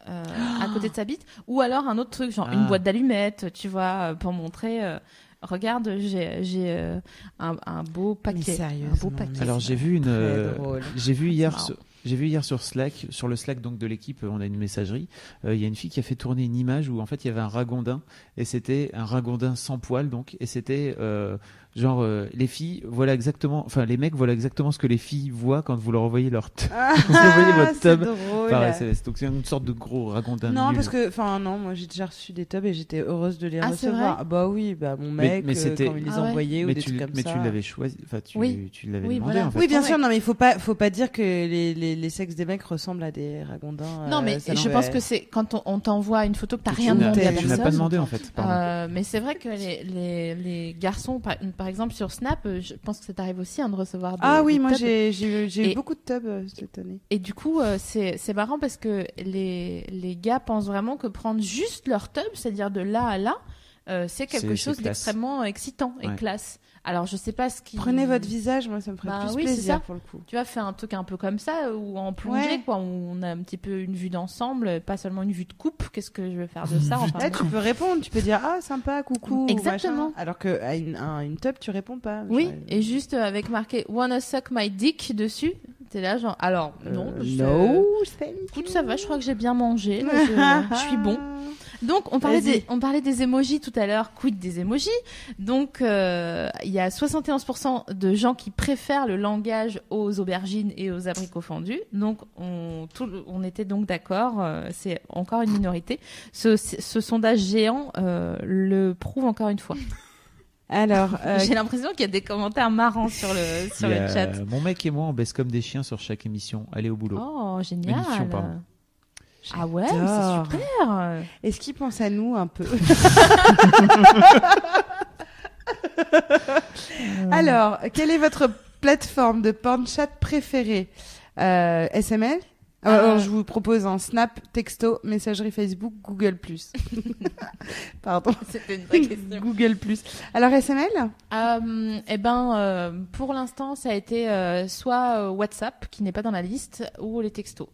Speaker 1: euh, à côté de sa bite, ou alors un autre truc, genre une
Speaker 3: Ah.
Speaker 1: boîte d'allumettes, tu vois, euh, pour montrer. euh, Regarde, j'ai j'ai, euh, un, un beau paquet.
Speaker 2: sérieusement,
Speaker 1: un beau paquet.
Speaker 2: mais
Speaker 3: Alors j'ai vu une,
Speaker 2: Très
Speaker 3: euh,
Speaker 2: drôle.
Speaker 3: j'ai vu hier,
Speaker 1: marrant.
Speaker 3: sur- j'ai vu hier sur Slack, sur le Slack donc de l'équipe, euh, on a une messagerie. euh, Il y a une fille qui a fait tourner une image où en fait il y avait un ragondin et c'était un ragondin sans poils donc et c'était euh, genre euh, les filles voilà exactement, enfin les mecs voilà exactement ce que les filles voient quand vous leur envoyez leur. t-
Speaker 2: Ah,
Speaker 3: Vous envoyez votre
Speaker 2: c'est
Speaker 3: tub.
Speaker 2: drôle.
Speaker 3: Pareil, c'est- donc c'est une sorte de gros ragondin.
Speaker 2: Oh Non,
Speaker 3: nul.
Speaker 2: parce que, enfin, non, moi j'ai déjà reçu des tubs et j'étais heureuse de les
Speaker 1: Ah, c'est
Speaker 2: recevoir.
Speaker 1: vrai
Speaker 2: Ah bah oui, bah mon
Speaker 3: Mais-
Speaker 2: mec,
Speaker 3: mais
Speaker 2: euh,
Speaker 3: c'était-
Speaker 2: quand il les
Speaker 1: Ah ouais.
Speaker 2: envoyait ou
Speaker 3: mais
Speaker 2: des
Speaker 3: tu,
Speaker 2: trucs comme
Speaker 3: mais
Speaker 2: ça.
Speaker 3: tu l'avais choisi, enfin tu,
Speaker 1: Oui.
Speaker 3: tu l'avais
Speaker 1: Oui,
Speaker 3: demandé
Speaker 1: voilà.
Speaker 3: en fait.
Speaker 2: Oui, bien
Speaker 1: Ouais.
Speaker 2: sûr, non, mais il faut pas, faut pas dire que les, les, les sexes des mecs ressemblent à des ragondins.
Speaker 1: Non,
Speaker 2: euh,
Speaker 1: mais
Speaker 2: ça
Speaker 1: je
Speaker 2: leur-
Speaker 1: pense que c'est quand on, on t'envoie une photo que t'as
Speaker 3: Que tu
Speaker 1: rien
Speaker 3: n'as-
Speaker 1: demandé à
Speaker 3: Tu n'as
Speaker 1: personne.
Speaker 3: pas demandé en fait. pardon.
Speaker 1: Euh, mais c'est vrai que les, les, les garçons, par, par exemple sur Snap, euh, je pense que ça t'arrive aussi hein, de recevoir des
Speaker 2: Ah oui,
Speaker 1: des
Speaker 2: moi
Speaker 1: tubs.
Speaker 2: j'ai j'ai eu- j'ai
Speaker 1: Et-
Speaker 2: eu beaucoup de tubs euh, cette année.
Speaker 1: Et du coup, euh, c'est c'est marrant parce que les, les gars pensent vraiment que prendre juste leur tub, c'est-à-dire de là à là, euh, c'est quelque
Speaker 3: C'est-
Speaker 1: chose
Speaker 3: c'est classe.
Speaker 1: d'extrêmement excitant et
Speaker 3: Ouais.
Speaker 1: classe. Alors, je sais pas ce qui.
Speaker 2: Prenez votre visage, moi ça me ferait
Speaker 1: Bah
Speaker 2: plus
Speaker 1: oui, c'est ça.
Speaker 2: plaisir pour le coup.
Speaker 1: Tu vas faire un truc un peu comme ça, euh, ou en plongée,
Speaker 2: Ouais.
Speaker 1: quoi, où on a un petit peu une vue d'ensemble, euh, pas seulement une vue de coupe. Qu'est-ce que je vais faire de ça enfin,
Speaker 2: Là, Eh, tu peux répondre, tu peux dire ah sympa, coucou.
Speaker 1: Exactement.
Speaker 2: machin. Alors que à une, à une tub, tu réponds pas.
Speaker 1: Oui,
Speaker 2: Genre,
Speaker 1: et juste euh, avec marqué Wanna suck my dick dessus, t'es là, genre, alors,
Speaker 2: euh,
Speaker 1: non, je-
Speaker 2: no, thank
Speaker 1: Écoute,
Speaker 2: you.
Speaker 1: ça va, je crois que j'ai bien mangé, là, je- je suis bon. Donc, on parlait,
Speaker 2: Vas-y.
Speaker 1: des, on parlait des emojis tout à l'heure, quid des emojis. Donc, euh, il y a 71% de gens qui préfèrent le langage aux aubergines et aux abricots fendus. Donc, on, tout le- on était donc d'accord, euh, c'est encore une minorité. Ce, ce sondage géant euh, le prouve encore une fois.
Speaker 2: Alors, euh,
Speaker 1: J'ai l'impression qu'il y a des commentaires marrants sur le, sur
Speaker 3: Il y a-
Speaker 1: le chat.
Speaker 3: euh, Mon mec et moi, on baisse comme des chiens sur chaque émission. Allez au boulot.
Speaker 1: Oh, génial.
Speaker 3: Émission, pardon.
Speaker 1: Ah ouais, mais
Speaker 2: J'adore.
Speaker 1: c'est super.
Speaker 2: est-ce qu'ils pensent à nous un peu Alors, quelle est votre plateforme de porn chat préférée Euh, SML Alors,
Speaker 1: Euh.
Speaker 2: je vous propose un Snap, texto, messagerie Facebook, Google+. Pardon.
Speaker 1: C'était une vraie question.
Speaker 2: Google+. Alors SML
Speaker 1: Euh, eh ben, euh, pour l'instant, ça a été euh, soit euh, WhatsApp, qui n'est pas dans la liste, ou les textos.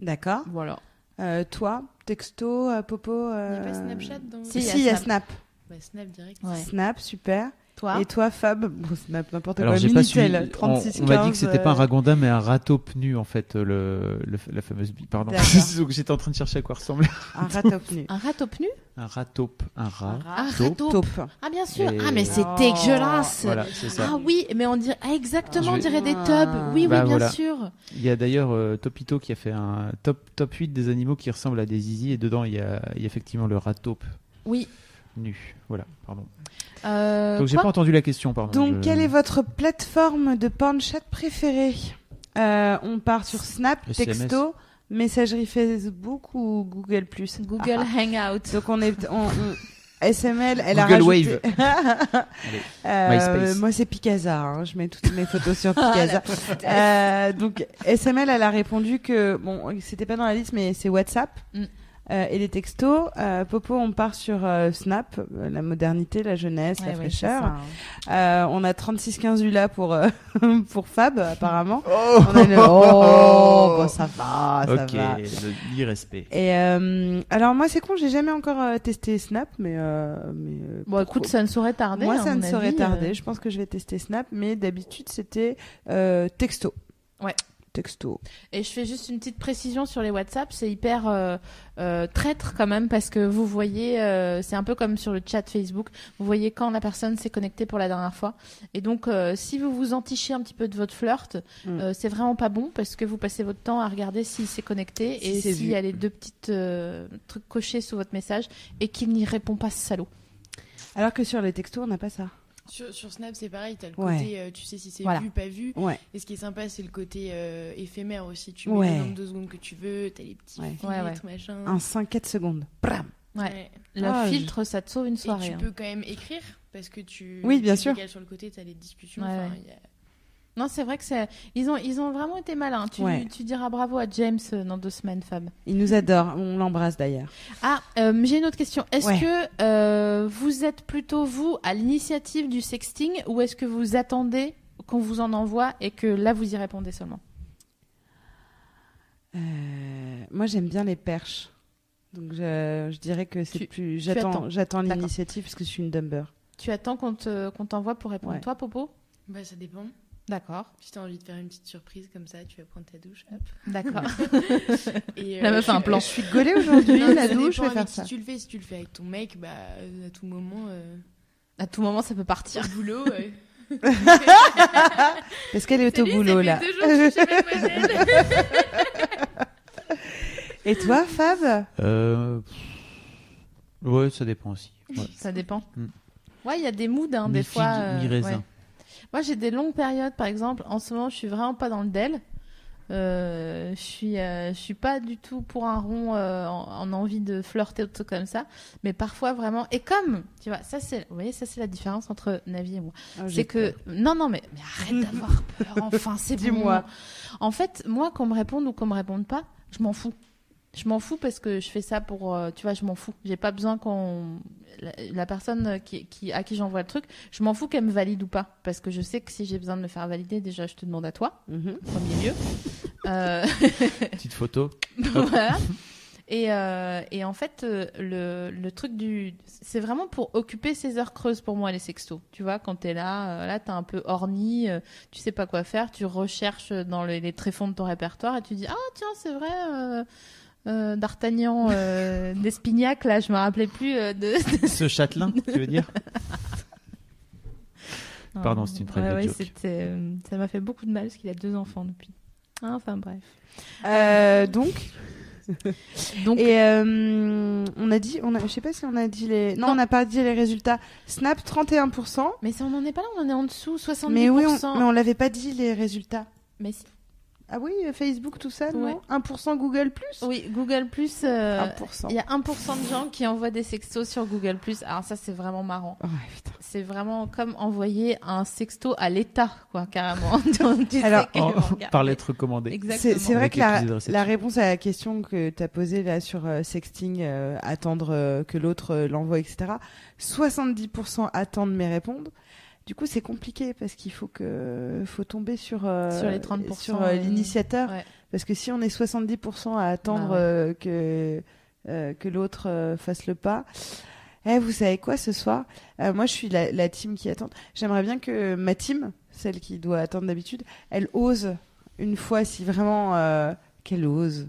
Speaker 2: D'accord.
Speaker 1: Voilà.
Speaker 2: Euh, toi, texto, euh, Popo
Speaker 4: Il n'y
Speaker 2: euh...
Speaker 4: a pas Snapchat dans
Speaker 1: Si.
Speaker 2: Si,
Speaker 1: il y a
Speaker 2: il y a
Speaker 1: Snap.
Speaker 2: Snap.
Speaker 4: Bah, Snap direct.
Speaker 1: Ouais.
Speaker 2: Snap, super.
Speaker 1: Toi
Speaker 2: Et toi, Fab Bon, Snap, n'importe quoi.
Speaker 3: Alors j'ai pas suivi.
Speaker 2: Minitel,
Speaker 3: on
Speaker 2: 36,
Speaker 3: on m'a dit que
Speaker 2: 15,
Speaker 3: c'était pas un
Speaker 2: euh,
Speaker 3: ragondin, mais un rataupe nu en fait, euh, le, le- la fameuse bille. Pardon.
Speaker 2: D'accord.
Speaker 3: Donc j'étais en train de chercher à quoi ressemblait.
Speaker 2: Un rat top nu.
Speaker 1: Un rat taupe nu
Speaker 3: Un rataupe, un rat.
Speaker 1: Ah,
Speaker 3: taupe.
Speaker 1: rat taupe.
Speaker 2: Taupe.
Speaker 1: Ah, bien sûr.
Speaker 3: Et-
Speaker 1: Ah, mais c'est
Speaker 2: Oh,
Speaker 1: dégueulasse.
Speaker 3: Voilà, c'est ça.
Speaker 1: Ah oui, mais on dirait ah, exactement, on
Speaker 3: Je
Speaker 1: dirait
Speaker 3: vais-
Speaker 1: des tubs. Oui,
Speaker 3: Bah,
Speaker 1: oui, bien
Speaker 3: voilà.
Speaker 1: sûr.
Speaker 3: Il y a d'ailleurs euh, Topito qui a fait un top top 8 des animaux qui ressemblent à des zizi et dedans il y a, il y a effectivement le rataupe
Speaker 1: Oui.
Speaker 3: nu. Voilà, pardon.
Speaker 1: Euh,
Speaker 3: Donc j'ai
Speaker 1: quoi
Speaker 3: pas entendu la question, pardon.
Speaker 2: Donc,
Speaker 3: Je-
Speaker 2: quelle est votre plateforme de porn chat préférée Euh, On part sur Snap,
Speaker 3: SMS.
Speaker 2: texto, messagerie Facebook ou Google Plus
Speaker 1: Google Hangout.
Speaker 2: Donc, on est. on- on- SML, elle a
Speaker 3: Google
Speaker 2: rajouté. Euh,
Speaker 3: MySpace.
Speaker 2: moi, c'est Picasa. hein. Je mets toutes mes photos sur
Speaker 1: Ah, la
Speaker 2: Picasa. Euh, donc, SML, elle a répondu que bon, c'était pas dans la liste, mais c'est WhatsApp.
Speaker 1: Mm.
Speaker 2: Euh, et les textos, Euh, Popo, on part sur euh, Snap, euh, la modernité, la jeunesse,
Speaker 1: Ouais,
Speaker 2: la
Speaker 1: ouais,
Speaker 2: fraîcheur.
Speaker 1: c'est ça, hein.
Speaker 2: Euh, on a 36-15 ULA pour, euh, pour Fab, apparemment. on a le... Oh, bon, ça va, ça
Speaker 3: ok,
Speaker 2: va.
Speaker 3: le- l'irrespect.
Speaker 2: Et euh, alors, moi, c'est con, j'ai jamais encore euh, testé Snap, mais. euh, mais euh,
Speaker 1: Bon, écoute, ça ne saurait tarder. hein,
Speaker 2: moi,
Speaker 1: à
Speaker 2: ça ne
Speaker 1: mon
Speaker 2: saurait
Speaker 1: avis,
Speaker 2: tarder.
Speaker 1: euh.
Speaker 2: Je pense que je vais tester Snap, mais d'habitude, c'était euh, texto.
Speaker 1: Ouais.
Speaker 2: texto.
Speaker 1: Et je fais juste une petite précision sur les WhatsApp, c'est hyper euh, euh, traître quand même parce que vous voyez, euh, c'est un peu comme sur le chat Facebook, vous voyez quand la personne s'est connectée pour la dernière fois. Et donc, euh, si vous vous entichez un petit peu de votre flirt,
Speaker 2: Mm.
Speaker 1: euh, c'est vraiment pas bon parce que vous passez votre temps à regarder s'il s'est connecté
Speaker 2: Si
Speaker 1: et
Speaker 2: c'est
Speaker 1: s'il
Speaker 2: vu.
Speaker 1: y a les deux petites euh, trucs cochés sous votre message et qu'il n'y répond pas, ce salaud.
Speaker 2: Alors que sur les textos, on n'a pas ça.
Speaker 4: Sur, sur Snap, c'est pareil, t'as le
Speaker 2: Ouais.
Speaker 4: côté, euh, tu sais si c'est
Speaker 1: Voilà.
Speaker 4: vu, pas vu.
Speaker 2: Ouais.
Speaker 4: Et ce qui est sympa, c'est le côté euh, éphémère aussi. Tu mets
Speaker 2: Ouais.
Speaker 4: le nombre de secondes que tu veux, t'as les petits
Speaker 2: Ouais. Ah,
Speaker 4: filtres,
Speaker 1: Ouais, ouais.
Speaker 4: machin.
Speaker 2: Un 5-4 secondes. Bram.
Speaker 1: Ouais.
Speaker 4: Ouais.
Speaker 1: Le
Speaker 2: Ah, je-
Speaker 1: filtre, ça te sauve une soirée.
Speaker 4: Et tu
Speaker 1: hein.
Speaker 4: peux quand même écrire parce que tu.
Speaker 2: Oui, bien
Speaker 4: tu
Speaker 2: sûr.
Speaker 4: décales sur le côté, t'as les discussions.
Speaker 1: Ouais,
Speaker 4: enfin,
Speaker 1: ouais.
Speaker 4: il y a-
Speaker 1: Non, c'est vrai que c'est. Ils ont, ils ont vraiment été malins. Tu,
Speaker 2: Ouais.
Speaker 1: tu diras bravo à James euh, dans deux semaines, Fab.
Speaker 2: Il nous adore. On l'embrasse d'ailleurs.
Speaker 1: Ah, euh, j'ai une autre question. Est-ce
Speaker 2: Ouais.
Speaker 1: que euh, vous êtes plutôt vous à l'initiative du sexting ou est-ce que vous attendez qu'on vous en envoie et que là vous y répondez seulement
Speaker 2: Euh, moi, j'aime bien les perches. Donc, je, je dirais que c'est
Speaker 1: Tu-
Speaker 2: plus.
Speaker 1: attends.
Speaker 2: J'attends, j'attends
Speaker 1: D'accord.
Speaker 2: l'initiative parce que je suis une dumber.
Speaker 1: Tu attends qu'on te- qu'on t'envoie pour répondre.
Speaker 2: Ouais.
Speaker 1: Toi, Popo
Speaker 4: Bah, ça dépend.
Speaker 1: D'accord.
Speaker 4: Si t'as envie de faire une petite surprise comme ça, tu vas prendre ta douche. Hop.
Speaker 1: D'accord.
Speaker 4: Et,
Speaker 1: La
Speaker 4: euh,
Speaker 1: meuf a un
Speaker 4: je-
Speaker 1: plan.
Speaker 2: Je suis gaulée aujourd'hui.
Speaker 4: Non,
Speaker 2: la
Speaker 4: ça
Speaker 2: douche, je
Speaker 4: dépend
Speaker 2: vais faire
Speaker 4: avec qui
Speaker 2: ça.
Speaker 4: Si tu le fais, si tu le fais avec ton mec, bah euh, à tout moment, euh,
Speaker 1: à tout moment, ça peut partir.
Speaker 4: au boulot. euh,
Speaker 2: Parce qu'elle est au
Speaker 4: Salut, ça
Speaker 2: boulot
Speaker 4: fait
Speaker 2: là.
Speaker 4: deux jours que je suis chez mademoiselle.
Speaker 2: Et toi, Fab
Speaker 3: Euh, pff, Ouais, ça dépend aussi. Ouais.
Speaker 1: Ça dépend.
Speaker 3: Mm.
Speaker 1: Ouais, il y a des moods, hein, des
Speaker 3: Mi-figue,
Speaker 1: fois. euh,
Speaker 3: mi-raisin.
Speaker 1: ouais. Moi, j'ai des longues périodes, par exemple. En ce moment, je suis vraiment pas dans le DEL. Euh, je suis, euh, je suis pas du tout pour un rond euh, en, en envie de flirter ou tout comme ça, mais parfois vraiment. Et comme, tu vois, ça c'est, vous voyez, ça c'est la différence entre Navi et moi. C'est que non, non, mais, mais arrête d'avoir peur. Enfin, c'est bon.
Speaker 2: Dis-moi.
Speaker 1: En fait, moi, qu'on me réponde ou qu'on me réponde pas, je m'en fous. Je m'en fous parce que je fais ça pour, euh, tu vois, je m'en fous. J'ai pas besoin qu'on la, la personne qui, qui- à qui j'envoie le truc, je m'en fous qu'elle me valide ou pas, parce que je sais que si j'ai besoin de me faire valider, déjà, je te demande à toi,
Speaker 2: Mhm.
Speaker 1: en premier lieu. Euh,
Speaker 3: Petite photo.
Speaker 1: voilà. Et, euh, et en fait, euh, le, le truc du. C'est vraiment pour occuper ces heures creuses pour moi, les sextos. Tu vois, quand t'es là, euh, là, t'es un peu horny, euh, tu sais pas quoi faire, tu recherches dans les, les tréfonds de ton répertoire et tu dis Ah, tiens, c'est vrai, euh, euh, d'Artagnan, euh, d'Espignac, là, je me rappelais plus euh, de.
Speaker 3: Ce châtelain, tu veux dire Pardon, c'est une
Speaker 1: Ouais,
Speaker 3: private
Speaker 1: ouais,
Speaker 3: joke.
Speaker 1: c'était, euh, ça m'a fait beaucoup de mal parce qu'il a deux enfants depuis. Enfin, bref.
Speaker 2: Euh, donc,
Speaker 1: Donc,
Speaker 2: et euh, on a dit, on a, je sais pas si on a dit les, non,
Speaker 1: Non.
Speaker 2: on n'a pas dit les résultats. Snap 31%,
Speaker 1: mais ça, on n'en est pas là, on en est en dessous, 70%.
Speaker 2: mais oui, on, mais on l'avait pas dit les résultats.
Speaker 1: Mais si.
Speaker 2: Ah oui, Facebook, tout ça, non
Speaker 1: Ouais.
Speaker 2: 1% Google Plus
Speaker 1: Oui, Google Plus. euh,
Speaker 2: 1%.
Speaker 1: Il y a 1% de gens qui envoient des sextos sur Google Plus. Alors ça, c'est vraiment marrant.
Speaker 2: Ouais, Oh, putain.
Speaker 1: C'est vraiment comme envoyer un sexto à l'État, quoi, carrément. Donc, tu sais
Speaker 2: Alors,
Speaker 1: que-
Speaker 3: En-
Speaker 1: regarde.
Speaker 3: par lettre recommandée.
Speaker 2: C'est
Speaker 1: Exactement.
Speaker 2: c'est vrai
Speaker 3: Avec
Speaker 2: que la,
Speaker 3: accusé de réception.
Speaker 2: la réponse à la question que tu as posée là sur euh, sexting, euh, attendre euh, que l'autre euh, l'envoie, etc., 70% attendent mais répondent. Du coup, c'est compliqué parce qu'il faut que faut tomber sur euh,
Speaker 1: Sur les 30%,
Speaker 2: sur, euh,
Speaker 1: euh,
Speaker 2: l'initiateur
Speaker 1: ouais.
Speaker 2: parce que si on est 70% à attendre
Speaker 1: Bah ouais.
Speaker 2: euh, que euh, que l'autre euh, fasse le pas. Eh, vous savez quoi ce soir Euh, Moi, je suis la, la team qui attend. J'aimerais bien que ma team, celle qui doit attendre d'habitude, elle ose une fois si vraiment euh, qu'elle ose.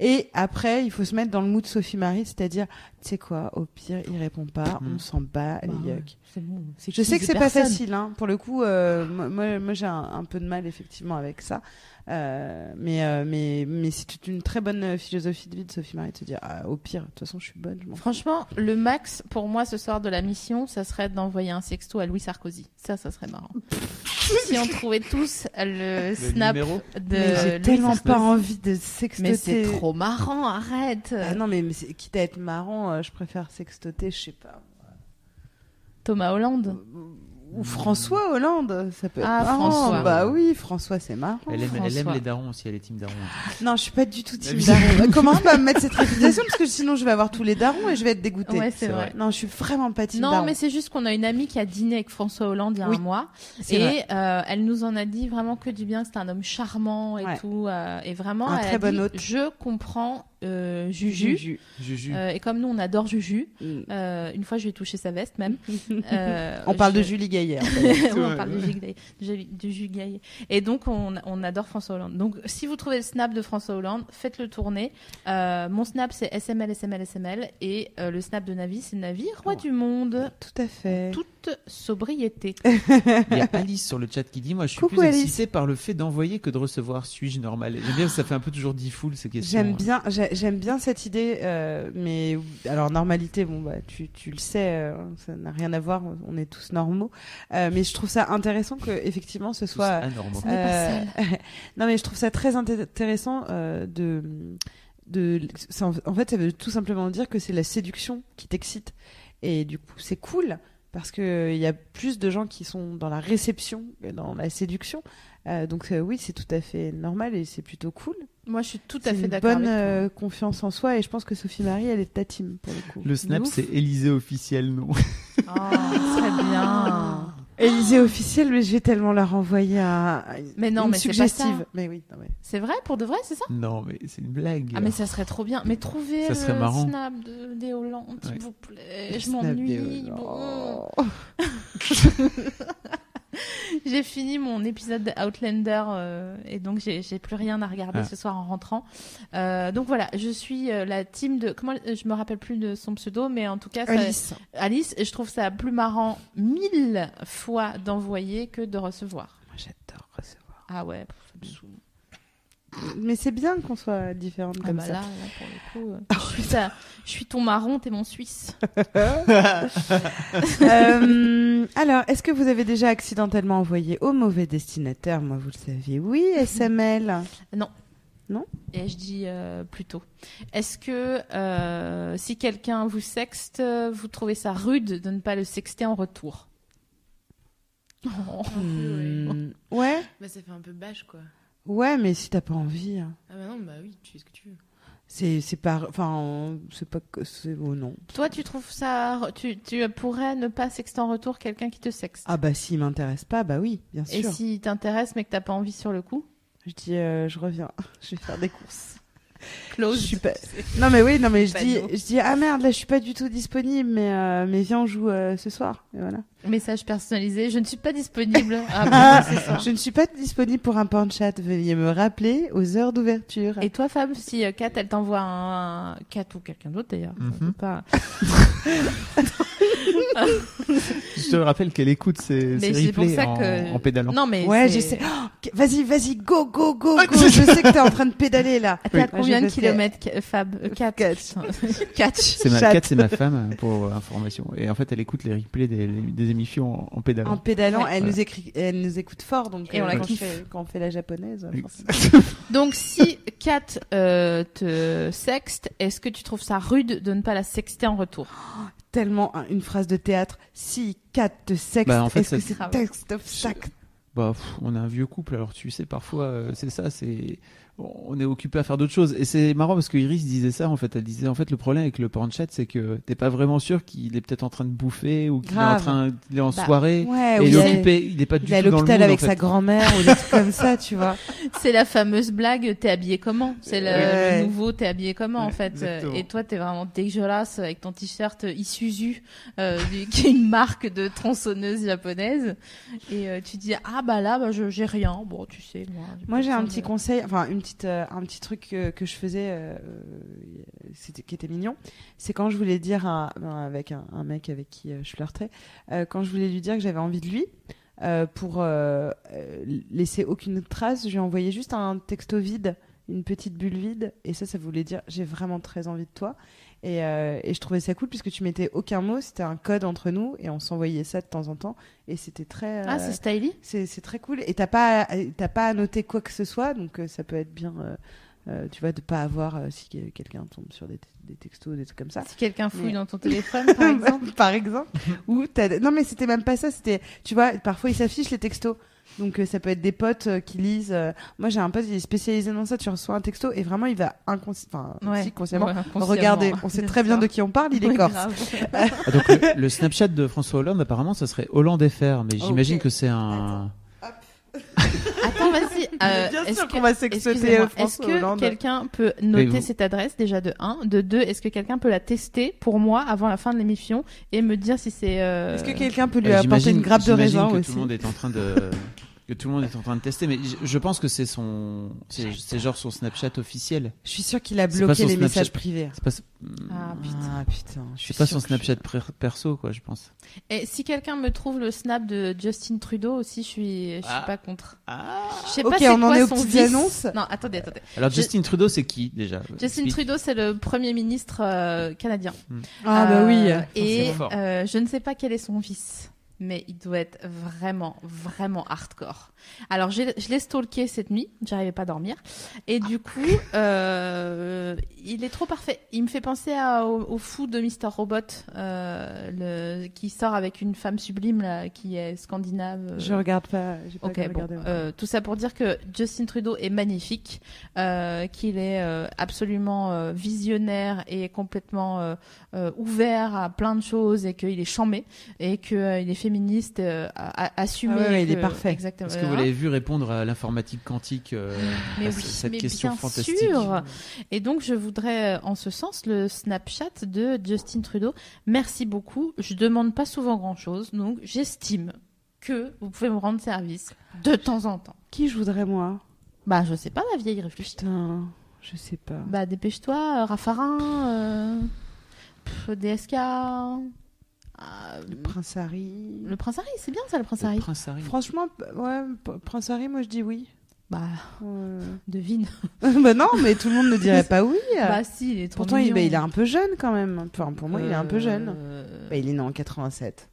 Speaker 2: Et après, il faut se mettre dans le mood Sophie Marie, c'est-à-dire, tu sais quoi, au pire, il répond pas,
Speaker 3: Mhm.
Speaker 2: on s'en
Speaker 1: Bah
Speaker 2: bat les
Speaker 1: ouais.
Speaker 2: yucks.
Speaker 1: C'est bon. C'est
Speaker 2: Je
Speaker 1: qui
Speaker 2: sais que
Speaker 1: ces
Speaker 2: c'est pas
Speaker 1: personnes
Speaker 2: facile, hein. pour le coup, euh, moi- moi, moi j'ai un, un peu de mal effectivement avec ça. Euh, mais euh, mais, mais c'est une très bonne euh, philosophie de vie de Sophie Marie de se dire, ah, au pire, de toute façon, je suis bonne, je m'en fous.
Speaker 1: Franchement, le max pour moi ce soir de la mission, ça serait d'envoyer un sexto à Louis Sarkozy. Ça, ça serait marrant. si on trouvait tous le,
Speaker 3: Le
Speaker 1: snap
Speaker 3: numéro
Speaker 1: de
Speaker 2: Mais j'ai
Speaker 1: Louis
Speaker 2: tellement
Speaker 1: Sarkozy.
Speaker 2: pas envie de sextoter.
Speaker 1: Mais c'est trop marrant, arrête.
Speaker 2: Ah non, mais, mais c'est- quitte à être marrant, euh, je préfère sextoter, je sais pas.
Speaker 1: Thomas Hollande.
Speaker 2: Ou François Hollande, ça peut être
Speaker 1: Ah,
Speaker 2: marrant.
Speaker 1: François.
Speaker 2: Bah oui, François, c'est marrant.
Speaker 3: elle aime, elle aime
Speaker 1: François.
Speaker 3: les darons aussi, elle est team daron.
Speaker 2: Non, je suis pas du tout team
Speaker 3: vie.
Speaker 2: daron. Commence pas à me mettre cette réputation parce que sinon je vais avoir tous les darons et je vais être dégoûtée.
Speaker 1: Ouais, c'est vrai.
Speaker 2: Non, je suis vraiment pas team
Speaker 1: Non,
Speaker 2: daron.
Speaker 1: mais c'est juste qu'on a une amie qui a dîné avec François Hollande il y a
Speaker 2: Bah, Oui,
Speaker 1: un mois.
Speaker 2: C'est vrai.
Speaker 1: Et euh, elle nous en a dit vraiment que du bien, que c'était un homme charmant et
Speaker 2: Ouais.
Speaker 1: tout. euh, et vraiment,
Speaker 2: Un
Speaker 1: elle a
Speaker 2: très bon
Speaker 1: dit,
Speaker 2: hôte.
Speaker 1: je comprends euh, Juju.
Speaker 2: Juju.
Speaker 3: Juju.
Speaker 1: Euh, et comme nous, on adore Juju,
Speaker 2: Mm.
Speaker 1: euh, une fois, je lui ai touché sa veste même. Euh,
Speaker 2: On parle
Speaker 1: je-
Speaker 2: de Julie Gaillard.
Speaker 1: Ouais,
Speaker 3: Ouais,
Speaker 1: on parle
Speaker 3: ouais.
Speaker 1: du Gignac- du Ju- du Jugaï. Et donc, on, on adore François Hollande. Donc, si vous trouvez le snap de François Hollande, faites-le tourner. Euh, mon snap, c'est SML, SML, SML. Et euh, le snap de Navi, c'est Navi, roi
Speaker 2: Ouais.
Speaker 1: du monde.
Speaker 2: Euh, Tout à fait.
Speaker 1: Toute sobriété.
Speaker 2: Euh,
Speaker 3: Il y a Alice sur le chat qui dit Moi, je suis
Speaker 2: Coucou,
Speaker 3: plus
Speaker 2: Alice.
Speaker 3: excitée par le fait d'envoyer que de recevoir. Suis-je normal J'aime bien, ça fait un peu toujours dit full ces questions. hein.
Speaker 1: hein.
Speaker 2: J'aime bien, j'ai- j'aime bien cette idée, euh, mais alors normalité, bon bah tu, tu le sais, euh, ça n'a rien à voir, on est tous normaux, Euh, mais je trouve ça intéressant que effectivement ce
Speaker 3: Tous
Speaker 2: soit.
Speaker 3: anormaux.
Speaker 1: On n'est pas
Speaker 2: euh, non mais je trouve ça très inté- intéressant euh, de de ça, en- en fait ça veut tout simplement dire que c'est la séduction qui t'excite et du coup c'est cool parce que il y a plus de gens qui sont dans la réception que dans la séduction. Euh, donc euh, oui, c'est tout à fait normal et c'est plutôt cool.
Speaker 1: Moi, je suis tout
Speaker 2: C'est
Speaker 1: à fait
Speaker 2: une
Speaker 1: d'accord.
Speaker 2: bonne
Speaker 1: avec toi.
Speaker 2: euh, confiance en soi et je pense que Sophie Marie, elle est de ta team pour le coup.
Speaker 3: Le snap,
Speaker 1: ouf.
Speaker 3: c'est Élysée officiel, non
Speaker 1: Oh, très bien.
Speaker 2: Élysée officielle, mais je vais tellement la renvoyer à
Speaker 1: Mais non,
Speaker 2: une
Speaker 1: mais c'est pas
Speaker 2: suggestive.
Speaker 1: ça.
Speaker 2: Mais oui, non, mais-
Speaker 1: C'est vrai, pour de vrai, c'est ça
Speaker 3: Non, mais c'est une blague.
Speaker 1: Ah, mais ça serait trop bien. Mais trouvez
Speaker 3: Ça
Speaker 1: le
Speaker 3: serait marrant.
Speaker 1: snap de, des Hollandes,
Speaker 3: Ouais.
Speaker 1: s'il vous plaît. Je
Speaker 2: Snap
Speaker 1: m'ennuie.
Speaker 2: des-
Speaker 1: bon.
Speaker 2: Oh.
Speaker 1: J'ai fini mon épisode de Outlander euh, et donc j'ai j'ai plus rien à regarder
Speaker 3: Ah.
Speaker 1: ce soir en rentrant. Euh, donc voilà, je suis euh, la team de comment euh, je me rappelle plus de son pseudo, mais en tout cas Ah, ça-
Speaker 2: Alice.
Speaker 1: Alice, et je trouve ça plus marrant mille fois d'envoyer que de recevoir.
Speaker 2: Moi, j'adore recevoir.
Speaker 1: Ah ouais, pff, ça me saoule.
Speaker 2: Mais c'est bien qu'on soit différente
Speaker 1: Ah
Speaker 2: comme
Speaker 1: bah
Speaker 2: ça.
Speaker 1: là,
Speaker 2: Ah
Speaker 1: là, pour le coup, euh, je, suis ta- je suis ton marron, t'es mon suisse.
Speaker 2: Euh, alors, est-ce que vous avez déjà accidentellement envoyé au mauvais destinataire Moi, vous le savez, oui, SML.
Speaker 1: Et je dis euh, plutôt. Est-ce que euh, si quelqu'un vous sexte, vous trouvez ça rude de ne pas le sexter en retour Oh.
Speaker 4: oui.
Speaker 2: Hmm, Ouais,
Speaker 4: Bah, ça fait un peu bâche, quoi.
Speaker 2: ouais, mais si t'as pas envie, hein.
Speaker 4: Ah, bah non, bah oui, tu fais ce que tu veux.
Speaker 2: c'est c'est pas, enfin, c'est pas, que- c'est oh non.
Speaker 1: Toi, tu trouves ça. Tu, tu pourrais ne pas sexter en retour quelqu'un qui te sexte.
Speaker 2: Ah bah s'il m'intéresse pas, bah oui, bien
Speaker 1: Et
Speaker 2: sûr.
Speaker 1: s'il t'intéresse mais que t'as pas envie sur le coup
Speaker 2: Je dis euh, je reviens, je vais faire des courses.
Speaker 1: Close.
Speaker 2: Je suis pas- Non mais oui, non mais je
Speaker 1: Pas
Speaker 2: dis
Speaker 1: nous.
Speaker 2: je dis ah merde, là je suis pas du tout disponible mais euh, mais viens on joue euh, ce soir et voilà.
Speaker 1: Message personnalisé. Je ne suis pas disponible. Ah, bon, c'est ça.
Speaker 2: Je ne suis pas disponible pour un porn chat, veuillez me rappeler aux heures d'ouverture.
Speaker 1: Et toi, Fab, si euh, Kat, elle t'envoie un. Kat ou quelqu'un d'autre d'ailleurs.
Speaker 3: Mhm.
Speaker 1: on peut pas-
Speaker 3: Je te rappelle qu'elle écoute ses, ses
Speaker 1: Mais c'est pour
Speaker 3: replays
Speaker 1: ça
Speaker 3: en,
Speaker 1: que.
Speaker 3: en pédalant.
Speaker 1: Non, mais.
Speaker 2: Ouais,
Speaker 1: c'est-
Speaker 2: je sais. Oh, qu- vas-y, vas-y, go go go
Speaker 3: Ah,
Speaker 2: go. je sais que t'es en train de pédaler là.
Speaker 1: Ah, T'es à
Speaker 2: Oui.
Speaker 1: combien de
Speaker 2: Je sais.
Speaker 1: kilomètres, Ca- Fab Euh, Kat.
Speaker 2: Catch.
Speaker 1: putain. Catch.
Speaker 3: C'est ma,
Speaker 2: Chat.
Speaker 3: Kat, c'est ma femme, euh, pour euh, information. Et en fait, elle écoute les replays des, des émissions en, en
Speaker 2: En
Speaker 3: pédalant.
Speaker 2: pédalant,
Speaker 1: Ouais.
Speaker 2: elle nous écrit, elle nous écoute fort donc. euh,
Speaker 1: Et on la
Speaker 2: quand, je
Speaker 1: kiffe.
Speaker 2: fais- quand on fait la japonaise. forcément.
Speaker 1: Donc, si Kat euh, te sexte, est-ce que tu trouves ça rude de ne pas la sexter en retour
Speaker 2: tellement hein, une phrase de théâtre. Si 4 de sexe,
Speaker 3: Bah, en fait,
Speaker 2: est-ce que
Speaker 3: ça-
Speaker 2: c'est
Speaker 1: Ah ouais.
Speaker 2: texte of sac
Speaker 3: Bah, pff, on est un vieux couple, alors tu sais, parfois, euh, c'est ça, c'est on est occupé à faire d'autres choses. Et c'est marrant parce que Iris disait ça, en fait. Elle disait, en fait, le problème avec le porn chat, c'est que t'es pas vraiment sûr qu'il est peut-être en train de bouffer ou qu'il est en
Speaker 2: Grave.
Speaker 3: train, il est en
Speaker 1: Bah,
Speaker 3: soirée.
Speaker 2: Ouais,
Speaker 3: et
Speaker 2: ou
Speaker 3: il
Speaker 2: il
Speaker 3: est
Speaker 2: est-
Speaker 3: occupé, il est pas du
Speaker 2: il est à
Speaker 3: tout dans le
Speaker 2: l'hôpital
Speaker 3: monde,
Speaker 2: avec
Speaker 3: en
Speaker 2: sa
Speaker 3: fait.
Speaker 2: grand-mère ou des trucs comme ça, tu vois.
Speaker 1: C'est la fameuse blague, t'es habillé comment C'est le,
Speaker 2: Ouais.
Speaker 1: le nouveau, t'es habillé comment en
Speaker 3: Ouais,
Speaker 1: fait
Speaker 3: exactement.
Speaker 1: Et toi, t'es vraiment dégueulasse avec ton t-shirt Isuzu, euh, du- qui est une marque de tronçonneuse japonaise. Et euh, tu dis, ah bah là, bah, je- j'ai rien. Bon, tu sais, moi.
Speaker 2: Moi,
Speaker 1: pas
Speaker 2: j'ai un
Speaker 1: besoin
Speaker 2: petit
Speaker 1: de-
Speaker 2: conseil, enfin, une petite, euh, un petit truc que, que je faisais, euh, euh, c'était- qui était mignon. C'est quand je voulais dire à- non, avec un, un mec avec qui euh, je flirtais, euh, quand je voulais lui dire que j'avais envie de lui, euh, pour euh, euh, laisser aucune trace, je lui envoyais juste un texto vide, une petite bulle vide, et ça, ça voulait dire j'ai vraiment très envie de toi. Et, euh, et je trouvais ça cool puisque tu mettais aucun mot, c'était un code entre nous, et on s'envoyait ça de temps en temps, et c'était très.
Speaker 1: Ah,
Speaker 2: euh,
Speaker 1: c'est stylish
Speaker 2: c'est c'est très cool. Et t'as pas, à- t'as pas à noter quoi que ce soit, donc euh, ça peut être bien, euh, euh, tu vois, de pas avoir euh, si que- quelqu'un tombe sur des, te- des textos, des trucs comme ça.
Speaker 1: Si quelqu'un fouille
Speaker 2: Mais-
Speaker 1: dans ton téléphone, par exemple.
Speaker 2: Par exemple. Ou t'as- non, mais c'était même pas ça. C'était, tu vois, parfois ils s'affichent les textos. Donc euh, ça peut être des potes euh, qui lisent. euh, Moi j'ai un pote, il est spécialisé dans ça. Tu reçois un texto et vraiment il va inconsci- enfin,
Speaker 1: Ouais.
Speaker 2: si, consciemment.
Speaker 1: Ouais, inconsciemment.
Speaker 2: Regardez, on sait très bien de qui on parle. Il est
Speaker 1: Ouais,
Speaker 2: corse.
Speaker 1: grave.
Speaker 3: Ah, donc, le, le Snapchat de
Speaker 2: Ah,
Speaker 3: François Hollande, apparemment, ça serait Hollande FR, mais j'imagine
Speaker 2: Ok.
Speaker 3: que c'est un.
Speaker 1: Attends, vas-y, euh,
Speaker 2: Bien
Speaker 1: est-ce
Speaker 2: sûr
Speaker 1: que-
Speaker 2: qu'on va sexoter
Speaker 1: excusez-moi,
Speaker 2: euh, François
Speaker 1: Est-ce que
Speaker 2: Hollande.
Speaker 1: quelqu'un peut
Speaker 3: Mais
Speaker 1: noter
Speaker 3: vous-
Speaker 1: cette adresse déjà de 1 De 2, est-ce que quelqu'un peut la tester pour moi avant la fin de l'émission et me dire si c'est... euh,
Speaker 2: Est-ce que quelqu'un peut lui
Speaker 3: Euh,
Speaker 2: apporter
Speaker 3: j'imagine-
Speaker 2: une grappe de
Speaker 3: j'imagine
Speaker 2: raisin
Speaker 3: que
Speaker 2: aussi
Speaker 3: tout le monde est en train de que tout le monde est en train de tester mais je, je pense que c'est son c'est c'est genre son Snapchat officiel
Speaker 2: Je suis sûre qu'il a
Speaker 3: C'est pas
Speaker 2: bloqué
Speaker 3: son
Speaker 2: les
Speaker 3: Snapchat.
Speaker 2: messages privés.
Speaker 3: c'est pas
Speaker 1: Ah, putain.
Speaker 2: Ah putain, je suis
Speaker 3: c'est pas
Speaker 2: sûre
Speaker 3: son
Speaker 2: que je-
Speaker 3: Snapchat pre- perso quoi je pense
Speaker 1: Et si quelqu'un me trouve le snap de Justin Trudeau aussi, je suis, je suis
Speaker 3: Ah.
Speaker 1: pas contre.
Speaker 3: ah
Speaker 1: Je sais
Speaker 2: Ok,
Speaker 1: pas c'est
Speaker 2: on en
Speaker 1: quoi
Speaker 2: est aux
Speaker 1: son
Speaker 2: petites
Speaker 1: vice.
Speaker 2: annonces
Speaker 1: Non, attendez, attendez.
Speaker 3: alors
Speaker 1: Je-
Speaker 3: Justin Trudeau c'est qui déjà
Speaker 1: Justin
Speaker 3: Explique.
Speaker 1: Trudeau, c'est le premier ministre euh, canadien.
Speaker 2: Ah
Speaker 1: Euh,
Speaker 2: bah oui.
Speaker 1: Et
Speaker 3: forcément.
Speaker 1: euh, je ne sais pas quel est son vice, mais il doit être vraiment, vraiment hardcore. Alors, j'ai- je l'ai stalké cette nuit, j'arrivais pas à dormir. Et du coup, euh, il est trop parfait. Il me fait penser à- au, au fou de Mr. Robot, euh, le- qui sort avec une femme sublime, là, qui est scandinave. euh,
Speaker 2: Je regarde pas. J'ai pas
Speaker 1: Ok, bon,
Speaker 2: regardé.
Speaker 1: euh, tout ça pour dire que Justin Trudeau est magnifique, euh, qu'il est euh, absolument euh, visionnaire et complètement euh, euh, ouvert à plein de choses et qu'il est chamé et qu'il est féministe euh, à- à- assumé.
Speaker 2: Ah ouais, ouais,
Speaker 1: et
Speaker 2: il est
Speaker 1: que-
Speaker 2: parfait.
Speaker 1: Exactement.
Speaker 3: est-ce que vous l'avez vu répondre à l'informatique quantique euh,
Speaker 1: mais
Speaker 3: à
Speaker 1: oui,
Speaker 3: ce- cette
Speaker 1: mais
Speaker 3: question
Speaker 1: bien
Speaker 3: fantastique
Speaker 1: sûr. Et donc je voudrais euh, en ce sens le Snapchat de Justin Trudeau. Merci beaucoup. Je demande pas souvent grand chose, donc j'estime que vous pouvez me rendre service de temps en temps.
Speaker 2: Qui je voudrais moi
Speaker 1: Bah je sais pas la vieille réfléchit.
Speaker 2: Putain, je sais pas.
Speaker 1: Bah dépêche-toi, euh, Raffarin, euh, pff, DSK, euh,
Speaker 2: Le Prince Harry.
Speaker 1: le Prince Harry, c'est bien ça le Prince
Speaker 3: Le
Speaker 1: Harry.
Speaker 3: prince Harry
Speaker 2: Franchement, p- ouais, p- Prince Harry, moi je dis oui.
Speaker 1: Bah
Speaker 2: Euh,
Speaker 1: devine.
Speaker 2: bah non, mais tout le monde ne dirait pas oui.
Speaker 1: bah si, il est trop
Speaker 2: Ah. Pourtant, il,
Speaker 1: mignon.
Speaker 2: bah, il est un peu jeune quand même. Enfin, pour moi, il est un peu jeune.
Speaker 1: Euh,
Speaker 2: Bah, il est né en 87.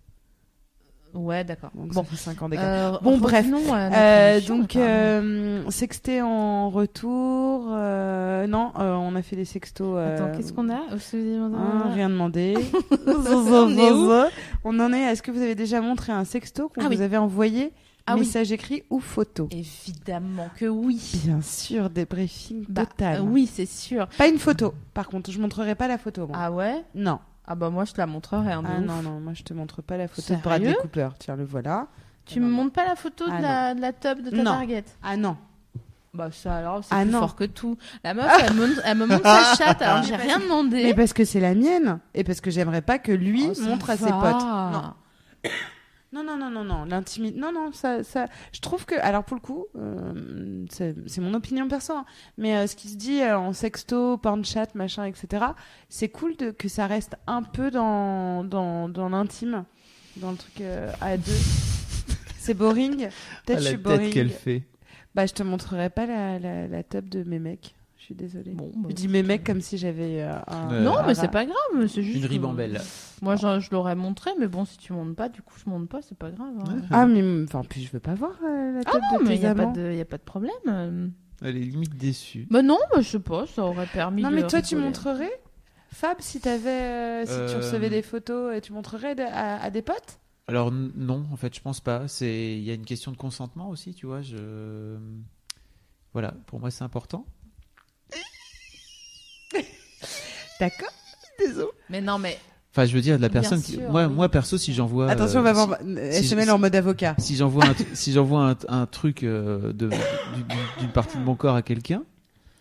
Speaker 1: Ouais d'accord.
Speaker 2: Donc
Speaker 1: Bon.
Speaker 2: ça fait 5 ans d'écart.
Speaker 1: Euh,
Speaker 2: Bon, bref.
Speaker 1: revenons à notre
Speaker 2: Euh,
Speaker 1: émission,
Speaker 2: donc,
Speaker 1: apparemment.
Speaker 2: euh, sexté en retour. euh, non, euh, on a fait des sextos. euh,
Speaker 1: Attends, qu'est-ce qu'on a
Speaker 2: hein, Rien demandé.
Speaker 1: On est où
Speaker 2: on en est. à- Est-ce que vous avez déjà montré un sexto qu'on
Speaker 1: Ah
Speaker 2: vous
Speaker 1: oui.
Speaker 2: avait envoyé
Speaker 1: Ah oui.
Speaker 2: Message écrit ou photo
Speaker 1: Évidemment que oui.
Speaker 2: Bien sûr, des briefings
Speaker 1: Bah,
Speaker 2: total.
Speaker 1: euh, oui, c'est sûr.
Speaker 2: Pas une photo, par contre. Je montrerai pas la photo, moi.
Speaker 1: Ah ouais
Speaker 2: Non.
Speaker 1: Ah bah moi je te la montrerai. Hein, de
Speaker 2: Ah
Speaker 1: ouf.
Speaker 2: non, non, moi je te montre pas la photo de Bradley
Speaker 1: Sérieux
Speaker 2: Cooper. Tiens, le voilà.
Speaker 1: Tu me montres pas la photo
Speaker 2: Ah
Speaker 1: de, la, de la top de ta
Speaker 2: Non.
Speaker 1: target
Speaker 2: Ah non.
Speaker 1: Bah ça alors, c'est
Speaker 2: Ah
Speaker 1: plus
Speaker 2: non.
Speaker 1: fort que tout. La meuf, elle me, elle me montre sa chatte, alors j'ai rien
Speaker 2: Mais
Speaker 1: demandé.
Speaker 2: parce que c'est la mienne. Et parce que j'aimerais pas que lui
Speaker 1: Oh, ça
Speaker 2: montre à ses
Speaker 1: va.
Speaker 2: potes. Non. Non, non, non, non, non, l'intimité. Non, non, ça, ça. Je trouve que, alors pour le coup, euh, c'est c'est mon opinion perso, hein, mais euh, ce qui se dit euh, en sexto, porn chat, machin, etc., c'est cool de, que ça reste un peu dans, dans, dans l'intime, dans le truc euh, à deux. C'est boring.
Speaker 3: Ah,
Speaker 2: Peut-être je
Speaker 3: la
Speaker 2: suis
Speaker 3: tête
Speaker 2: boring.
Speaker 3: qu'elle fait
Speaker 2: Bah, je te montrerai pas la, la, la top de mes mecs. Je suis désolée.
Speaker 1: Bon, bah,
Speaker 2: Je dis mes mecs comme si j'avais euh, un.
Speaker 3: Euh,
Speaker 1: Non,
Speaker 2: un-
Speaker 1: mais c'est pas grave, c'est juste.
Speaker 3: une
Speaker 1: que-
Speaker 3: ribambelle
Speaker 1: Moi, je, je l'aurais montré, mais bon, si tu montes pas, du coup, je monte pas, c'est pas grave. hein.
Speaker 2: Ah, mais enfin, puis je veux pas voir euh, la top
Speaker 1: Ah Non,
Speaker 2: de
Speaker 1: mais
Speaker 2: tes
Speaker 1: il y a pas
Speaker 2: amants.
Speaker 1: de, y a pas de problème. euh.
Speaker 3: elle est limite déçue
Speaker 1: Bah non, bah, je sais pas, ça aurait permis.
Speaker 2: Non,
Speaker 1: de
Speaker 2: mais toi, tu
Speaker 1: rigoler.
Speaker 2: montrerais Fab, si, t'avais, euh, si tu
Speaker 3: Euh,
Speaker 2: recevais des photos, et tu montrerais de- à, à des potes
Speaker 3: Alors n- non, en fait, je pense pas. C'est il y a une question de consentement aussi, tu vois. Je voilà, pour moi c'est important.
Speaker 2: D'accord. Désolé.
Speaker 1: Mais non, mais
Speaker 3: Enfin, je veux dire de la
Speaker 1: Bien
Speaker 3: personne. qui...
Speaker 1: sûr,
Speaker 3: Moi,
Speaker 1: oui.
Speaker 3: moi perso, si j'envoie
Speaker 2: Attention, on
Speaker 3: euh,
Speaker 2: va avoir
Speaker 3: si-
Speaker 2: SML en mode avocat.
Speaker 3: si, si j'envoie un, tru- si j'envoie un, un truc euh, de du- du- d'une partie de mon corps à quelqu'un,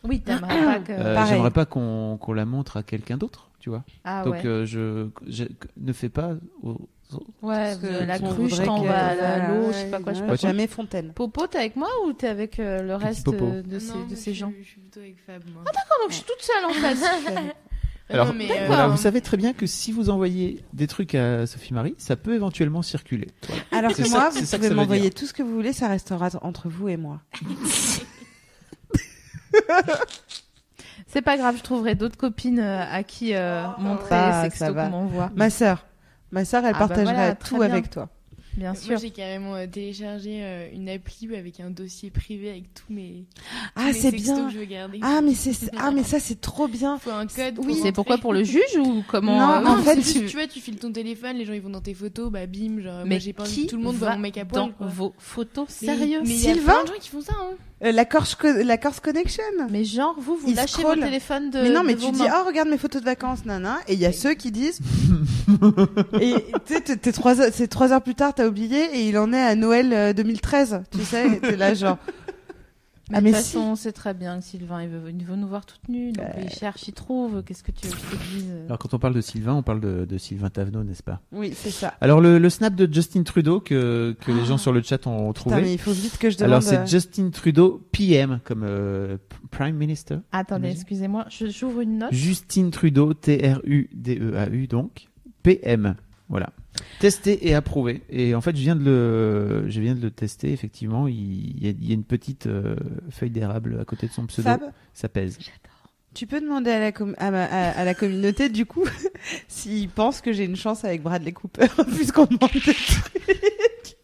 Speaker 1: oui, t'aimerais pas que.
Speaker 3: euh,
Speaker 2: pareil.
Speaker 3: j'aimerais pas qu'on qu'on la montre à quelqu'un d'autre, tu vois.
Speaker 1: ah
Speaker 3: Donc
Speaker 1: ouais.
Speaker 3: euh, je, je- ne fais pas. au- au-
Speaker 1: ouais,
Speaker 2: Parce
Speaker 1: de
Speaker 2: que
Speaker 1: la
Speaker 2: on
Speaker 1: cruche,
Speaker 2: voudrait
Speaker 1: t'en
Speaker 2: que-
Speaker 1: vas à
Speaker 2: voilà,
Speaker 1: l'eau, je sais pas quoi, je sais
Speaker 2: ouais,
Speaker 1: pas quoi.
Speaker 2: Jamais Fontaine.
Speaker 1: Popo, t'es avec moi ou t'es avec euh, le
Speaker 3: Petit
Speaker 1: reste
Speaker 3: Popo.
Speaker 1: euh, de ces,
Speaker 4: Ah Non,
Speaker 1: de
Speaker 4: moi,
Speaker 1: ces
Speaker 4: je-
Speaker 1: gens
Speaker 4: Je suis plutôt avec Fab, moi.
Speaker 1: Ah, donc je suis toute seule en fait.
Speaker 3: Alors
Speaker 4: non, mais, euh,
Speaker 3: voilà,
Speaker 4: non.
Speaker 3: vous savez très bien que si vous envoyez des trucs à Sophie Marie, ça peut éventuellement circuler. Voilà.
Speaker 2: Alors
Speaker 3: C'est
Speaker 2: que
Speaker 3: ça-
Speaker 2: moi,
Speaker 3: c'est
Speaker 2: vous
Speaker 3: ça que
Speaker 2: pouvez
Speaker 3: ça veut
Speaker 2: m'envoyer
Speaker 3: dire.
Speaker 2: tout ce que vous voulez, ça restera entre vous et moi.
Speaker 1: C'est pas grave, je trouverai d'autres copines euh, à qui euh, montrer
Speaker 2: Ah,
Speaker 1: les sextos
Speaker 2: ça va.
Speaker 1: qu'on m'envoie.
Speaker 2: Ma sœur. Ma sœur, elle
Speaker 1: Ah bah
Speaker 2: partagerait
Speaker 1: voilà, très
Speaker 2: tout
Speaker 1: bien.
Speaker 2: avec toi.
Speaker 1: Bien
Speaker 4: Moi,
Speaker 1: sûr.
Speaker 4: j'ai carrément euh, téléchargé euh, une appli où- avec un dossier privé avec tous mes. tous
Speaker 2: Ah,
Speaker 4: mes
Speaker 2: c'est
Speaker 4: sextos
Speaker 2: bien.
Speaker 4: Que je veux garder.
Speaker 2: Ah, mais c'est, c'est- ah, mais ça, c'est trop bien.
Speaker 4: faut un code. Ah,
Speaker 2: oui.
Speaker 1: C'est pourquoi pour le juge ou comment
Speaker 2: Non,
Speaker 1: euh,
Speaker 4: Non,
Speaker 2: en fait,
Speaker 4: tu...
Speaker 2: tu-
Speaker 4: tu vois, tu files ton téléphone, les gens ils vont dans tes photos, bah bim, genre. moi,
Speaker 1: Mais
Speaker 4: j'ai pas envie
Speaker 1: qui
Speaker 4: que tout le monde
Speaker 1: va
Speaker 4: voit mon mec à poil.
Speaker 1: dans
Speaker 4: quoi.
Speaker 1: vos photos
Speaker 4: Mais-
Speaker 1: sérieux
Speaker 4: Mais
Speaker 1: mais,
Speaker 4: il y a
Speaker 2: Sylvain
Speaker 4: plein de gens qui font ça, hein.
Speaker 2: Euh, la, Corse, Co- la Corse Connection.
Speaker 1: genre vous vous
Speaker 2: Il
Speaker 1: lâchez
Speaker 2: scrolle.
Speaker 1: vos téléphones de
Speaker 2: mais non, mais
Speaker 1: euh, de
Speaker 2: tu
Speaker 1: vos
Speaker 2: dis,
Speaker 1: mains.
Speaker 2: oh, regarde mes photos de vacances, nana. Et il y a ceux qui disent. et tu sais, t'es- t'es trois heures- c'est trois heures plus tard, t'as oublié, et il en est à Noël euh, 2013. Tu sais, et t'es là, genre.
Speaker 1: Mais
Speaker 2: Ah,
Speaker 1: de
Speaker 2: mais
Speaker 1: toute
Speaker 2: si.
Speaker 1: façon, on sait très bien que Sylvain, il veut, il veut nous voir toutes nues. Donc,
Speaker 2: Ouais.
Speaker 1: il cherche, il trouve. Qu'est-ce que tu veux que je te dise euh
Speaker 3: Alors quand on parle de Sylvain, on parle de, de Sylvain Tavenot, n'est-ce pas
Speaker 2: Oui, c'est ça.
Speaker 3: Alors le, le snap de Justin Trudeau que, que les gens sur le chat ont
Speaker 2: Putain, mais
Speaker 3: trouvé.
Speaker 2: il faut vite que je demande.
Speaker 3: Alors c'est
Speaker 2: euh,
Speaker 3: Justin Trudeau PM comme euh, p- Prime Minister.
Speaker 1: Attendez,
Speaker 3: Imagine.
Speaker 1: excusez-moi, je- j'ouvre une note.
Speaker 3: Justine Trudeau, T-R-U-D-E-A-U E donc, PM. Voilà. Testé et approuvé. Et en fait, je viens de le, je viens de le tester, effectivement. Il il y a, il y a une petite euh, feuille d'érable à côté de son pseudo.
Speaker 2: Fab,
Speaker 3: Ça pèse.
Speaker 2: tu peux demander à la, com- à, ma- à- à la communauté, du coup, s'ils pensent que j'ai une chance avec Bradley Cooper, puisqu'on demande des trucs.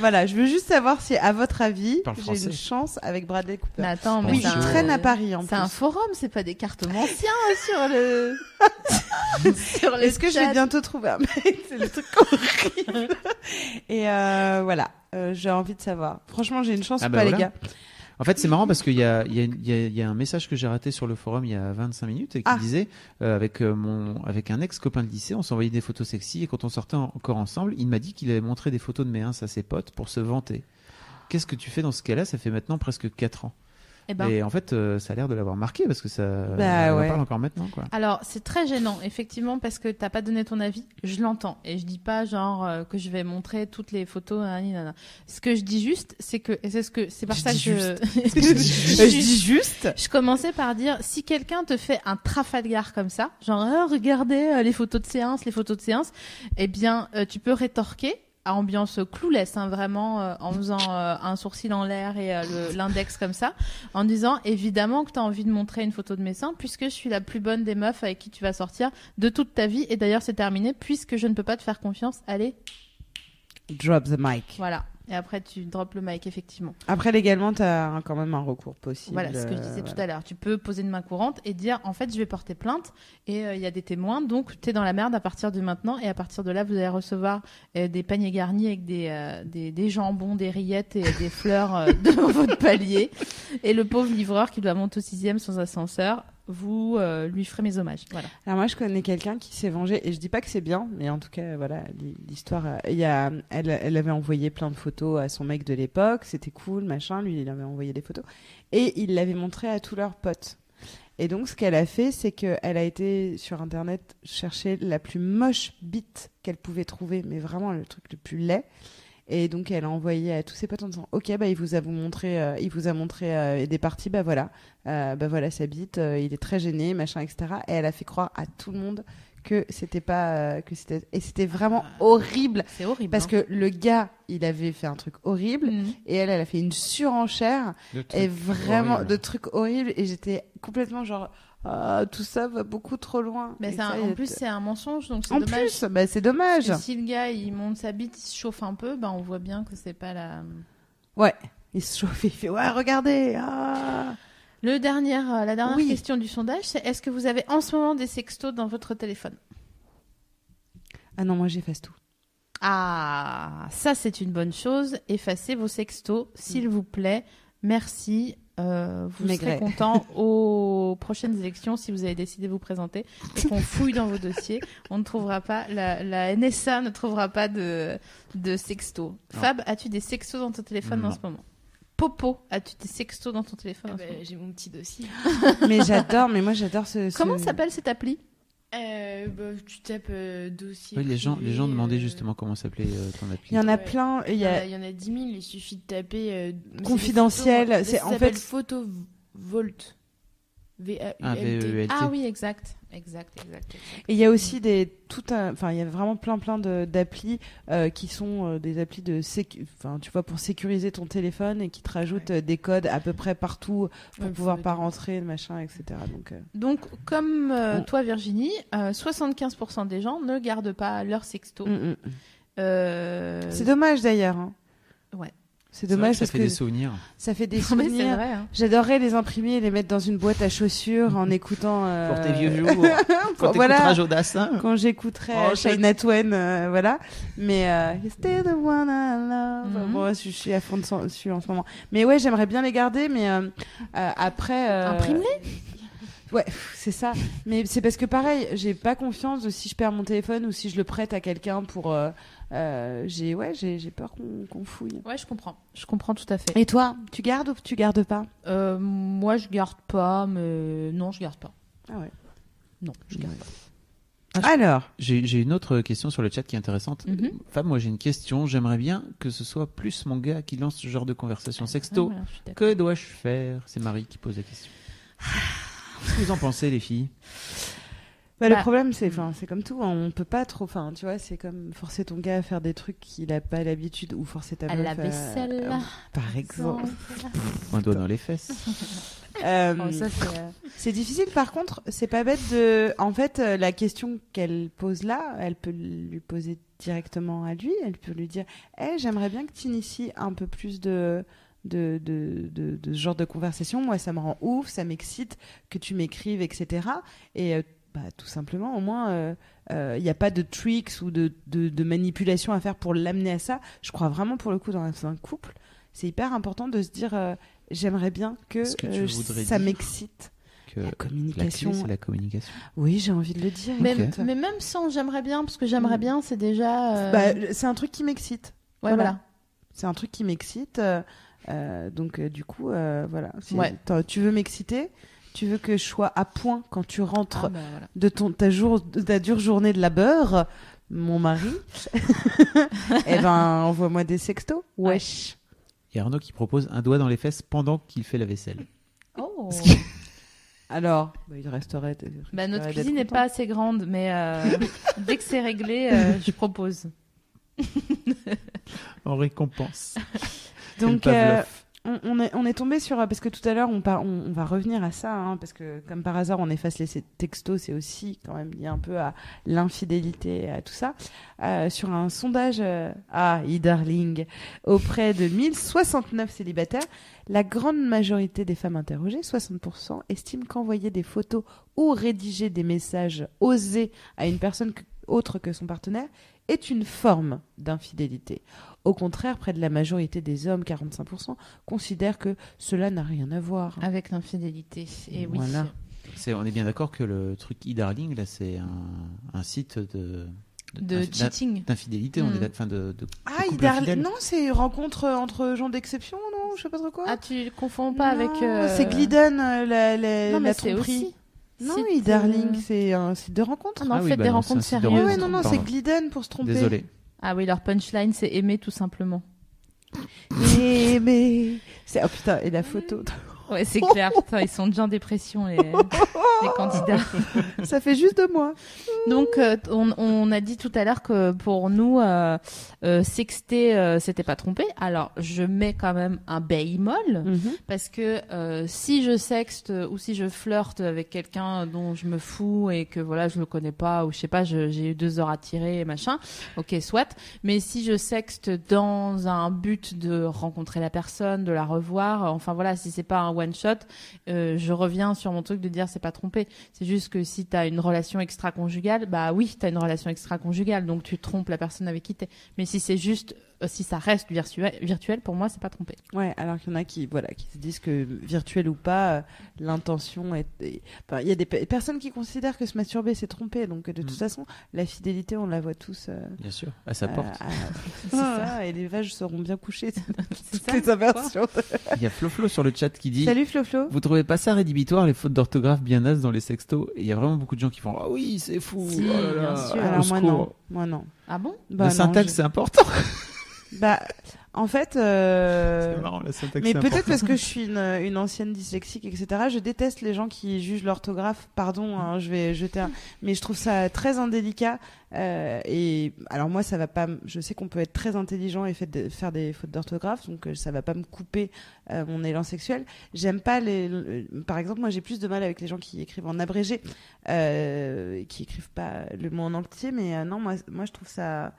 Speaker 2: Voilà, je veux juste savoir si, à votre avis,
Speaker 3: Parle
Speaker 2: j'ai
Speaker 3: français.
Speaker 2: une chance avec Bradley Cooper.
Speaker 1: Mais attends, mais
Speaker 2: oui,
Speaker 1: c'est
Speaker 2: il
Speaker 1: un-
Speaker 2: traîne à Paris en
Speaker 1: C'est un
Speaker 2: plus.
Speaker 1: forum, c'est pas des cartes anciens sur le. sur les
Speaker 2: Est-ce que je vais bientôt trouver un mec C'est le truc horrible. Et euh, voilà, euh, j'ai envie de savoir. Franchement, j'ai une chance
Speaker 3: Ah
Speaker 2: ou
Speaker 3: bah
Speaker 2: pas, les
Speaker 3: voilà.
Speaker 2: gars
Speaker 3: En fait, c'est marrant parce qu'il y a, il y, a, une- il y a- il y a un message que j'ai raté sur le forum il y a 25 minutes et qui
Speaker 2: Ah.
Speaker 3: disait euh, avec euh, mon avec un ex copain de lycée, on s'envoyait des photos sexy et quand on sortait en- encore ensemble, il m'a dit qu'il avait montré des photos de mes uns à ses potes pour se vanter. Qu'est-ce que tu fais dans ce cas-là Ça fait maintenant presque 4 ans.
Speaker 1: Eh ben,
Speaker 3: Et en fait, euh, ça a l'air de l'avoir marqué parce que ça
Speaker 2: Bah
Speaker 3: on en
Speaker 2: ouais.
Speaker 3: parle encore maintenant. Quoi.
Speaker 1: Alors, c'est très gênant, effectivement, parce que t'as pas donné ton avis. Je l'entends. Et je dis pas, genre, euh, que je vais montrer toutes les photos. nanani, nanana. Ce que je dis juste, c'est que. Et c'est ce que. C'est par
Speaker 3: Je
Speaker 1: ça que
Speaker 3: dis
Speaker 1: je.
Speaker 2: Euh, Je dis juste.
Speaker 1: Je commençais par dire, si quelqu'un te fait un Trafalgar comme ça, genre Ah, regardez euh, les photos de séance, les photos de séance, eh bien euh, tu peux rétorquer à ambiance clouless, hein, vraiment euh, en faisant euh, un sourcil en l'air et euh, le- l'index comme ça, en disant évidemment que tu as envie de montrer une photo de mes seins puisque je suis la plus bonne des meufs avec qui tu vas sortir de toute ta vie et d'ailleurs c'est terminé puisque je ne peux pas te faire confiance. Allez,
Speaker 2: Drop the mic.
Speaker 1: voilà. Et après tu drops le mic effectivement.
Speaker 2: Après, légalement, t'as un- quand même un recours possible.
Speaker 1: euh, Voilà ce que je disais tout à l'heure. Tu peux poser une main courante et dire en fait je vais porter plainte et euh, il y a des témoins donc t'es dans la merde à partir de maintenant et à partir de là vous allez recevoir euh, des paniers garnis avec des, euh, des, des jambons, des rillettes et des fleurs euh, devant votre palier et le pauvre livreur qui doit monter au sixième sans ascenseur vous euh, lui ferez mes hommages. Voilà.
Speaker 2: Alors moi, je connais quelqu'un qui s'est vengé, et je dis pas que c'est bien, mais en tout cas, voilà, l'hi- l'histoire. euh, Il y a, elle, elle avait envoyé plein de photos à son mec de l'époque, c'était cool, machin. Lui, il avait envoyé des photos, et il l'avait montré à tous leurs potes. Et donc, ce qu'elle a fait, c'est qu'elle a été sur internet chercher la plus moche bite qu'elle pouvait trouver, mais vraiment le truc le plus laid. Et donc, elle a envoyé à tous ses potes en disant "Ok, bah il vous a vous montré, euh, il vous a montré euh, des parties, bah voilà." Euh, bah voilà sa bite, euh, il est très gêné, machin, etc. Et elle a fait croire à tout le monde que c'était pas, euh, que c'était, et c'était vraiment horrible
Speaker 1: C'est horrible.
Speaker 2: parce
Speaker 1: hein.
Speaker 2: que le gars, il avait fait un truc horrible
Speaker 1: Mhm.
Speaker 2: et elle, elle a fait une surenchère et vraiment
Speaker 3: horrible.
Speaker 2: de trucs horribles et j'étais complètement genre, Ah, tout ça va beaucoup trop loin.
Speaker 1: Mais
Speaker 2: Et
Speaker 1: c'est un-
Speaker 2: ça,
Speaker 1: en
Speaker 2: il
Speaker 1: plus
Speaker 2: était-
Speaker 1: c'est un mensonge donc c'est
Speaker 2: en
Speaker 1: dommage.
Speaker 2: plus, bah c'est dommage.
Speaker 1: Parce que si le gars il monte sa bite, il se chauffe un peu, bah on voit bien que c'est pas la
Speaker 2: Ouais, il se chauffe, il fait ouais, regardez. ah.
Speaker 1: Le dernier, euh, la dernière
Speaker 2: Oui.
Speaker 1: question du sondage, c'est est-ce que vous avez en ce moment des sextos dans votre téléphone
Speaker 2: ah non, moi j'efface tout.
Speaker 1: Ah, ça c'est une bonne chose. Effacez vos sextos, s'il vous plaît. Merci. Euh, vous serez
Speaker 2: Maigret.
Speaker 1: content aux prochaines élections si vous avez décidé de vous présenter et qu'on fouille dans vos dossiers. On ne trouvera pas, la, la NSA ne trouvera pas de, de sextos.
Speaker 3: Non.
Speaker 1: Fab, as-tu des sextos dans ton téléphone en
Speaker 3: Non.
Speaker 1: ce moment Popo, as-tu des sextos dans ton téléphone
Speaker 4: Ah
Speaker 1: en
Speaker 4: bah,
Speaker 1: ce moment
Speaker 4: J'ai mon petit dossier.
Speaker 2: mais j'adore, mais moi j'adore ce. ce-
Speaker 1: Comment s'appelle cette appli
Speaker 4: Euh, bah, tu tapes euh, dossier.
Speaker 3: Oui, les gens, les
Speaker 4: privé,
Speaker 3: gens demandaient
Speaker 4: euh,
Speaker 3: justement comment s'appelait euh, ton appli.
Speaker 2: Il y en a
Speaker 4: Ouais.
Speaker 2: plein. Il
Speaker 4: Il
Speaker 2: y a,
Speaker 4: y en a 10 000, il suffit de taper. euh, mais
Speaker 2: Confidentiel,
Speaker 4: C'est des photos,
Speaker 2: c'est-
Speaker 4: là, hein. ça
Speaker 2: en fait-
Speaker 4: s'appelle Photo Volt. v a
Speaker 3: Ah,
Speaker 4: u l
Speaker 3: VELT.
Speaker 1: Ah oui, exact, exact, exact.
Speaker 2: Et il y a aussi des tout un, enfin il y a vraiment plein plein de- d'applis euh, qui sont euh, des applis de sécu- enfin tu vois pour sécuriser ton téléphone et qui te rajoutent euh, des codes à peu près partout pour pouvoir pas rentrer machin etc donc euh,
Speaker 1: Donc, comme euh,
Speaker 3: Bon.
Speaker 1: toi, Virginie, euh, 75% des gens ne gardent pas leur sexto.
Speaker 2: mm, mm.
Speaker 1: Euh,
Speaker 2: c'est dommage d'ailleurs hein.
Speaker 1: Ouais.
Speaker 2: c'est
Speaker 3: C'est vrai que
Speaker 2: dommage
Speaker 3: ça
Speaker 2: parce
Speaker 3: fait
Speaker 2: que
Speaker 3: des souvenirs.
Speaker 2: ça fait des
Speaker 1: non, mais c'est
Speaker 2: souvenirs
Speaker 1: vrai. hein.
Speaker 2: j'adorerais les imprimer et les mettre dans une boîte à chaussures en écoutant euh,
Speaker 3: jours,
Speaker 2: quand voilà. t'écouteras
Speaker 3: Jodassin.
Speaker 2: quand j'écouterai
Speaker 3: Oh,
Speaker 2: Shine Twain, euh, voilà. Mais euh, You stay the one I love.
Speaker 3: Mm-hmm.
Speaker 1: Mhm.
Speaker 2: Bon, je, je suis à fond de- dessus en ce moment. Mais ouais, j'aimerais bien les garder, mais euh, euh, après. euh,
Speaker 1: Imprime-les.
Speaker 2: Ouais, pff, c'est ça. Mais c'est parce que pareil, j'ai pas confiance de si je perds mon téléphone ou si je le prête à quelqu'un pour. euh, euh, j'ai ouais, j'ai j'ai peur qu'on qu'on fouille.
Speaker 4: Ouais, je comprends.
Speaker 1: Je comprends tout à fait.
Speaker 2: Et toi, tu gardes ou tu gardes pas
Speaker 1: Euh, moi, je garde pas, mais non, je garde pas.
Speaker 2: Ah ouais.
Speaker 1: Non, je garde pas.
Speaker 2: Alors,
Speaker 3: J'ai j'ai une autre question sur le chat qui est intéressante.
Speaker 1: Mhm.
Speaker 3: Fab, moi j'ai une question. J'aimerais bien que ce soit plus mon gars qui lance ce genre de conversation
Speaker 1: Ah,
Speaker 3: sexto.
Speaker 1: voilà, je suis d'accord.
Speaker 3: Que dois-je faire C'est Marie qui pose la question. Qu'est-ce que vous en pensez, les filles
Speaker 2: bah,
Speaker 1: Bah,
Speaker 2: le problème c'est, enfin, c'est comme tout, hein, on peut pas trop. Enfin, tu vois, c'est comme forcer ton gars à faire des trucs qu'il a pas l'habitude ou forcer ta
Speaker 1: À
Speaker 2: meuf
Speaker 1: la vaisselle.
Speaker 2: par exemple.
Speaker 3: Un doigt dans les fesses.
Speaker 2: Euh,
Speaker 1: Oh, ça, c'est, euh,
Speaker 2: C'est difficile, par contre, c'est pas bête de. En fait, euh, la question qu'elle pose là, elle peut lui poser directement à lui. Elle peut lui dire Eh, j'aimerais bien que tu inities un peu plus de. De, de, de, de ce genre de conversation, moi ça me rend ouf, ça m'excite que tu m'écrives, etc. Et euh, bah, tout simplement, au moins, euh, euh, il n'y a pas de tricks ou de, de, de manipulation à faire pour l'amener à ça. Je crois vraiment, pour le coup, dans un, dans un couple, c'est hyper important de se dire euh, j'aimerais bien que,
Speaker 3: Ce que tu
Speaker 2: euh,
Speaker 3: voudrais
Speaker 2: ça
Speaker 3: dire.
Speaker 2: m'excite.
Speaker 3: Que
Speaker 2: La
Speaker 3: la clé,
Speaker 2: communication.
Speaker 3: c'est la communication.
Speaker 2: Oui, j'ai envie de le dire.
Speaker 1: mais,
Speaker 3: Ok.
Speaker 1: mais même sans, j'aimerais bien, parce que j'aimerais
Speaker 2: Mm.
Speaker 1: bien, c'est déjà. euh,
Speaker 2: Bah, c'est un truc qui m'excite.
Speaker 1: ouais, voilà.
Speaker 2: C'est un truc qui m'excite. euh, euh, donc, euh, du coup, euh, voilà. C'est-
Speaker 1: Ouais.
Speaker 2: t'as- Tu veux m'exciter Tu veux que je sois à point quand tu rentres
Speaker 1: Ah, bah, voilà.
Speaker 2: de, ton, ta jour, de ta dure journée de labeur, mon mari Eh ben, envoie-moi des sextos. Wesh.
Speaker 3: Il y a Arnaud qui propose un doigt dans les fesses pendant qu'il fait la vaisselle.
Speaker 1: Oh.
Speaker 2: Alors, bah, il resterait. il
Speaker 1: Bah, notre
Speaker 2: resterait d'être
Speaker 1: cuisine n'est
Speaker 2: content.
Speaker 1: pas assez grande, mais euh, dès que c'est réglé, euh, je propose.
Speaker 3: En récompense.
Speaker 2: Donc,
Speaker 3: Quel
Speaker 2: euh,
Speaker 3: Pavlov.
Speaker 2: On, on est, on est tombé sur parce que tout à l'heure on, par- on, on va revenir à ça hein, parce que comme par hasard on efface les textos c'est aussi quand même lié un peu à l'infidélité et à tout ça Euh, sur un sondage euh, à e-darling auprès de 1069 célibataires la grande majorité des femmes interrogées 60% estiment qu'envoyer des photos ou rédiger des messages osés à une personne que- autre que son partenaire est une forme d'infidélité au contraire près de la majorité des hommes 45% considère que cela n'a rien à voir.
Speaker 1: Avec l'infidélité. Et oui.
Speaker 2: Voilà.
Speaker 3: C'est- on est bien d'accord que le truc e-darling, là, c'est un, un site de.
Speaker 1: De
Speaker 3: de- d'inf-
Speaker 1: cheating.
Speaker 3: D'infidélité, on
Speaker 1: Hmm.
Speaker 2: Mm.
Speaker 3: est d'ac- enfin de, de-
Speaker 2: Ah,
Speaker 3: couple
Speaker 2: Idar-
Speaker 3: fidèle.
Speaker 2: non, c'est rencontre euh, entre gens d'exception, non Je sais pas trop quoi.
Speaker 1: Ah, tu le confonds pas
Speaker 2: Non,
Speaker 1: avec. euh,
Speaker 2: C'est Glidden, euh, la, la,
Speaker 1: Non, mais
Speaker 2: la
Speaker 1: c'est
Speaker 2: tromperie.
Speaker 1: aussi.
Speaker 2: Non,
Speaker 1: site,
Speaker 2: e darling,
Speaker 1: euh,
Speaker 2: c'est un site de rencontre.
Speaker 1: Ah non,
Speaker 3: Ah oui,
Speaker 1: faites
Speaker 3: bah
Speaker 1: des
Speaker 3: non,
Speaker 1: rencontres
Speaker 3: c'est un site de
Speaker 1: sérieuses.
Speaker 2: Ouais,
Speaker 3: rencontre.
Speaker 2: ouais, non, non,
Speaker 3: Pardon.
Speaker 2: c'est Glidden pour se tromper.
Speaker 3: Désolé.
Speaker 1: Ah oui, leur punchline, c'est aimer tout simplement.
Speaker 2: Mais, mais... c'est- Oh putain, et la photo.
Speaker 1: Ouais,
Speaker 2: Oh.
Speaker 1: c'est clair. Putain, ils sont déjà en dépression, les, les candidats.
Speaker 2: Ça fait juste deux mois.
Speaker 1: Donc, euh, on, on a dit tout à l'heure que pour nous, euh, euh, sexter, euh, c'était pas trompé. Alors, je mets quand même un bémol. Parce que euh, si je sexte ou si je flirte avec quelqu'un dont je me fous et que voilà je le connais pas ou je sais pas je- j'ai eu deux heures à tirer et machin, ok soit. Mais si je sexte dans un but de rencontrer la personne, de la revoir, euh, enfin voilà si c'est pas un one shot, euh, je reviens sur mon truc de dire c'est pas trompé. C'est juste que si t'as une relation extra conjugale, bah oui t'as une relation extra conjugale donc tu trompes la personne avec qui t'es. Mais si c'est juste euh, si ça reste virtuel, virtuel pour moi c'est pas trompé.
Speaker 2: Ouais, alors qu'il y en a qui, voilà, qui se disent que virtuel ou pas, euh, l'intention est. est- enfin, il y a des pe- personnes qui considèrent que se masturber c'est tromper, donc euh, de
Speaker 3: Mm.
Speaker 2: toute façon, la fidélité, on la voit tous. euh,
Speaker 3: Bien sûr, à sa
Speaker 2: euh,
Speaker 3: Ah, porte.
Speaker 2: à-
Speaker 1: C'est ça.
Speaker 2: Ah, et les vaches seront bien couchées. c'est
Speaker 1: C'est
Speaker 2: toutes
Speaker 1: ça,
Speaker 2: les inversions.
Speaker 3: Il y a Floflo sur le chat qui dit
Speaker 2: Salut Floflo.
Speaker 3: Vous trouvez pas ça rédhibitoire, les fautes d'orthographe bien nazes dans les sextos Et il y a vraiment beaucoup de gens qui font Ah oui, c'est fou
Speaker 1: Si,
Speaker 3: oh là
Speaker 1: bien
Speaker 3: là,
Speaker 1: sûr.
Speaker 3: au
Speaker 2: Alors Ah, moi
Speaker 3: secours.
Speaker 2: non, moi non.
Speaker 1: Ah bon
Speaker 2: Bah,
Speaker 3: la
Speaker 2: non,
Speaker 3: syntaxe,
Speaker 2: je-
Speaker 3: c'est important.
Speaker 2: Bah, en fait. euh,
Speaker 3: C'est marrant, la syntaxe.
Speaker 2: Mais
Speaker 3: c'est
Speaker 2: peut-être
Speaker 3: important.
Speaker 2: parce que je suis une, une ancienne dyslexique, etc. Je déteste les gens qui jugent l'orthographe. Pardon, hein, je vais jeter un. Mais je trouve ça très indélicat. euh, et alors moi, ça va pas. m- Je sais qu'on peut être très intelligent et fait de- faire des fautes d'orthographe, donc euh, ça va pas me couper euh, mon élan sexuel. J'aime pas les. le- par exemple, moi, j'ai plus de mal avec les gens qui écrivent en abrégé, euh, qui écrivent pas le mot en entier. Mais euh, non, moi, moi, je trouve ça.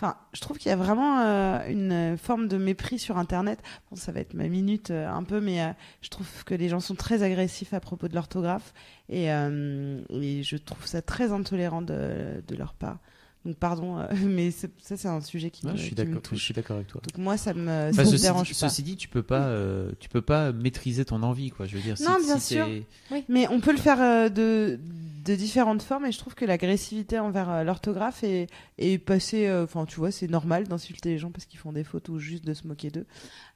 Speaker 2: Enfin, je trouve qu'il y a vraiment euh, une euh, forme de mépris sur Internet. Bon, ça va être ma minute euh, un peu, mais euh, je trouve que les gens sont très agressifs à propos de l'orthographe et, euh, et je trouve ça très intolérant de, de leur part. Donc pardon, euh, mais c'est- ça c'est un sujet qui,
Speaker 3: Ouais,
Speaker 2: me,
Speaker 3: je suis
Speaker 2: qui me
Speaker 3: d'accord. Je
Speaker 2: touche.
Speaker 3: suis d'accord avec toi.
Speaker 2: Donc moi ça me,
Speaker 3: Enfin,
Speaker 2: ça me
Speaker 3: ceci,
Speaker 2: dérange pas.
Speaker 3: ceci dit, tu peux pas, euh, tu peux pas maîtriser ton envie, quoi. Je veux dire, si-
Speaker 2: Non, bien
Speaker 3: si
Speaker 2: sûr.
Speaker 3: t'es-
Speaker 2: Mais on peut le faire euh, de, de différentes formes et je trouve que l'agressivité envers euh, l'orthographe est, est passée. euh, Enfin, tu vois, c'est normal d'insulter les gens parce qu'ils font des fautes ou juste de se moquer d'eux.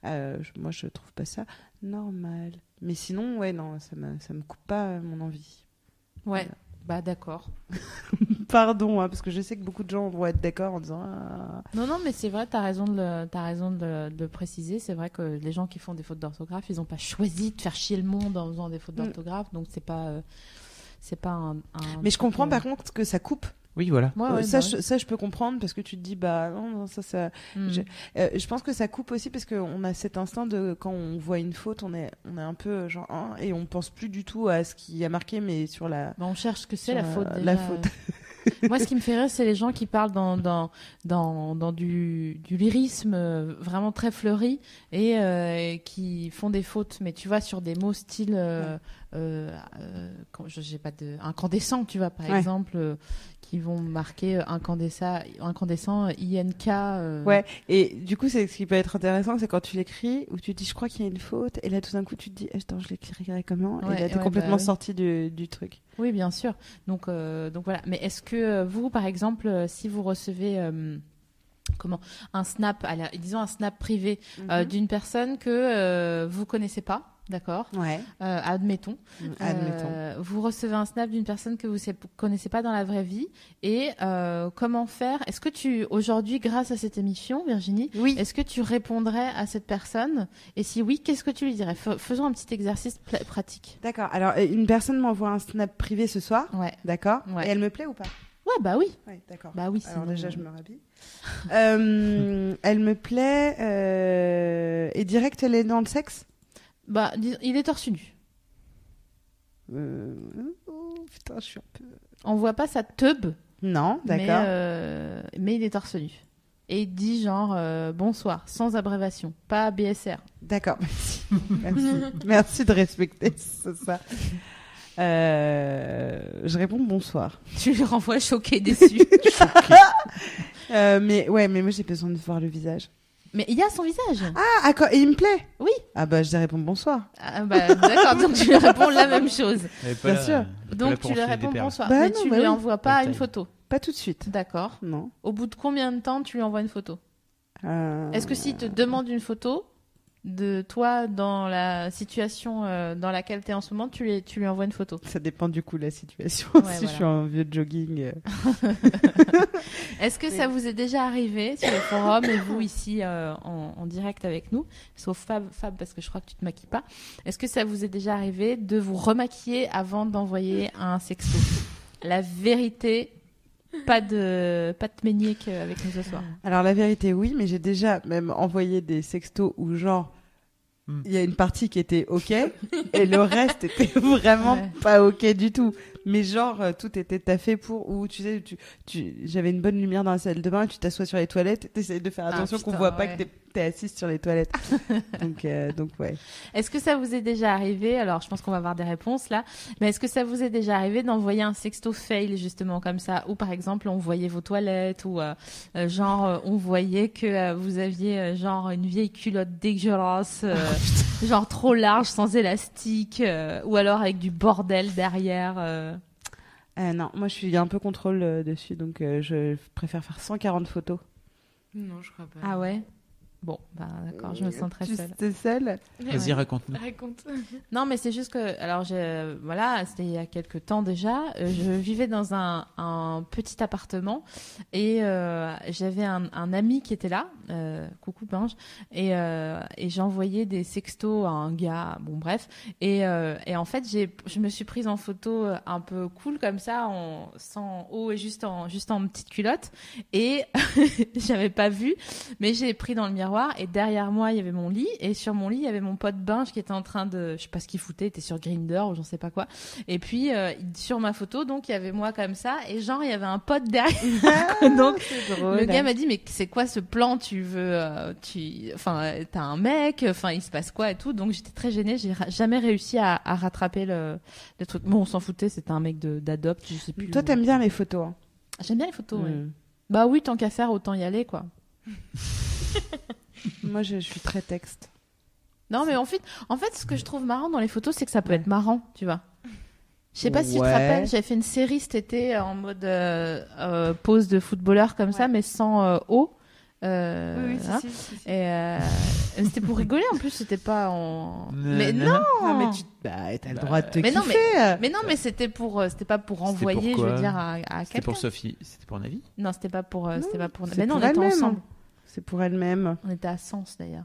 Speaker 2: Euh, je- moi, je trouve pas ça normal. Mais sinon, ouais, non, ça me, ça me coupe pas euh, mon envie.
Speaker 1: Ouais, bah d'accord.
Speaker 2: Pardon, hein, parce que je sais que beaucoup de gens vont être d'accord en disant. Ah.
Speaker 1: Non, non, mais c'est vrai, t'as raison de le, t'as raison de le, de le préciser. C'est vrai que les gens qui font des fautes d'orthographe, ils n'ont pas choisi de faire chier le monde en faisant des fautes
Speaker 2: Mm.
Speaker 1: d'orthographe, donc c'est pas, euh, c'est pas un, un
Speaker 2: Mais je
Speaker 1: truc,
Speaker 2: comprends
Speaker 1: euh,
Speaker 2: par contre que ça coupe.
Speaker 3: Oui, voilà.
Speaker 1: Ouais,
Speaker 2: Euh,
Speaker 1: ouais,
Speaker 2: ça,
Speaker 1: bah
Speaker 2: je, ça, je peux comprendre parce que tu te dis, bah non, non, ça, ça,
Speaker 1: ouais. Mm.
Speaker 2: Euh, je pense que ça coupe aussi parce qu'on a cet instinct de quand on voit une faute, on est, on est un peu euh, genre hein, et on pense plus du tout à ce qui a marqué, mais sur la.
Speaker 1: Bah, on cherche ce que c'est la
Speaker 2: Sur,
Speaker 1: faute.
Speaker 2: euh,
Speaker 1: déjà.
Speaker 2: la faute.
Speaker 1: Moi, ce qui me fait rire, c'est les gens qui parlent dans, dans, dans, dans du, du lyrisme euh, vraiment très fleuri et euh, qui font des fautes, mais tu vois, sur des mots style. euh, euh, euh, quand- je j'ai pas de. Incandescent, tu vois, par
Speaker 2: Ouais.
Speaker 1: exemple, euh, qui vont marquer euh, incandescent, incandescent INK. euh,
Speaker 2: Ouais. Et du coup, c'est ce qui peut être intéressant, c'est quand tu l'écris ou tu te dis, je crois qu'il y a une faute, et là tout d'un coup, tu te dis, attends, je l'écrirai comment
Speaker 1: Ouais,
Speaker 2: Et là, t'es
Speaker 1: ouais,
Speaker 2: complètement
Speaker 1: bah oui.
Speaker 2: sorti du, du truc.
Speaker 1: Oui, bien sûr. Donc, euh, donc voilà. Mais est-ce que euh, vous, par exemple, euh, si vous recevez euh, comment un snap, à la- disons un snap privé
Speaker 2: Mhm.
Speaker 1: euh, d'une personne que euh, vous connaissez pas, d'accord,
Speaker 2: Ouais.
Speaker 1: Euh, admettons,
Speaker 2: Ah, Admettons.
Speaker 1: Euh, vous recevez un snap d'une personne que vous ne connaissez pas dans la vraie vie, et euh, comment faire Est-ce que tu aujourd'hui, grâce à cette émission, Virginie,
Speaker 2: Oui.
Speaker 1: est-ce que tu répondrais à cette personne Et si oui, qu'est-ce que tu lui dirais Fa- Faisons un petit exercice pla- pratique.
Speaker 2: D'accord. Alors, euh, une personne m'envoie un snap privé ce soir.
Speaker 1: Ouais.
Speaker 2: D'accord.
Speaker 1: Ouais.
Speaker 2: Et elle me plaît ou pas
Speaker 1: Ouais, bah oui.
Speaker 2: Ouais, d'accord.
Speaker 1: Bah oui.
Speaker 2: Alors
Speaker 1: sinon-
Speaker 2: déjà, je me rhabille. Euh, elle me plaît euh, et direct, elle est dans le sexe.
Speaker 1: Bah, dis- il est torse nu.
Speaker 2: Euh, oh, putain, je suis un peu.
Speaker 1: On voit pas sa teub,
Speaker 2: Non,
Speaker 1: mais,
Speaker 2: d'accord.
Speaker 1: euh, mais il est torse nu. Et il dit genre euh, bonsoir, sans abréviation, pas BSR.
Speaker 2: D'accord, merci. merci. Merci de respecter, c'est ça. Euh, je réponds bonsoir.
Speaker 1: Tu le renvoies choqué, déçu.
Speaker 2: Euh, mais ouais, mais moi j'ai besoin de voir le visage.
Speaker 1: mais il y a son visage.
Speaker 2: Ah, ah, quoi, et il me plaît
Speaker 1: Oui.
Speaker 2: Ah bah je lui réponds bonsoir.
Speaker 1: Ah, bah, D'accord, donc tu lui réponds la même chose.
Speaker 2: Bien sûr.
Speaker 1: Donc tu lui réponds bonsoir,
Speaker 2: Bah
Speaker 1: mais
Speaker 2: non,
Speaker 1: tu
Speaker 2: bah
Speaker 1: lui
Speaker 2: oui.
Speaker 1: envoies pas
Speaker 3: Bataille.
Speaker 1: une photo.
Speaker 2: Pas tout de suite.
Speaker 1: D'accord.
Speaker 2: Non.
Speaker 1: Au bout de combien de temps tu lui envoies une photo
Speaker 2: Euh,
Speaker 1: Est-ce que s'il te demande une photo de toi dans la situation euh, dans laquelle tu es en ce moment, tu lui, tu lui envoies une photo
Speaker 2: Ça dépend du coup de la situation.
Speaker 1: Ouais,
Speaker 2: si
Speaker 1: voilà.
Speaker 2: je suis en vieux jogging. euh,
Speaker 1: Est-ce que ça vous est déjà arrivé sur le forum et vous ici euh, en, en direct avec nous, sauf Fab, Fab parce que je crois que tu te maquilles pas. Est-ce que ça vous est déjà arrivé de vous remaquiller avant d'envoyer un sexto La vérité, pas de pas de ménique avec nous ce soir.
Speaker 2: Alors la vérité oui, mais j'ai déjà même envoyé des sextos où genre
Speaker 3: Hmm.
Speaker 2: il y a une partie qui était ok et le reste était vraiment
Speaker 1: Ouais.
Speaker 2: pas ok du tout. Mais genre euh, tout était taffé pour ou tu sais tu, tu j'avais une bonne lumière dans la salle de bain, tu t'assois sur les toilettes, t'essayes de faire
Speaker 1: Ah,
Speaker 2: attention qu'on
Speaker 1: putain,
Speaker 2: voit pas
Speaker 1: ouais.
Speaker 2: que t'es t'es assise sur les toilettes. donc euh, donc ouais.
Speaker 1: Est-ce que ça vous est déjà arrivé Alors, je pense qu'on va avoir des réponses là. Mais est-ce que ça vous est déjà arrivé d'envoyer un sexto fail justement comme ça Ou par exemple, on voyait vos toilettes ou euh, euh, genre euh, on voyait que euh, vous aviez euh, genre une vieille culotte dégueulasse, euh, genre trop large, sans élastique, euh, ou alors avec du bordel derrière. euh.
Speaker 2: Euh, non, moi je suis un peu contrôle euh, dessus donc euh, je préfère faire 140 photos.
Speaker 4: Non, je crois pas.
Speaker 1: Ah ouais Bon, bah d'accord, je me sens très
Speaker 2: Tu-
Speaker 1: seule.
Speaker 2: T'es seule
Speaker 3: Vas-y,
Speaker 1: Ouais.
Speaker 3: raconte-nous.
Speaker 4: Raconte.
Speaker 1: Non, mais c'est juste que, alors, je, voilà, c'était il y a quelques temps déjà. euh, Je vivais dans un, un petit appartement et euh, j'avais un, un ami qui était là. euh, coucou Binge. Et, euh, et j'envoyais des sextos à un gars. Bon, bref. Et, euh, et en fait, j'ai, je me suis prise en photo euh, un peu cool comme ça, en, sans haut et juste en, juste en petite culotte. Et j'avais pas vu, mais j'ai pris dans le miroir et derrière moi il y avait mon lit et sur mon lit il y avait mon pote Binge qui était en train de, je sais pas ce qu'il foutait, il était sur Grinder ou j'en sais pas quoi. Et puis euh, sur ma photo donc il y avait moi comme ça et genre il y avait un pote derrière. donc
Speaker 2: C'est drôle.
Speaker 1: le gars m'a dit mais c'est quoi ce plan Tu veux, euh, tu, enfin euh, t'as un mec, enfin il se passe quoi et tout. Donc j'étais très gênée, j'ai ra- jamais réussi à, à rattraper le, le truc. Bon on s'en foutait, c'était un mec de- d'adopt, je sais plus.
Speaker 2: Toi
Speaker 1: où.
Speaker 2: t'aimes bien les photos. hein.
Speaker 1: J'aime bien les photos. ouais.
Speaker 2: Mm.
Speaker 1: Bah oui, tant qu'à faire, autant y aller, quoi.
Speaker 2: Moi, je, je suis très texte.
Speaker 1: Non, mais en fait, en fait, ce que je trouve marrant dans les photos, c'est que ça peut être marrant, tu vois. Je sais pas si tu te
Speaker 2: Ouais.
Speaker 1: rappelles, j'avais fait une série cet été euh, en mode euh, euh, pose de footballeur comme ça,
Speaker 4: Ouais.
Speaker 1: mais sans euh, haut. Euh,
Speaker 4: oui, oui, si,
Speaker 1: hein.
Speaker 4: si, si, si.
Speaker 1: Et euh, c'était pour rigoler en plus, c'était pas en. Mais non,
Speaker 3: Nanana.
Speaker 2: Non, mais tu bah, t'as le droit de te
Speaker 1: Mais non,
Speaker 2: kiffer. euh.
Speaker 1: mais non, mais c'était pour, euh, c'était pas pour
Speaker 3: C'était pour
Speaker 1: envoyer, je
Speaker 3: quoi
Speaker 1: veux dire, à, à
Speaker 3: C'était
Speaker 1: quelqu'un.
Speaker 3: pour Sophie, c'était pour Navi.
Speaker 1: Non, c'était pas pour, euh, c'était pas pour. hein.
Speaker 2: c'est
Speaker 1: Mais non,
Speaker 2: pour
Speaker 1: on était
Speaker 2: elle-même.
Speaker 1: ensemble.
Speaker 2: C'est pour elle-même.
Speaker 1: On était à Sens d'ailleurs.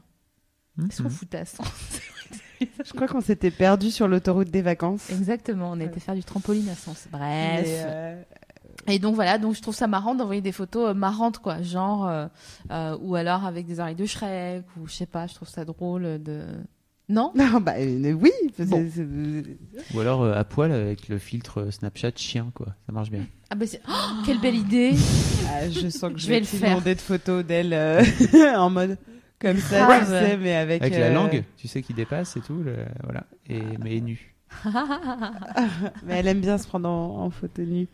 Speaker 1: Est-ce
Speaker 3: Mhm.
Speaker 1: qu'on foutait à Sens
Speaker 2: Je crois qu'on s'était perdu sur l'autoroute des vacances.
Speaker 1: Exactement, on était faire du trampoline à Sens. Bref.
Speaker 2: Mais, euh,
Speaker 1: Et donc voilà, donc je trouve ça marrant d'envoyer des photos euh, marrantes quoi, genre euh, euh, ou alors avec des oreilles de Shrek ou je sais pas, je trouve ça drôle de non
Speaker 2: Non, bah euh, oui. c'est-
Speaker 3: Bon.
Speaker 2: c'est-
Speaker 3: Ou alors euh, à poil avec le filtre euh, Snapchat chien, quoi. Ça marche bien.
Speaker 1: Ah bah c'est oh, quelle belle idée.
Speaker 2: Ah, je sens que je,
Speaker 1: Je vais le
Speaker 2: être
Speaker 1: faire.
Speaker 2: inondée de photos d'elle euh, en mode comme ça,
Speaker 1: Grave.
Speaker 2: tu sais, mais avec,
Speaker 3: Avec la
Speaker 2: euh, Ah.
Speaker 3: langue, tu sais, qui dépasse et tout. le- voilà. Et, mais nu.
Speaker 2: Mais elle aime bien se prendre en, en photo nue.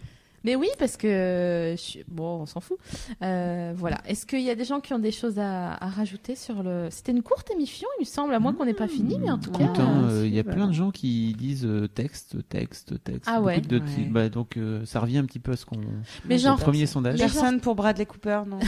Speaker 1: Mais oui parce que euh, je suis- bon, on s'en fout. Euh, voilà. Est-ce qu'il y a des gens qui ont des choses à, à rajouter sur le C'était une courte émission, il me semble, à moins qu'on n'ait pas fini, mais en
Speaker 2: Ah,
Speaker 1: tout cas.
Speaker 3: Écoute, hein,
Speaker 1: euh,
Speaker 3: euh, il y a
Speaker 2: bah.
Speaker 3: plein de gens qui disent euh, texte, texte, texte.
Speaker 1: Ah ouais.
Speaker 3: Beaucoup de petits-
Speaker 2: Ouais.
Speaker 3: bah, donc euh, ça revient un petit peu à ce qu'on.
Speaker 1: Mais
Speaker 3: au
Speaker 1: genre-
Speaker 3: Premier sondage.
Speaker 1: Mais-
Speaker 2: Personne pour Bradley Cooper, non.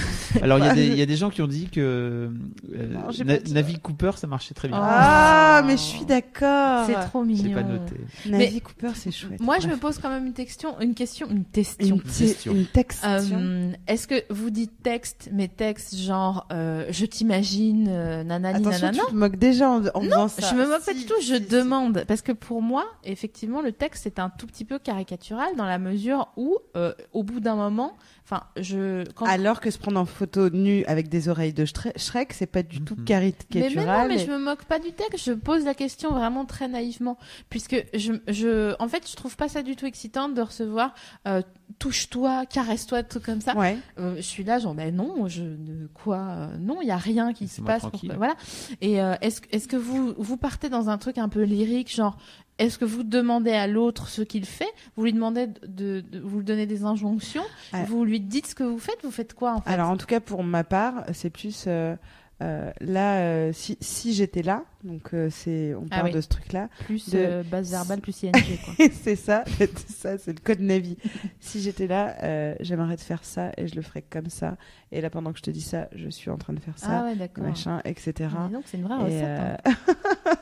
Speaker 3: Alors il y, a des- il y a des gens qui ont dit que euh,
Speaker 2: Non, j'ai
Speaker 3: Na-
Speaker 2: pas dit.
Speaker 3: Navi Cooper ça marchait très bien.
Speaker 2: Ah, mais je suis d'accord.
Speaker 1: C'est trop
Speaker 3: je
Speaker 1: mignon.
Speaker 3: l'ai pas noté.
Speaker 2: Navi Cooper, c'est chouette.
Speaker 1: Moi, je me pose quand même une question, une question, une question.
Speaker 2: une,
Speaker 3: question.
Speaker 2: une textion.
Speaker 1: Euh, Est-ce que vous dites texte, mais texte genre euh, je t'imagine, euh, nanani,
Speaker 2: Attention,
Speaker 1: nanana
Speaker 2: tu te moques déjà en, en faisant ça.
Speaker 1: Je me moque pas
Speaker 2: Si,
Speaker 1: du tout, je
Speaker 2: si, si.
Speaker 1: demande. Parce que pour moi, effectivement, le texte est un tout petit peu caricatural dans la mesure où, euh, au bout d'un moment, enfin, je. Quand...
Speaker 2: Alors que se prendre en photo nue avec des oreilles de Shre- Shrek, c'est pas du tout
Speaker 3: Mhm.
Speaker 1: mais,
Speaker 2: caricatural.
Speaker 1: mais non, mais
Speaker 2: et-
Speaker 1: je me moque pas du texte, je pose la question vraiment très naïvement. Puisque, je, je, en fait, je trouve pas ça du tout excitant de recevoir euh, touche-toi, caresse-toi, tout comme ça.
Speaker 2: Ouais.
Speaker 1: Euh, je suis là, genre, ben non, je ne quoi, euh, non, il y a rien qui se
Speaker 3: Laissez-moi
Speaker 1: passe. pour-
Speaker 3: tranquille.
Speaker 1: voilà. Et euh, est-ce que- est-ce que vous vous partez dans un truc un peu lyrique, genre, est-ce que vous demandez à l'autre ce qu'il fait, vous lui demandez de, de- de- vous lui donnez des injonctions,
Speaker 2: Ah.
Speaker 1: vous lui dites ce que vous faites, vous faites quoi en fait
Speaker 2: Alors en tout cas pour ma part, c'est plus euh, euh, là euh, si, si j'étais là, donc euh, c'est on
Speaker 1: Ah
Speaker 2: parle
Speaker 1: oui.
Speaker 2: de ce truc là.
Speaker 1: Plus
Speaker 2: de-
Speaker 1: euh, base verbale, plus ING quoi.
Speaker 2: c'est ça, c'est ça, c'est le code Navi. si j'étais là, euh, j'aimerais de faire ça et je le ferais comme ça. Et là pendant que je te dis ça, je suis en train de faire
Speaker 1: ah
Speaker 2: ça,
Speaker 1: ouais, d'accord. Ah,
Speaker 2: machin, etc.
Speaker 1: Mais donc c'est une vraie
Speaker 2: Et,
Speaker 1: recette. hein.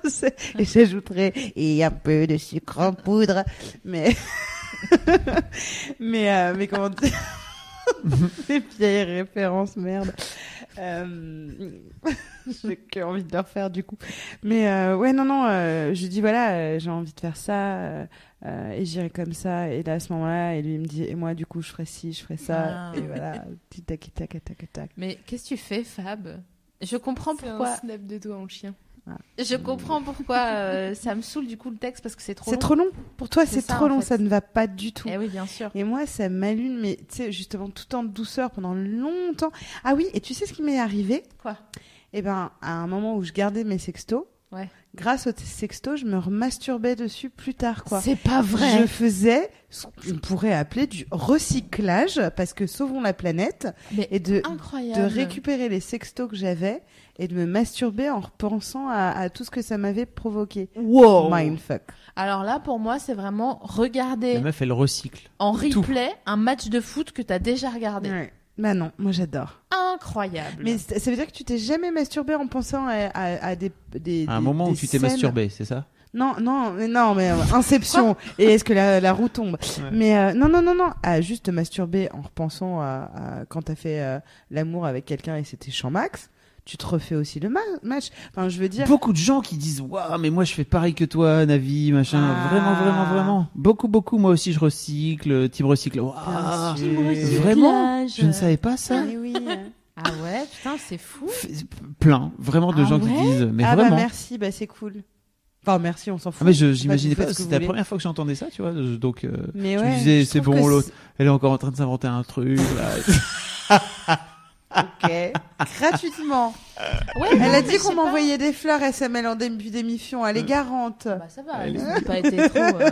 Speaker 2: euh, c'est- et j'ajouterai et un peu de sucre en poudre, mais mais euh, mais comment dire Ces vieilles références, merde. Euh, J'ai que envie de leur faire du coup. Mais euh, ouais, non, non, euh, je lui dis voilà, euh, j'ai envie de faire ça euh, euh, et j'irai comme ça. Et là, à ce moment-là, et lui il me dit et moi, du coup, je ferai ci, je ferai ça.
Speaker 1: Ah.
Speaker 2: Et voilà, tic tac, tic tac, tac, tac, tac.
Speaker 1: Mais qu'est-ce que tu fais, Fab Je comprends
Speaker 4: C'est
Speaker 1: pourquoi.
Speaker 4: un snap de toi en chien.
Speaker 1: Je comprends pourquoi euh, ça me saoule du coup le texte parce que c'est trop.
Speaker 2: C'est
Speaker 1: long.
Speaker 2: trop long. Pour toi,
Speaker 1: C'est
Speaker 2: c'est
Speaker 1: ça,
Speaker 2: trop
Speaker 1: en
Speaker 2: long,
Speaker 1: fait.
Speaker 2: ça ne va pas du tout.
Speaker 1: Eh oui, bien sûr.
Speaker 2: Et moi, ça m'allume, mais tu sais, justement, tout en douceur pendant longtemps. Ah oui, et tu sais ce qui m'est arrivé
Speaker 1: Quoi
Speaker 2: Eh ben, à un moment où je gardais mes sextos,
Speaker 1: Ouais.
Speaker 2: grâce aux t- sextos, je me remasturbais dessus plus tard, quoi.
Speaker 1: C'est pas vrai.
Speaker 2: Je faisais ce qu'on pourrait appeler du recyclage, parce que sauvons la planète,
Speaker 1: Mais
Speaker 2: et de, de
Speaker 1: incroyable.
Speaker 2: récupérer les sextos que j'avais et de me masturber en repensant à, à tout ce que ça m'avait provoqué.
Speaker 1: Wow.
Speaker 2: Mindfuck.
Speaker 1: Alors là, pour moi, c'est vraiment
Speaker 3: La
Speaker 1: regarder
Speaker 3: meuf elle recycle.
Speaker 1: en replay un match de foot que t'as déjà regardé.
Speaker 2: Ouais. Bah non, moi j'adore.
Speaker 1: Incroyable.
Speaker 2: Mais c- ça veut dire que tu t'es jamais masturbé en pensant à, à- à des, des.
Speaker 3: À un
Speaker 2: des-
Speaker 3: moment où
Speaker 2: des
Speaker 3: tu t'es
Speaker 2: scènes.
Speaker 3: masturbé, c'est ça
Speaker 2: Non, non, mais non, mais euh, Inception. et est-ce que la, la roue tombe Mais euh, non, non, non, non. À juste te masturber en repensant à, à quand t'as fait euh, l'amour avec quelqu'un et c'était champ max. Tu te refais aussi le ma- match. Enfin, je veux dire.
Speaker 3: Beaucoup de gens qui disent waouh mais moi je fais pareil que toi Navi machin
Speaker 2: Ah.
Speaker 3: vraiment vraiment vraiment beaucoup beaucoup moi aussi je recycle team recycle waouh
Speaker 2: Bien sûr.
Speaker 3: vraiment je ne
Speaker 2: Euh.
Speaker 3: savais pas ça
Speaker 2: Mais oui.
Speaker 1: Ah ouais, putain, c'est fou.
Speaker 3: F- plein vraiment de
Speaker 1: Ah
Speaker 3: gens
Speaker 1: ouais
Speaker 3: qui disent mais
Speaker 2: ah bah
Speaker 3: vraiment
Speaker 2: merci, bah c'est cool. Enfin merci, on s'en fout.
Speaker 3: Ah mais je-
Speaker 2: Bah,
Speaker 3: j'imaginais
Speaker 2: vous faites
Speaker 3: pas,
Speaker 2: ce que vous
Speaker 3: c'était la
Speaker 2: voulez.
Speaker 3: première fois que j'entendais ça, tu vois. je- Donc euh,
Speaker 2: Mais
Speaker 3: je
Speaker 2: ouais,
Speaker 3: me disais
Speaker 2: je
Speaker 3: c'est
Speaker 2: trouve
Speaker 3: bon
Speaker 2: que
Speaker 3: l'autre, elle est encore en train de s'inventer un truc là.
Speaker 2: c'est- Ok. Gratuitement.
Speaker 1: Ouais,
Speaker 2: Elle
Speaker 1: non,
Speaker 2: a
Speaker 1: mais
Speaker 2: dit
Speaker 1: je
Speaker 2: qu'on
Speaker 1: sais pas.
Speaker 2: m'envoyait des fleurs SML
Speaker 1: Ah
Speaker 2: en début d'émission. Elle est garante. Bah,
Speaker 1: Bah ça va, elle n'a pas été trop. euh,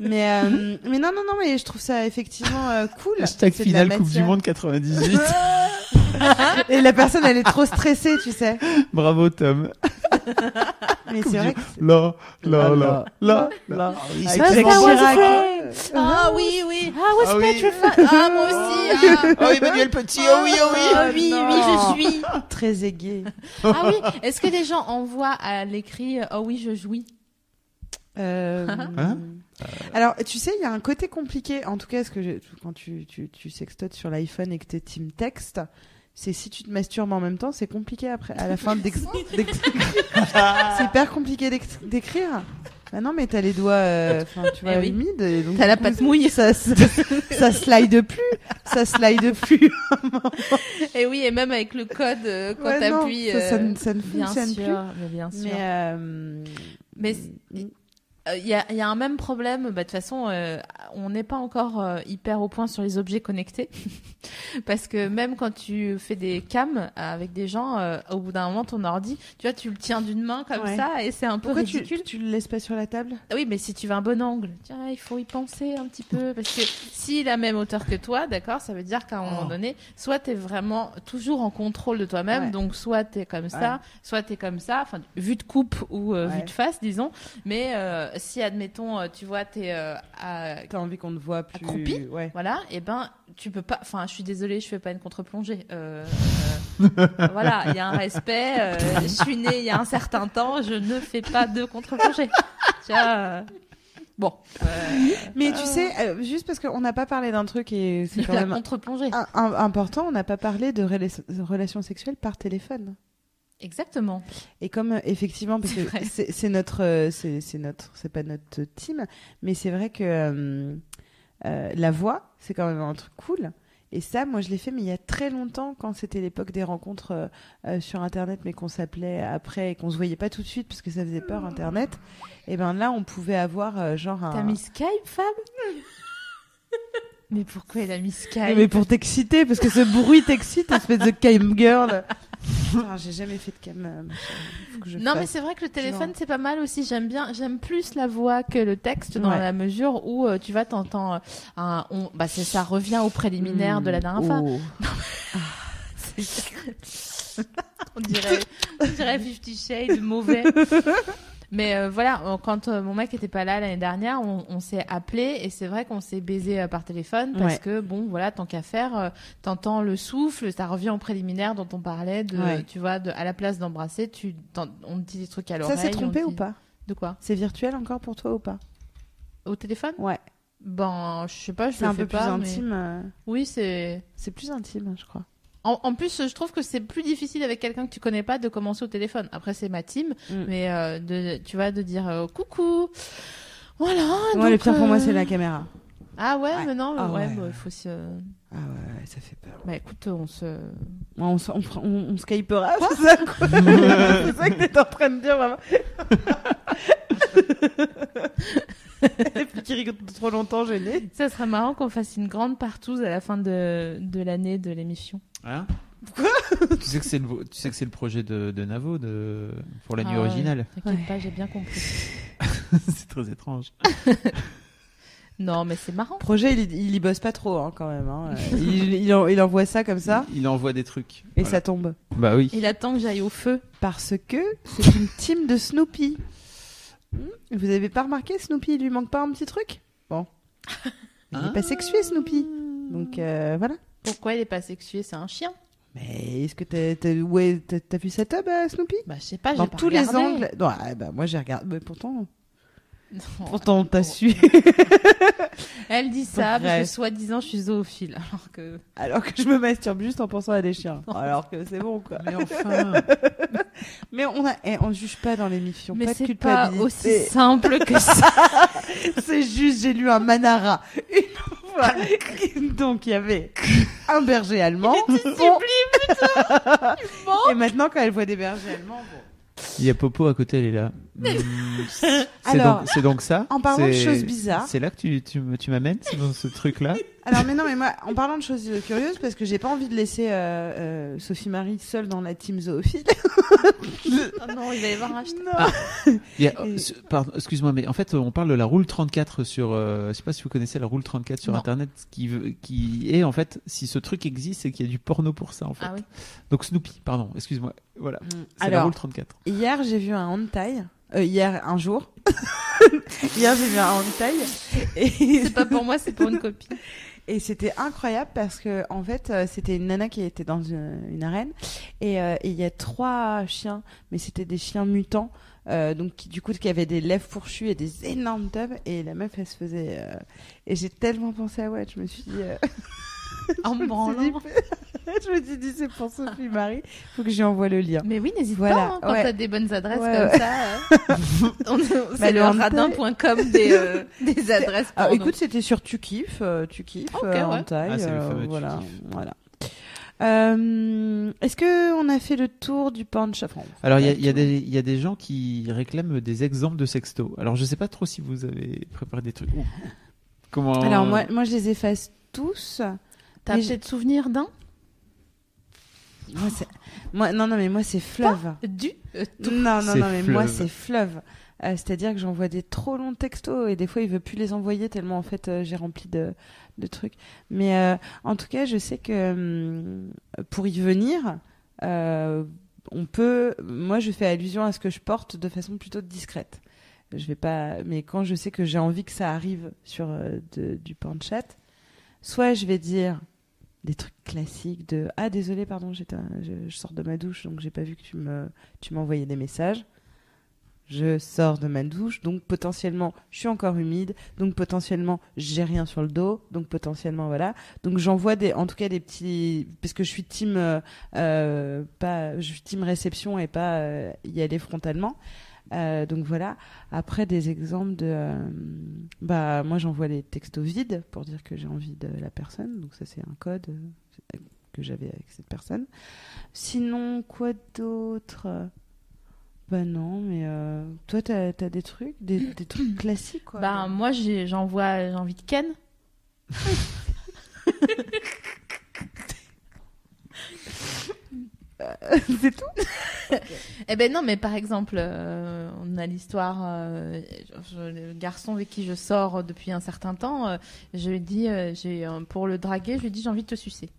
Speaker 2: mais, euh, mais non, non, non, mais je trouve ça effectivement euh, cool.
Speaker 3: Hashtag
Speaker 2: C'est de
Speaker 3: finale
Speaker 2: la
Speaker 3: Coupe du
Speaker 2: matière.
Speaker 3: Monde 98.
Speaker 2: Et la personne, elle est trop stressée, tu sais.
Speaker 3: Bravo Tom.
Speaker 2: Mais
Speaker 3: Coupe
Speaker 2: c'est vrai
Speaker 3: du-
Speaker 2: que
Speaker 3: Là, là,
Speaker 2: Ah,
Speaker 3: là, là, là.
Speaker 2: c'est...
Speaker 1: Ah,
Speaker 2: avec
Speaker 1: ça,
Speaker 2: Jacques
Speaker 1: ouais,
Speaker 2: Chirac.
Speaker 4: Ah oui, oui.
Speaker 1: Ah, was
Speaker 3: Ah oui.
Speaker 1: petrified.
Speaker 4: Ah, moi aussi. Ah,
Speaker 3: Oh Emmanuel Petit, oh oui, oh oui.
Speaker 4: Ah oui,
Speaker 2: non.
Speaker 4: oui, je suis.
Speaker 2: Très aigué.
Speaker 1: Ah oui, est-ce que les gens envoient à l'écrit euh, Oh oui, je jouis
Speaker 2: Euh,
Speaker 3: Hein
Speaker 2: Alors, tu sais, il y a un côté compliqué, en tout cas, parce que je- quand tu, tu, tu sextotes sur l'iPhone et que t'es team texte, c'est si tu te masturbes en même temps, c'est compliqué après, à la fin d'ex- d'ex- c'est hyper compliqué d'ex- d'écrire. Bah non, mais t'as les doigts, euh, enfin, tu vois,
Speaker 1: Eh oui.
Speaker 2: humides. et donc,
Speaker 1: T'as la
Speaker 2: du coup,
Speaker 1: patte mouillée.
Speaker 2: Ça, ça, ça slide plus, ça slide plus.
Speaker 4: Et oui, et même avec le code, euh, quand
Speaker 2: Ouais, non,
Speaker 4: t'appuies.
Speaker 2: ça, ça
Speaker 4: euh,
Speaker 2: ne, ça ne
Speaker 1: Bien
Speaker 2: fonctionne
Speaker 1: sûr, mais bien
Speaker 2: plus.
Speaker 1: sûr.
Speaker 2: Mais, euh,
Speaker 1: Mais c- Euh, Il y, a, il y a un même problème. Bah, De toute façon, euh, on n'est pas encore euh, hyper au point sur les objets connectés. Parce que même quand tu fais des cams avec des gens, euh, au bout d'un moment, ton ordi, tu vois, tu le tiens d'une main comme
Speaker 2: Ouais.
Speaker 1: ça et c'est un peu
Speaker 2: pourquoi tu,
Speaker 1: ridicule.
Speaker 2: tu le laisses pas sur la table
Speaker 1: Ah Oui, mais si tu veux un bon angle, tiens, il faut y penser un petit peu. Parce que s'il a même hauteur que toi, d'accord, ça veut dire qu'à un moment
Speaker 2: Oh.
Speaker 1: donné, soit tu es vraiment toujours en contrôle de toi-même,
Speaker 2: Ouais.
Speaker 1: donc soit tu es comme ça, soit tu es comme ça, enfin, vue de coupe ou euh, vue
Speaker 2: Ouais.
Speaker 1: de face, disons. Mais euh, si, admettons, euh, tu vois, tu es à
Speaker 2: T'as envie qu'on te voit plus.
Speaker 1: Accroupi
Speaker 2: ouais.
Speaker 1: voilà, et ben tu peux pas. Enfin, je suis désolée, je fais pas une contre-plongée. Euh, euh, voilà, il y a un respect. euh, je suis née il y a un certain temps, je ne fais pas de contre-plongée. Tu vois, euh, Bon. euh,
Speaker 2: Mais tu sais, euh, juste parce qu'on n'a pas parlé d'un truc et c'est quand
Speaker 1: la
Speaker 2: même
Speaker 1: contre-plongée.
Speaker 2: un- un- important, on n'a pas parlé de rela- de relations sexuelles par téléphone.
Speaker 1: Exactement.
Speaker 2: Et comme euh, effectivement, parce
Speaker 1: C'est
Speaker 2: que
Speaker 1: vrai.
Speaker 2: c'est c'est notre, euh, c'est c'est notre, c'est pas notre team, mais c'est vrai que euh, euh, la voix, c'est quand même un truc cool. Et ça, moi, je l'ai fait, mais il y a très longtemps, quand c'était l'époque des rencontres euh, euh, sur Internet, mais qu'on s'appelait après et qu'on se voyait pas tout de suite parce que ça faisait peur Internet. Et ben là, on pouvait avoir euh, genre un.
Speaker 1: T'as mis Skype, Fab Mais pourquoi elle a mis
Speaker 2: Non,
Speaker 1: Skype
Speaker 2: mais pour t'exciter, parce que ce bruit t'excite, espèce de cam girl. Putain, Ah, j'ai jamais fait de cam. euh, machin. Faut que je
Speaker 1: Non, mais
Speaker 2: fasse.
Speaker 1: c'est vrai que le téléphone, c'est pas mal aussi. J'aime bien, j'aime plus la voix que le texte dans
Speaker 2: Ouais.
Speaker 1: la mesure où euh, tu vas t'entends euh, un. on- bah, c'est- ça revient au préliminaire de la dernière fois.
Speaker 2: Oh.
Speaker 1: On dirait, on dirait Fifty Shades mauvais. Mais euh, voilà, on- quand euh, mon mec était pas là l'année dernière, on, on s'est appelé et c'est vrai qu'on s'est baisé euh, par téléphone parce
Speaker 2: Ouais.
Speaker 1: que bon, voilà, tant qu'à faire, euh, t'entends le souffle, ça revient au préliminaire dont on parlait, de,
Speaker 2: Ouais.
Speaker 1: tu vois, de, à la place d'embrasser, tu, t'en- on te dit des trucs à l'oreille.
Speaker 2: Ça s'est
Speaker 1: on
Speaker 2: trompé
Speaker 1: te
Speaker 2: ou
Speaker 1: dit-
Speaker 2: pas
Speaker 1: De quoi
Speaker 2: C'est virtuel encore pour toi ou pas
Speaker 1: Au téléphone
Speaker 2: Ouais.
Speaker 1: Ben, je sais pas, je
Speaker 2: C'est
Speaker 1: le
Speaker 2: un
Speaker 1: fais
Speaker 2: peu plus
Speaker 1: pas. mais-
Speaker 2: intime. euh,
Speaker 1: Oui, c'est.
Speaker 2: C'est plus intime, je crois.
Speaker 1: En, en plus, je trouve que c'est plus difficile avec quelqu'un que tu connais pas de commencer au téléphone. Après, c'est ma team,
Speaker 2: Mm.
Speaker 1: mais euh, de, tu vois, de dire euh, coucou. Voilà.
Speaker 2: Ouais, le
Speaker 1: donc,
Speaker 2: pire pour moi,
Speaker 1: euh,
Speaker 2: c'est la caméra.
Speaker 1: Ah ouais,
Speaker 2: Ouais.
Speaker 1: mais non, mais
Speaker 2: Ah
Speaker 1: ouais,
Speaker 2: ouais,
Speaker 1: bah,
Speaker 2: ouais.
Speaker 1: faut se.
Speaker 2: Ah ouais, ça fait peur.
Speaker 1: Bah écoute, on se.
Speaker 2: on, s- on, fera- on, on skypera, c'est ça quoi C'est ça que t'es en train de dire, vraiment. Et puis qui rigole trop longtemps, gêné.
Speaker 1: Ça serait marrant qu'on fasse une grande partouze à la fin de, de l'année de l'émission.
Speaker 3: Hein tu sais que c'est le, tu sais que c'est le projet de, de Navo de, pour la nuit
Speaker 1: Ah ouais,
Speaker 3: originale.
Speaker 1: T'inquiète pas, j'ai bien compris.
Speaker 3: c'est très étrange.
Speaker 1: Non, mais c'est marrant.
Speaker 2: Projet, il, y- il y bosse pas trop hein, quand même. hein. Il, il, en- il envoie ça comme ça
Speaker 3: il, il envoie des trucs.
Speaker 2: et
Speaker 3: Voilà.
Speaker 2: ça tombe.
Speaker 3: Bah oui.
Speaker 1: Il attend que j'aille au feu.
Speaker 2: Parce que c'est une team de Snoopy. Hmm, Vous avez pas remarqué, Snoopy, il lui manque pas un petit truc Bon. Il est
Speaker 3: Ah.
Speaker 2: pas sexué, Snoopy. Donc euh, voilà.
Speaker 1: Pourquoi il est pas sexué C'est un chien.
Speaker 2: Mais est-ce que t'as t'as- ouais, t'as- t'as vu cette tub, euh, Snoopy
Speaker 1: Bah je sais pas.
Speaker 2: Dans
Speaker 1: j'ai pas
Speaker 2: tous les
Speaker 1: regardé.
Speaker 2: angles. Non, ah, bah, moi j'ai regardé. Mais pourtant,
Speaker 1: Non.
Speaker 2: pourtant t'as su.
Speaker 1: Elle dit ça parce
Speaker 2: Bref.
Speaker 1: que soi-disant je suis zoophile, alors que
Speaker 2: Alors que je me masturbe juste en pensant à des chiens. Alors que c'est bon quoi.
Speaker 3: Mais enfin.
Speaker 2: Mais on a, eh, on juge pas dans l'émission.
Speaker 1: mais
Speaker 2: pas de
Speaker 1: c'est pas
Speaker 2: culpabilité.
Speaker 1: aussi simple que ça.
Speaker 2: C'est juste, j'ai lu un manara une fois. Donc, il y avait un berger allemand. Bon. Et maintenant, quand elle voit des bergers allemands, bon.
Speaker 3: Il y a Popo à côté, elle est là. Mm, C'est
Speaker 2: Alors,
Speaker 3: donc, c'est donc ça
Speaker 2: en parlant de
Speaker 3: C'est-
Speaker 2: choses bizarres-
Speaker 3: C'est là que tu, tu, me- tu m'amènes, c'est dans ce truc-là
Speaker 2: Alors, mais non, mais moi, en parlant de choses euh, curieuses, parce que j'ai pas envie de laisser euh, euh, Sophie Marie seule dans la team zoophile. Ah
Speaker 4: non, il va y avoir un
Speaker 2: Non.
Speaker 3: Il y a- euh, ce- pardon, Excuse-moi, mais en fait, on parle de la roule 34 sur. euh, je sais pas si vous connaissez la roule 34 sur
Speaker 1: Non.
Speaker 3: Internet, qui, veut- qui est en fait, si ce truc existe, c'est qu'il y a du porno pour ça en fait.
Speaker 1: Ah oui.
Speaker 3: Donc Snoopy, pardon, excuse-moi. Voilà, c'est
Speaker 2: Hmm. Alors,
Speaker 3: la roule 34.
Speaker 2: Hier, j'ai vu un hentai. Euh, hier, un jour. hier, j'ai vu un hentai. Et...
Speaker 4: C'est pas pour moi, c'est pour une copine.
Speaker 2: Et c'était incroyable parce que en fait euh, c'était une nana qui était dans une, une arène et euh, et il y a trois chiens mais c'était des chiens mutants euh, donc qui, du coup qui avaient des lèvres fourchues et des énormes tubs et la meuf elle se faisait euh, et j'ai tellement pensé à ouais je me suis dit euh,
Speaker 1: En me branlant.
Speaker 2: je me suis dit c'est pour Sophie Marie faut que j'y envoie le lien
Speaker 1: Mais oui, n'hésite
Speaker 2: Voilà,
Speaker 1: pas. hein, quand
Speaker 2: ouais.
Speaker 1: t'as des bonnes adresses
Speaker 2: Ouais,
Speaker 1: comme
Speaker 2: ouais.
Speaker 1: ça, euh, on- on-
Speaker 2: Bah,
Speaker 1: c'est
Speaker 2: le
Speaker 1: le
Speaker 2: hentai.
Speaker 1: radin.com des, euh, des adresses.
Speaker 2: Ah,
Speaker 1: porno.
Speaker 2: écoute, c'était sur Tu kiffes, euh, Tu kiffes,
Speaker 1: Ok,
Speaker 2: euh,
Speaker 1: ouais.
Speaker 2: hentai,
Speaker 3: Ah, c'est le
Speaker 2: euh,
Speaker 3: fameux Tu
Speaker 2: voilà,
Speaker 3: kiffes.
Speaker 2: voilà. Euh, Est-ce que on a fait le tour du pan de chafron
Speaker 3: Alors, il y a- il y, a des- il y a des gens qui réclament des exemples de sexto. Alors, je sais pas trop si vous avez préparé des trucs. Ouh. Comment. euh,
Speaker 2: Alors moi, moi, je les efface tous.
Speaker 1: t'as
Speaker 2: mais
Speaker 1: peut-être souvenir d'un
Speaker 2: Moi, c'est- moi- non, non, mais moi, c'est fleuve.
Speaker 1: du euh, tout.
Speaker 2: Non, non,
Speaker 3: C'est
Speaker 2: non, mais moi,
Speaker 3: fleuve.
Speaker 2: c'est fleuve. Euh, C'est-à-dire que j'envoie des trop longs textos et des fois, il veut plus les envoyer tellement, en fait, euh, j'ai rempli de, de trucs. Mais euh, en tout cas, je sais que hum, pour y venir, euh, on peut. Moi, je fais allusion à ce que je porte de façon plutôt discrète. Je vais pas. Mais quand je sais que j'ai envie que ça arrive sur euh, de- du pan de chat, soit je vais dire des trucs classiques de ah désolé pardon j'étais je, je sors de ma douche donc j'ai pas vu que tu me tu m'envoyais des messages je sors de ma douche donc potentiellement je suis encore humide donc potentiellement j'ai rien sur le dos donc potentiellement voilà donc j'envoie des en tout cas des petits parce que je suis team euh, euh, pas je suis team réception et pas euh, y aller frontalement Euh, donc voilà après des exemples de euh, bah moi j'envoie les textos vides pour dire que j'ai envie de la personne donc ça c'est un code euh, que j'avais avec cette personne sinon quoi d'autre bah non mais euh, toi t'as as des trucs des, des trucs classiques quoi
Speaker 1: Bah moi j'ai- j'envoie j'ai envie de Ken.
Speaker 2: Euh, c'est tout
Speaker 1: Eh ben non, mais par exemple, euh, on a l'histoire, euh, je- le garçon avec qui je sors depuis un certain temps, euh, je lui dis, euh, j'ai euh, pour le draguer, je lui dis j'ai envie de te sucer.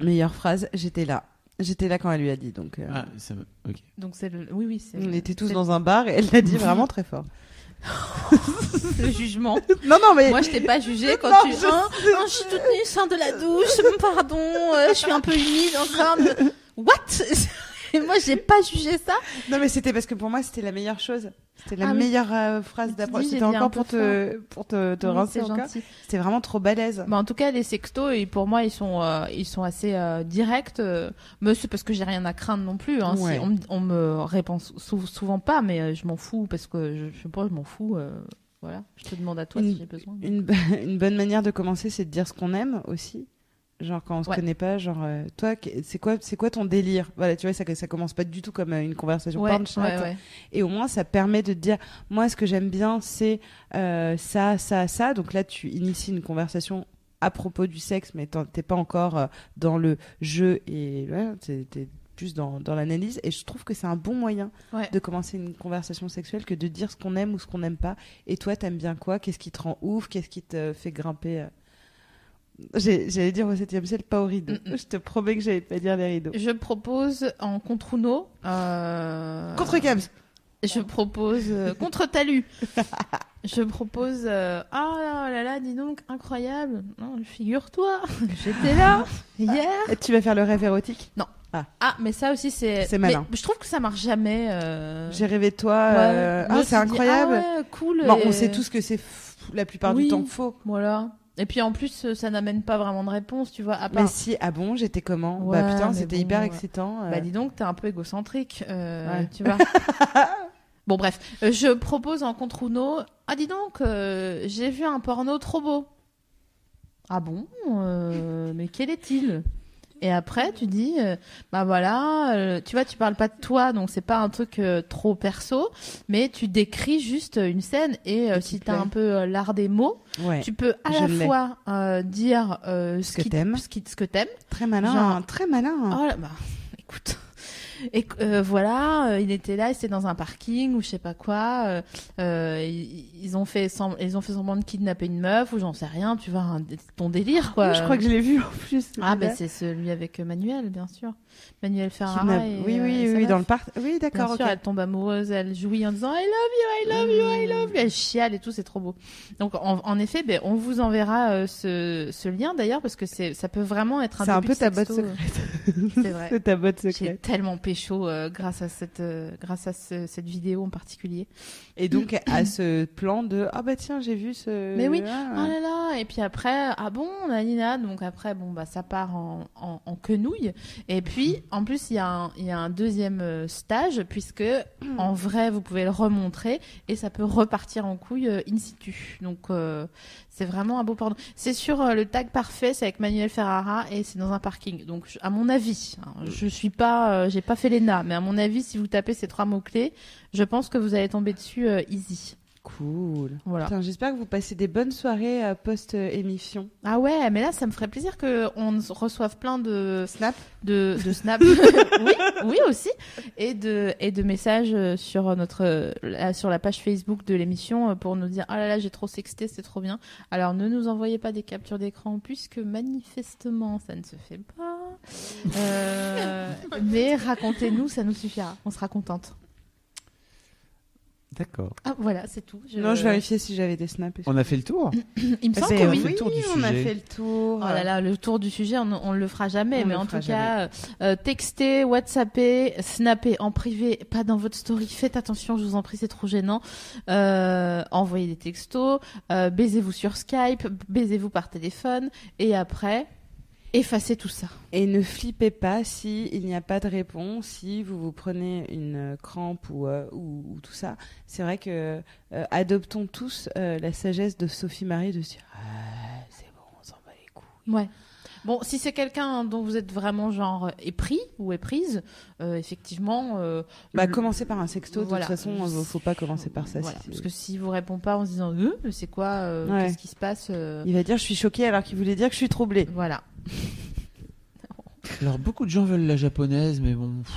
Speaker 2: meilleure phrase j'étais là j'étais là quand elle lui a dit donc euh,
Speaker 3: Ah, ça me- ok.
Speaker 1: Donc c'est le, oui oui, c'est
Speaker 2: on était tous
Speaker 1: c'est
Speaker 2: dans un bar et elle l'a dit vraiment très fort
Speaker 1: le jugement.
Speaker 2: non non mais
Speaker 1: Moi je t'ai pas jugé quand
Speaker 2: Non,
Speaker 1: tu,
Speaker 2: je
Speaker 1: hein, hein, je suis toute nue, je sors de la douche, pardon, euh, je suis un peu humide encore. mais- What? Et moi j'ai pas jugé ça.
Speaker 2: Non, mais c'était parce que pour moi, c'était la meilleure chose. C'était la
Speaker 1: Ah oui.
Speaker 2: meilleure euh, phrase
Speaker 1: Tu
Speaker 2: d'approche.
Speaker 1: dis, j'ai
Speaker 2: C'était
Speaker 1: dit un
Speaker 2: encore
Speaker 1: peu
Speaker 2: pour te, pour te, te
Speaker 1: Oui,
Speaker 2: rincer
Speaker 1: c'est
Speaker 2: encore.
Speaker 1: gentil.
Speaker 2: C'était vraiment trop balèze.
Speaker 1: Bah, en tout cas, les sextos, ils- pour moi, ils sont, euh, ils sont assez euh, directs. euh, mais c'est parce que j'ai rien à craindre non plus. hein, si
Speaker 2: Ouais.
Speaker 1: on, me- on me répond sou- souvent pas, mais euh, je m'en fous parce que je, je sais pas, je m'en fous. euh, voilà, je te demande à toi
Speaker 2: Une-
Speaker 1: si j'ai besoin.
Speaker 2: Une, bo- une bonne manière de commencer, c'est de dire ce qu'on aime aussi. Genre quand on se
Speaker 1: Ouais.
Speaker 2: connaît pas, genre euh, toi, que- c'est quoi, c'est quoi ton délire Voilà, tu vois, ça, ça commence pas du tout comme euh, une conversation
Speaker 1: Ouais,
Speaker 2: porn chat.
Speaker 1: ouais, ouais.
Speaker 2: Et au moins, ça permet de te dire, moi, ce que j'aime bien, c'est euh, ça, ça, ça. Donc là, tu inities une conversation à propos du sexe, mais t'en- t'es pas encore euh, dans le jeu et ouais, t'es t'es plus dans, dans l'analyse. Et je trouve que c'est un bon moyen
Speaker 1: Ouais.
Speaker 2: de commencer une conversation sexuelle que de dire ce qu'on aime ou ce qu'on n'aime pas. Et toi, t'aimes bien quoi Qu'est-ce qui te rend ouf Qu'est-ce qui te fait grimper euh J'ai- J'allais dire au septième ciel, pas au rideau.
Speaker 1: Mm, mm.
Speaker 2: Je te promets que j'allais pas dire les rideaux.
Speaker 1: Je propose en contre Uno. euh,
Speaker 2: Contre Cams
Speaker 1: Je propose euh, contre Talu. Je propose. euh, Ah là là, dis donc, incroyable. Non, Figure-toi, j'étais là hier.
Speaker 2: Tu vas faire le rêve érotique
Speaker 1: Ah, mais ça aussi, c'est.
Speaker 2: C'est malin.
Speaker 1: mais je trouve que ça marche jamais. euh,
Speaker 2: J'ai rêvé de toi.
Speaker 1: ouais.
Speaker 2: euh,
Speaker 1: Moi,
Speaker 2: Ah,
Speaker 1: je
Speaker 2: c'est
Speaker 1: me dis,
Speaker 2: incroyable.
Speaker 1: ah ouais, cool.
Speaker 2: Bon,
Speaker 1: et-
Speaker 2: on sait tous que c'est f- la plupart du
Speaker 1: Oui.
Speaker 2: temps faux.
Speaker 1: Voilà. Et puis en plus, euh, ça n'amène pas vraiment de réponse, tu vois. À part.
Speaker 2: Mais si, ah bon, j'étais comment Bah
Speaker 1: Ouais,
Speaker 2: putain,
Speaker 1: mais
Speaker 2: c'était
Speaker 1: bon,
Speaker 2: hyper
Speaker 1: ouais.
Speaker 2: excitant. euh.
Speaker 1: Bah, dis donc, t'es un peu égocentrique. euh,
Speaker 2: Ouais.
Speaker 1: Tu vois. bon, bref. Euh, Je propose en contre Uno. Ah, dis donc, euh, j'ai vu un porno trop beau. Ah bon Euh, Mais quel est-il Et après, tu dis, euh, bah voilà, euh, tu vois, tu parles pas de toi, donc c'est pas un truc euh, trop perso, mais tu décris juste euh, une scène. Et euh,
Speaker 2: Et qui
Speaker 1: si
Speaker 2: te
Speaker 1: t'as
Speaker 2: plaît.
Speaker 1: un peu euh, l'art des mots,
Speaker 2: Ouais.
Speaker 1: tu peux à
Speaker 2: je
Speaker 1: la
Speaker 2: l'ai.
Speaker 1: fois euh, dire euh, ce,
Speaker 2: que
Speaker 1: qui-
Speaker 2: t'aimes.
Speaker 1: ce qui- ce que t'aimes.
Speaker 2: Très malin,
Speaker 1: Genre-
Speaker 2: hein, très malin.
Speaker 1: Oh là, bah, écoute. Et euh, voilà, euh, il était là, il était dans un parking ou je sais pas quoi. euh, euh, ils, ils ont fait semblant, ils ont fait semblant de kidnapper une meuf ou j'en sais rien. Tu vois un- ton délire quoi.
Speaker 2: Ah Je crois que je l'ai vu en plus.
Speaker 1: ah
Speaker 2: celui-là.
Speaker 1: ben c'est celui avec euh, Manuel bien sûr, Manuel Ferrara.
Speaker 2: Kidnap-
Speaker 1: et,
Speaker 2: Oui,
Speaker 1: euh, et
Speaker 2: oui,
Speaker 1: sa
Speaker 2: oui,
Speaker 1: meuf.
Speaker 2: dans le parc.
Speaker 1: Bien
Speaker 2: Oui, d'accord,
Speaker 1: sûr,
Speaker 2: ok.
Speaker 1: elle tombe amoureuse, elle jouit en disant I love you, I love you, I love you. Elle chiale et tout, c'est trop beau. Donc en, en effet, ben, on vous enverra euh, ce, ce lien d'ailleurs parce que c'est ça peut vraiment être un.
Speaker 2: C'est un
Speaker 1: début
Speaker 2: peu
Speaker 1: de
Speaker 2: ta botte
Speaker 1: sexto, euh.
Speaker 2: secrète.
Speaker 1: C'est vrai.
Speaker 2: C'est ta botte
Speaker 1: J'ai
Speaker 2: secrète.
Speaker 1: tellement pécho euh, grâce à cette euh, grâce à ce- cette vidéo en particulier.
Speaker 2: Et donc, à ce plan de Ah bah tiens, j'ai vu ce.
Speaker 1: Mais oui.
Speaker 2: Ah,
Speaker 1: Oh là là et puis après ah bon Nina donc après bon bah ça part en, en, en quenouille et puis en plus il y a un, il y a un deuxième euh, stage puisque en vrai vous pouvez le remontrer et ça peut repartir en couille euh, in situ donc euh, c'est vraiment un beau porno c'est sur euh, le tag parfait c'est avec Manuel Ferrara et c'est dans un parking donc je- à mon avis hein, je suis pas euh, j'ai pas fait l'ENA mais à mon avis si vous tapez ces trois mots clés je pense que vous allez tomber dessus euh, easy
Speaker 2: Cool.
Speaker 1: voilà
Speaker 2: Putain, j'espère que vous passez des bonnes soirées euh, post-émission.
Speaker 1: Ah ouais, mais là, ça me ferait plaisir qu'on reçoive plein de,
Speaker 2: Snap
Speaker 1: de, de snaps. oui, oui aussi. Et de, et de messages euh, sur notre, euh, la- sur la page Facebook de l'émission euh, pour nous dire, ah là là, j'ai trop sexté, c'est trop bien. Alors, ne nous envoyez pas des captures d'écran puisque manifestement, ça ne se fait pas. Euh, mais racontez-nous, ça nous suffira. On sera contente.
Speaker 3: D'accord.
Speaker 1: Ah, voilà, c'est tout.
Speaker 2: Non, je vérifiais si j'avais des snaps.
Speaker 3: On a fait le tour.
Speaker 1: Il me semble
Speaker 2: C'est- euh,
Speaker 1: que
Speaker 3: on
Speaker 1: oui.
Speaker 3: fait le tour du
Speaker 2: on a
Speaker 3: sujet.
Speaker 2: fait le tour.
Speaker 1: Oh là là, le tour du sujet, on, on le fera jamais.
Speaker 2: On
Speaker 1: mais
Speaker 2: le
Speaker 1: en
Speaker 2: fera
Speaker 1: tout cas, euh, textez, whatsappez, snappez en privé, pas dans votre story. Faites attention, je vous en prie, c'est trop gênant. Euh, envoyez des textos, euh, baisez-vous sur Skype, baisez-vous par téléphone, et après, effacez tout ça.
Speaker 2: Et ne flippez pas si il n'y a pas de réponse, si vous vous prenez une euh, crampe ou, euh, ou, ou tout ça. C'est vrai que euh, adoptons tous euh, la sagesse de Sophie Marie de se dire Ah, c'est bon, on s'en bat les couilles.
Speaker 1: Ouais. Bon, si c'est quelqu'un dont vous êtes vraiment genre épris ou éprise, euh, effectivement. euh,
Speaker 2: Bah,
Speaker 1: le-
Speaker 2: commencez par un sexto.
Speaker 1: Voilà.
Speaker 2: De toute façon, il faut pas commencer par ça.
Speaker 1: Voilà,
Speaker 2: si-
Speaker 1: parce que s'il vous répond pas en se disant, euh, mais c'est quoi, euh,
Speaker 2: Ouais.
Speaker 1: qu'est-ce qui se passe euh,
Speaker 2: Il va dire Je suis choquée alors qu'il voulait dire que je suis troublée.
Speaker 1: Voilà.
Speaker 3: Alors, beaucoup de gens veulent la japonaise, mais bon. pff,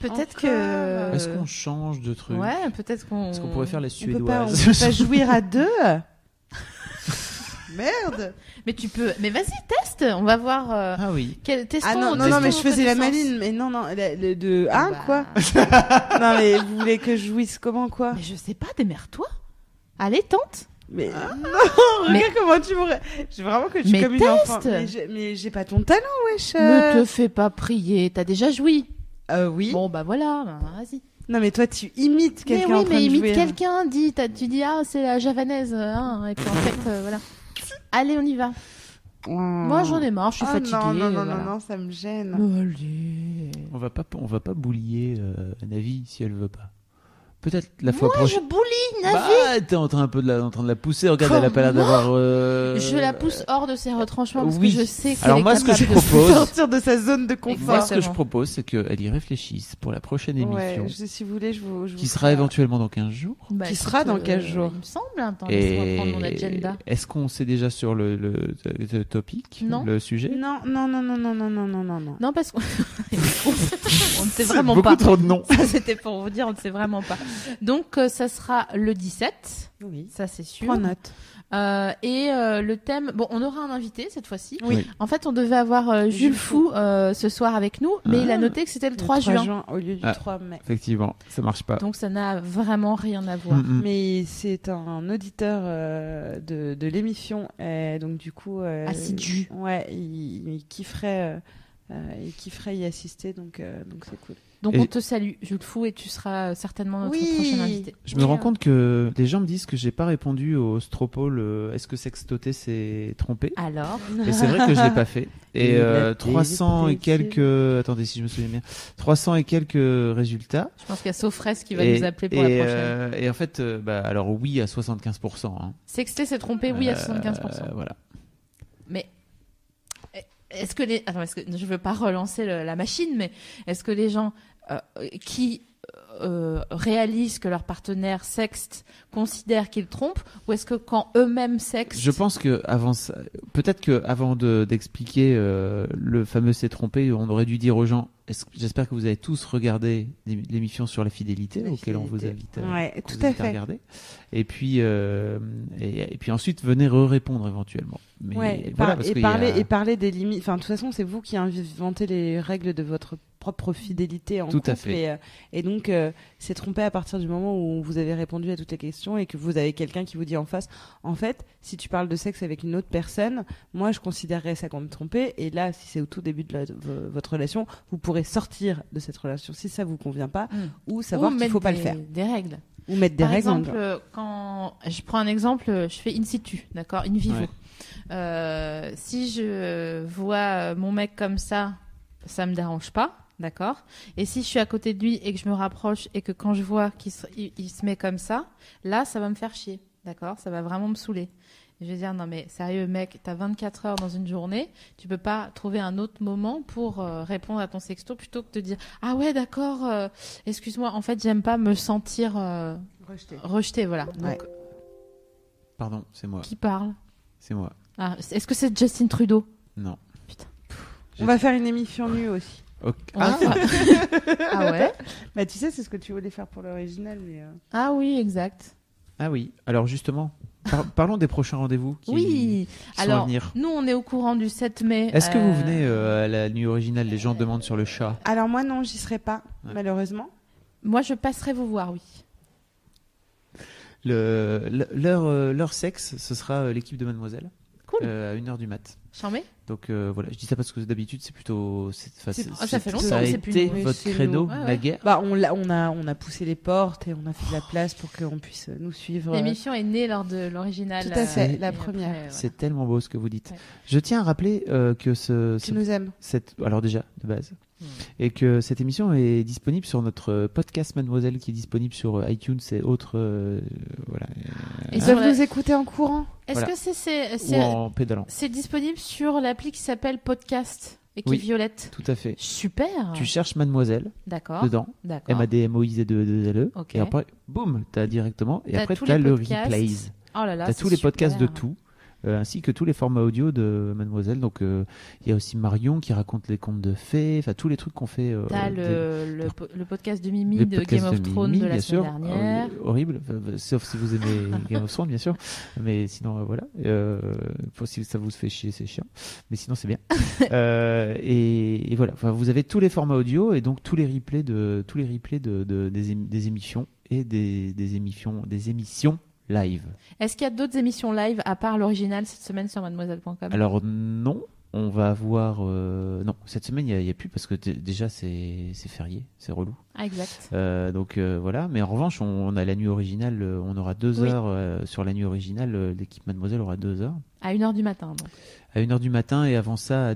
Speaker 1: Peut-être
Speaker 2: Encore
Speaker 1: que.
Speaker 3: euh,
Speaker 1: euh,
Speaker 3: Est-ce qu'on change de truc
Speaker 1: Ouais, peut-être qu'on.
Speaker 3: Est-ce qu'on pourrait faire la
Speaker 2: Euh, On peut pas, on
Speaker 3: suédoise
Speaker 2: peut pas jouir à deux Merde
Speaker 1: Mais tu peux. Mais vas-y, teste. On va voir. euh,
Speaker 3: Ah oui.
Speaker 1: Quel... Testons.
Speaker 2: Ah non, non, non,
Speaker 1: testons
Speaker 2: mais je
Speaker 1: nos
Speaker 2: faisais la
Speaker 1: connaissances.
Speaker 2: maline, mais non, non, la- le, de... Ah,
Speaker 1: Bah,
Speaker 2: quoi Non, mais vous voulez que je jouisse comment, quoi
Speaker 1: Mais je sais pas. Démerde-toi. Allez, tente.
Speaker 2: Mais non,
Speaker 1: ah. Mais-
Speaker 2: regarde comment tu me... J'ai vraiment que je suis
Speaker 1: Mais
Speaker 2: comme une
Speaker 1: teste
Speaker 2: enfant. Mais j'ai- Mais j'ai pas ton talent, wesh euh.
Speaker 1: Ne te fais pas prier. T'as déjà joui.
Speaker 2: Euh, oui.
Speaker 1: Bon, bah voilà. bah, vas-y.
Speaker 2: Non, mais toi, tu imites
Speaker 1: Mais
Speaker 2: quelqu'un en
Speaker 1: oui,
Speaker 2: train
Speaker 1: mais
Speaker 2: de
Speaker 1: imite
Speaker 2: jouer. hein.
Speaker 1: quelqu'un. Dis, t'as- tu dis ah, c'est la javanaise. hein, et puis en fait, euh, voilà. Allez, on y va. Moi, j'en ai marre. Je suis
Speaker 2: Oh,
Speaker 1: fatiguée. euh,
Speaker 2: non, non, non,
Speaker 1: voilà.
Speaker 2: non, non, ça me gêne.
Speaker 1: Mais allez.
Speaker 3: On va pas, on va pas boulier euh, Navi si elle veut pas. Peut-être la fois
Speaker 1: Moi, je
Speaker 3: prochaine.
Speaker 1: bouline.
Speaker 3: Bah, t'es en train un peu de la, en train de la pousser. Regarde, elle a pas l'air d'avoir. euh,
Speaker 1: Je la pousse hors de ses
Speaker 2: Euh,
Speaker 1: retranchements parce
Speaker 3: oui.
Speaker 1: que je sais qu'elle
Speaker 3: Alors
Speaker 1: est
Speaker 3: moi, ce que je
Speaker 1: capable de-
Speaker 3: propose,
Speaker 2: Sortir de sa zone de
Speaker 3: moi,
Speaker 2: confort.
Speaker 3: ce que je
Speaker 1: Exactement.
Speaker 3: propose, c'est qu'elle y réfléchisse pour la prochaine émission,
Speaker 2: Ouais, je- si vous voulez, je vous... je vous
Speaker 3: qui sera
Speaker 2: ferai-
Speaker 3: éventuellement dans 15 jours.
Speaker 1: Bah,
Speaker 2: Qui
Speaker 1: écoute,
Speaker 2: sera dans quinze
Speaker 1: euh,
Speaker 2: jours
Speaker 1: Il me semble. Attends,
Speaker 3: Et
Speaker 1: laisse-moi prendre mon agenda.
Speaker 3: est-ce qu'on sait déjà sur le, le- le topic,
Speaker 1: Non.
Speaker 3: le sujet
Speaker 2: Non, non, non, non, non, non, non, non, non, non.
Speaker 1: Non, parce qu'on on ne sait vraiment
Speaker 3: Beaucoup
Speaker 1: pas.
Speaker 3: trop de noms.
Speaker 1: Ça, C'était pour vous dire, on ne sait vraiment pas. Donc, euh, ça sera le 17,
Speaker 2: Oui.
Speaker 1: ça c'est sûr.
Speaker 2: Prends note.
Speaker 1: Euh, et euh, le thème, bon, on aura un invité cette fois-ci.
Speaker 3: Oui.
Speaker 1: En fait, on devait avoir euh,
Speaker 2: Jules
Speaker 1: Jules Fou euh, ce soir avec nous, mais
Speaker 3: Ah.
Speaker 1: il a noté que c'était le 3, juin.
Speaker 2: au lieu du
Speaker 3: Ah.
Speaker 2: 3 mai.
Speaker 3: Effectivement, ça marche pas.
Speaker 1: Donc, ça n'a vraiment rien à voir.
Speaker 3: Mm, mm.
Speaker 2: Mais c'est un auditeur euh, de, de l'émission, euh, donc du coup.
Speaker 3: Ah,
Speaker 2: euh,
Speaker 1: Assidu.
Speaker 2: Ouais, il, il kifferait. euh, euh, il kifferait y assister, donc euh, donc c'est cool.
Speaker 1: Donc,
Speaker 3: Et-
Speaker 1: on te salue, Jules Fou, et tu seras euh, certainement notre
Speaker 2: Oui.
Speaker 1: prochain invité.
Speaker 3: Je me rends compte que des gens me disent que j'ai pas répondu au Stropole. euh, Est-ce que sextoter s'est trompé
Speaker 1: Alors,
Speaker 3: Et c'est vrai que je l'ai pas fait. Et
Speaker 2: Il
Speaker 3: euh,
Speaker 2: a
Speaker 3: 300 et
Speaker 2: détesté.
Speaker 3: quelques. Attendez, si je me souviens bien. 300 et quelques résultats.
Speaker 1: je pense qu'il y a Sofres qui va
Speaker 3: Et-
Speaker 1: nous appeler pour
Speaker 3: et,
Speaker 1: la prochaine.
Speaker 3: euh, et en fait, euh, bah, alors oui à 75%. hein.
Speaker 1: Sexté s'est trompé, oui, à
Speaker 3: Euh,
Speaker 1: 75%.
Speaker 3: voilà.
Speaker 1: Mais. Eh, Est-ce que les. Attends, est-ce que... je veux pas relancer le- la machine, mais est-ce que les gens euh, qui euh, réalisent que leur partenaire sexte considèrent qu'ils trompent, ou est-ce que quand eux-mêmes sextent.
Speaker 3: Je pense que avant ça- peut-être que avant de- d'expliquer euh, le fameux s'est trompé, on aurait dû dire aux gens. est-ce que- J'espère que vous avez tous regardé l'ém- l'émission sur la fidélité,
Speaker 2: La
Speaker 3: auquel on vous
Speaker 2: fidélité.
Speaker 3: invite. à-
Speaker 2: Ouais,
Speaker 3: qu'on
Speaker 2: tout
Speaker 3: vous
Speaker 2: à
Speaker 3: invite
Speaker 2: fait.
Speaker 3: regarder. Et puis euh, et, et puis ensuite venez répondre éventuellement. Mais
Speaker 2: Ouais, et,
Speaker 3: voilà,
Speaker 2: par-
Speaker 3: parce
Speaker 2: et
Speaker 3: qu'il y a-
Speaker 2: parler, et parler des limites. Enfin, de toute façon, c'est vous qui inventez les règles de votre propre fidélité en
Speaker 3: Tout
Speaker 2: couple.
Speaker 3: à fait.
Speaker 2: Et, euh, et donc, euh, c'est trompé à partir du moment où vous avez répondu à toutes les questions et que vous avez quelqu'un qui vous dit en face En fait, si tu parles de sexe avec une autre personne, moi, je considérerais ça comme trompé. Et là, si c'est au tout début de, la- de v- votre relation, vous pourrez sortir de cette relation si ça vous convient pas
Speaker 1: Mm.
Speaker 2: Hmm. ou savoir
Speaker 1: ou
Speaker 2: qu'il
Speaker 1: mettre
Speaker 2: faut pas
Speaker 1: des-
Speaker 2: le faire
Speaker 1: Des règles.
Speaker 2: ou mettre des
Speaker 1: Par
Speaker 2: règles. en
Speaker 1: exemple, euh, quand je prends un exemple, euh, je fais in situ, d'accord, in vivo.
Speaker 3: Ouais.
Speaker 1: Euh, si je vois euh, mon mec comme ça, ça me dérange pas, d'accord. Et si je suis à côté de lui et que je me rapproche et que quand je vois qu'il se, il- il se met comme ça, là, ça va me faire chier, d'accord. Ça va vraiment me saouler. Je vais dire non mais sérieux mec, t'as 24 heures dans une journée, tu peux pas trouver un autre moment pour euh, répondre à ton sexto plutôt que de dire ah ouais d'accord, euh, excuse-moi en fait j'aime pas me sentir euh, Rejeté, voilà. Donc,
Speaker 2: Ouais.
Speaker 3: Pardon, c'est moi,
Speaker 1: qui parle
Speaker 3: c'est moi.
Speaker 1: Ah, Est-ce que c'est Justin Trudeau
Speaker 3: Non.
Speaker 2: On va faire une émission nue aussi.
Speaker 3: Ok. Ah,
Speaker 1: On va faire- ah ouais
Speaker 2: Bah, tu sais, c'est ce que tu voulais faire pour l'original, mais. euh,
Speaker 1: Ah oui, exact.
Speaker 3: Ah oui. Alors justement, par- parlons des prochains rendez-vous. Qui...
Speaker 1: Oui.
Speaker 3: qui sont à
Speaker 1: Alors,
Speaker 3: venir.
Speaker 1: nous, on est au courant du 7 mai.
Speaker 3: Est-ce que vous
Speaker 1: euh,
Speaker 3: venez euh, à la nuit originale Les gens demandent sur le chat.
Speaker 2: Alors moi non, j'y serai pas,
Speaker 3: Ouais.
Speaker 2: malheureusement.
Speaker 1: Moi, je passerai vous voir, oui.
Speaker 3: Le, le- leur, euh, leur sexe, ce sera euh, l'équipe de Mademoiselle.
Speaker 1: Cool.
Speaker 3: Euh, à 1h du mat.
Speaker 1: Charmé
Speaker 3: Donc euh, voilà, je dis ça parce que d'habitude c'est plutôt. c'est- enfin,
Speaker 2: C'est-
Speaker 3: c'est-
Speaker 1: ah, ça
Speaker 3: c'est-
Speaker 1: fait longtemps,
Speaker 3: Ça a
Speaker 1: c'est
Speaker 3: été
Speaker 1: plus nous.
Speaker 3: votre
Speaker 2: C'est
Speaker 3: créneau,
Speaker 1: nous. Ouais, ouais.
Speaker 3: naguère.
Speaker 2: Bah on, l'a- on a on a poussé les portes et on a fait de la place pour qu'on puisse euh, nous suivre. euh,
Speaker 1: L'émission est née lors de l'original. euh,
Speaker 2: Tout à fait,
Speaker 1: et
Speaker 2: la
Speaker 1: après,
Speaker 2: première.
Speaker 1: voilà.
Speaker 3: C'est tellement beau ce que vous dites.
Speaker 1: Ouais.
Speaker 3: Je tiens à rappeler euh, que ce,
Speaker 2: Tu
Speaker 3: ce-
Speaker 2: nous aimes.
Speaker 3: cette. Alors déjà, de base.
Speaker 1: Hmm.
Speaker 3: Et que cette émission est disponible sur notre euh, podcast Mademoiselle qui est disponible sur euh, iTunes et autres. euh, voilà.
Speaker 1: Et
Speaker 2: Ils
Speaker 1: sur
Speaker 2: peuvent
Speaker 1: la-
Speaker 2: nous écouter en courant.
Speaker 1: Est-ce
Speaker 3: Voilà.
Speaker 1: que c'est c'est-
Speaker 3: Ah. Ou
Speaker 1: c'est-
Speaker 3: en pédalant.
Speaker 1: c'est disponible sur l'appli qui s'appelle Podcast et qui
Speaker 3: Oui.
Speaker 1: est violette
Speaker 3: Tout à fait.
Speaker 1: Super.
Speaker 3: Tu cherches Mademoiselle
Speaker 1: D'accord.
Speaker 3: dedans.
Speaker 1: D'accord.
Speaker 3: M-A-D-M-O-I-Z-E 2 E l
Speaker 1: Ok.
Speaker 3: Et après, boum, t'as directement. Et
Speaker 1: T'as
Speaker 3: après,
Speaker 1: tous
Speaker 3: t'as
Speaker 1: les
Speaker 3: le
Speaker 1: podcasts.
Speaker 3: replays.
Speaker 1: Oh là là.
Speaker 3: T'as
Speaker 1: c'est
Speaker 3: tous les podcasts de
Speaker 1: super.
Speaker 3: tout, euh, ainsi que tous les formats audio de Mademoiselle. Donc, euh, il y a aussi Marion qui raconte les contes de fées, enfin, tous les trucs qu'on fait. euh,
Speaker 1: T'as
Speaker 3: des-
Speaker 1: le, le, po- le podcast de
Speaker 3: des
Speaker 1: Mimi de Game
Speaker 3: podcasts
Speaker 1: of Thrones
Speaker 3: Mimi,
Speaker 1: de la
Speaker 3: bien
Speaker 1: semaine
Speaker 3: sûr.
Speaker 1: dernière.
Speaker 3: Euh, horrible, Enfin, euh, sauf si vous aimez Game of Thrones, bien sûr. Mais sinon, euh, voilà. Euh, faut- si ça vous fait chier, c'est chiant. Mais sinon, c'est bien. Euh, et, et voilà. Enfin, vous avez tous les formats audio et donc tous les replays de tous les replays de, de- des, ém- des émissions et des, des émissions des émissions live.
Speaker 1: Est-ce qu'il y a d'autres émissions live à part l'original cette semaine sur mademoiselle.com
Speaker 3: Alors non, on va avoir euh, non cette semaine il n'y a, plus parce que t- déjà c'est c'est férié, c'est relou.
Speaker 1: Ah, exact.
Speaker 3: Euh, donc euh, voilà, mais en revanche, on, on a la nuit originale, euh, on aura deux
Speaker 1: Oui.
Speaker 3: heures euh, sur la nuit originale, euh, l'équipe Mademoiselle aura deux heures.
Speaker 1: À 1h du matin, donc.
Speaker 3: À 1h du matin et avant ça à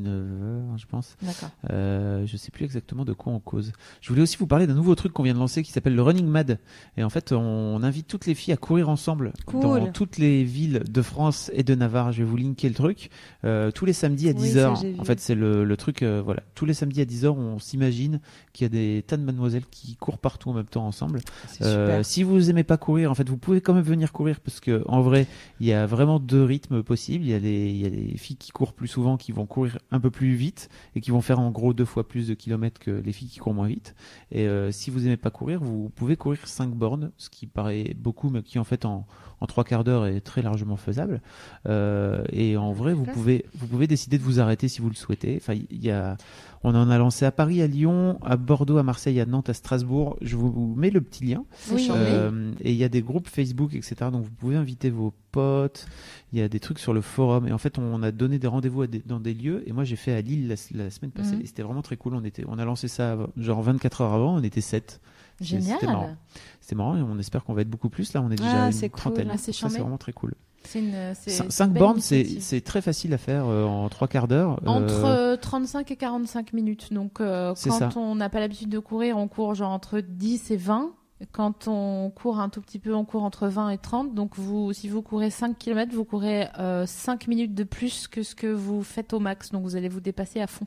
Speaker 3: 19h, je pense.
Speaker 1: D'accord.
Speaker 3: Euh, je sais plus exactement de quoi on cause. Je voulais aussi vous parler d'un nouveau truc qu'on vient de lancer qui s'appelle le Running Mad. Et en fait, on invite toutes les filles à courir ensemble
Speaker 2: Cool.
Speaker 3: dans toutes les villes de France et de Navarre. Je vais vous linker le truc. Euh, tous les samedis à
Speaker 2: Oui,
Speaker 3: 10h.
Speaker 2: ça, j'ai vu.
Speaker 3: en fait, c'est le, le truc, euh, voilà. Tous les samedis à 10h, on s'imagine qu'il y a des tas de mademoiselles qui courent partout en même temps ensemble.
Speaker 2: C'est
Speaker 3: Euh,
Speaker 2: super.
Speaker 3: si vous aimez pas courir, en fait, vous pouvez quand même venir courir parce que en vrai, il y a vraiment deux rythmes possibles. Il y a les, il y a les filles qui courent plus souvent, qui vont courir un peu plus vite et qui vont faire en gros deux fois plus de kilomètres que les filles qui courent moins vite. Et euh, si vous aimez pas courir, vous pouvez courir cinq bornes, ce qui paraît beaucoup, mais qui en fait en, en trois quarts d'heure est très largement faisable. Euh, et en vrai, vous pouvez, vous pouvez décider de vous arrêter si vous le souhaitez. Enfin, il y a, on en a lancé à Paris, à Lyon, à Bordeaux, à Marseille, à Nantes, à Strasbourg. Je vous mets le petit lien.
Speaker 1: Oui,
Speaker 2: charmé.
Speaker 1: oui.
Speaker 3: Euh, et il y a des groupes Facebook, etc. Donc vous pouvez inviter vos potes. Il y a des trucs sur le forum. Et en fait, on a donné des rendez-vous à des- dans des lieux. Et moi, j'ai fait à Lille la, la semaine passée.
Speaker 1: Mhm.
Speaker 3: Et c'était vraiment très cool. On, était, on a lancé ça av- genre 24 heures avant. On était 7. C'était marrant.
Speaker 1: Génial.
Speaker 3: C'était marrant. Et on espère qu'on va être beaucoup plus. Là, on est déjà
Speaker 2: Ah,
Speaker 3: à une
Speaker 2: c'est cool.
Speaker 3: trentaine.
Speaker 1: Ah, c'est
Speaker 3: Ça, c'est
Speaker 1: charmé.
Speaker 3: vraiment très cool.
Speaker 1: C'est une. c'est- c'est
Speaker 3: 5
Speaker 1: une belle
Speaker 3: bornes, c'est
Speaker 1: initiative.
Speaker 3: c'est très facile à faire euh, en trois quarts d'heure.
Speaker 1: Entre
Speaker 3: Euh,
Speaker 1: euh, 35 et 45 minutes. Donc, euh,
Speaker 3: C'est
Speaker 1: quand
Speaker 3: ça.
Speaker 1: on n'a pas l'habitude de courir, on court genre entre 10 et 20. Quand on court un tout petit peu, on court entre 20 et 30. Donc, vous, si vous courez 5 km, vous courez euh, 5 minutes de plus que ce que vous faites au max. Donc, vous allez vous dépasser à fond.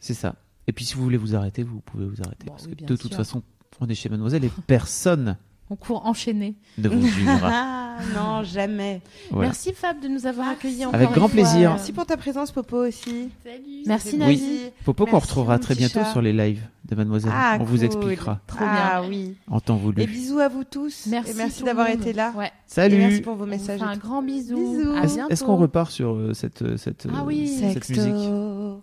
Speaker 3: C'est ça. Et puis si vous voulez vous arrêter, vous pouvez vous arrêter.
Speaker 1: Bon,
Speaker 3: parce
Speaker 1: Bah oui,
Speaker 3: que
Speaker 1: bien
Speaker 3: de toute
Speaker 1: sûr.
Speaker 3: façon, on est chez Mademoiselle et personne
Speaker 1: On court enchaîné.
Speaker 3: ne vous jugera.
Speaker 2: Ah, non, jamais.
Speaker 3: Voilà.
Speaker 1: Merci Fab de nous avoir accueillis encore
Speaker 3: Avec
Speaker 1: une
Speaker 3: grand
Speaker 1: fois.
Speaker 3: plaisir.
Speaker 2: Merci pour ta présence, Popo aussi.
Speaker 4: Salut.
Speaker 1: Merci
Speaker 2: Oui.
Speaker 1: Nazi.
Speaker 3: Popo qu'on
Speaker 2: Merci,
Speaker 3: retrouvera
Speaker 2: mon
Speaker 3: très
Speaker 2: petit
Speaker 3: bientôt
Speaker 2: chat.
Speaker 3: sur les lives de Mademoiselle.
Speaker 2: Ah,
Speaker 3: on vous
Speaker 2: cool.
Speaker 3: expliquera
Speaker 1: Trop
Speaker 2: Ah
Speaker 1: bien.
Speaker 2: oui.
Speaker 3: en temps
Speaker 2: Et
Speaker 3: voulu.
Speaker 2: bisous à vous tous.
Speaker 1: Merci,
Speaker 2: et merci
Speaker 1: tout le
Speaker 2: d'avoir
Speaker 1: monde.
Speaker 2: été là.
Speaker 1: Ouais.
Speaker 3: Salut.
Speaker 2: Et merci pour vos
Speaker 1: On vous
Speaker 2: messages.
Speaker 1: fait un grand bisou.
Speaker 2: Bisous.
Speaker 1: À
Speaker 3: Est-ce
Speaker 1: bientôt.
Speaker 3: est-ce qu'on repart sur euh, cette euh, cette,
Speaker 1: Ah
Speaker 3: euh,
Speaker 1: oui.
Speaker 3: cette musique
Speaker 2: Sexto.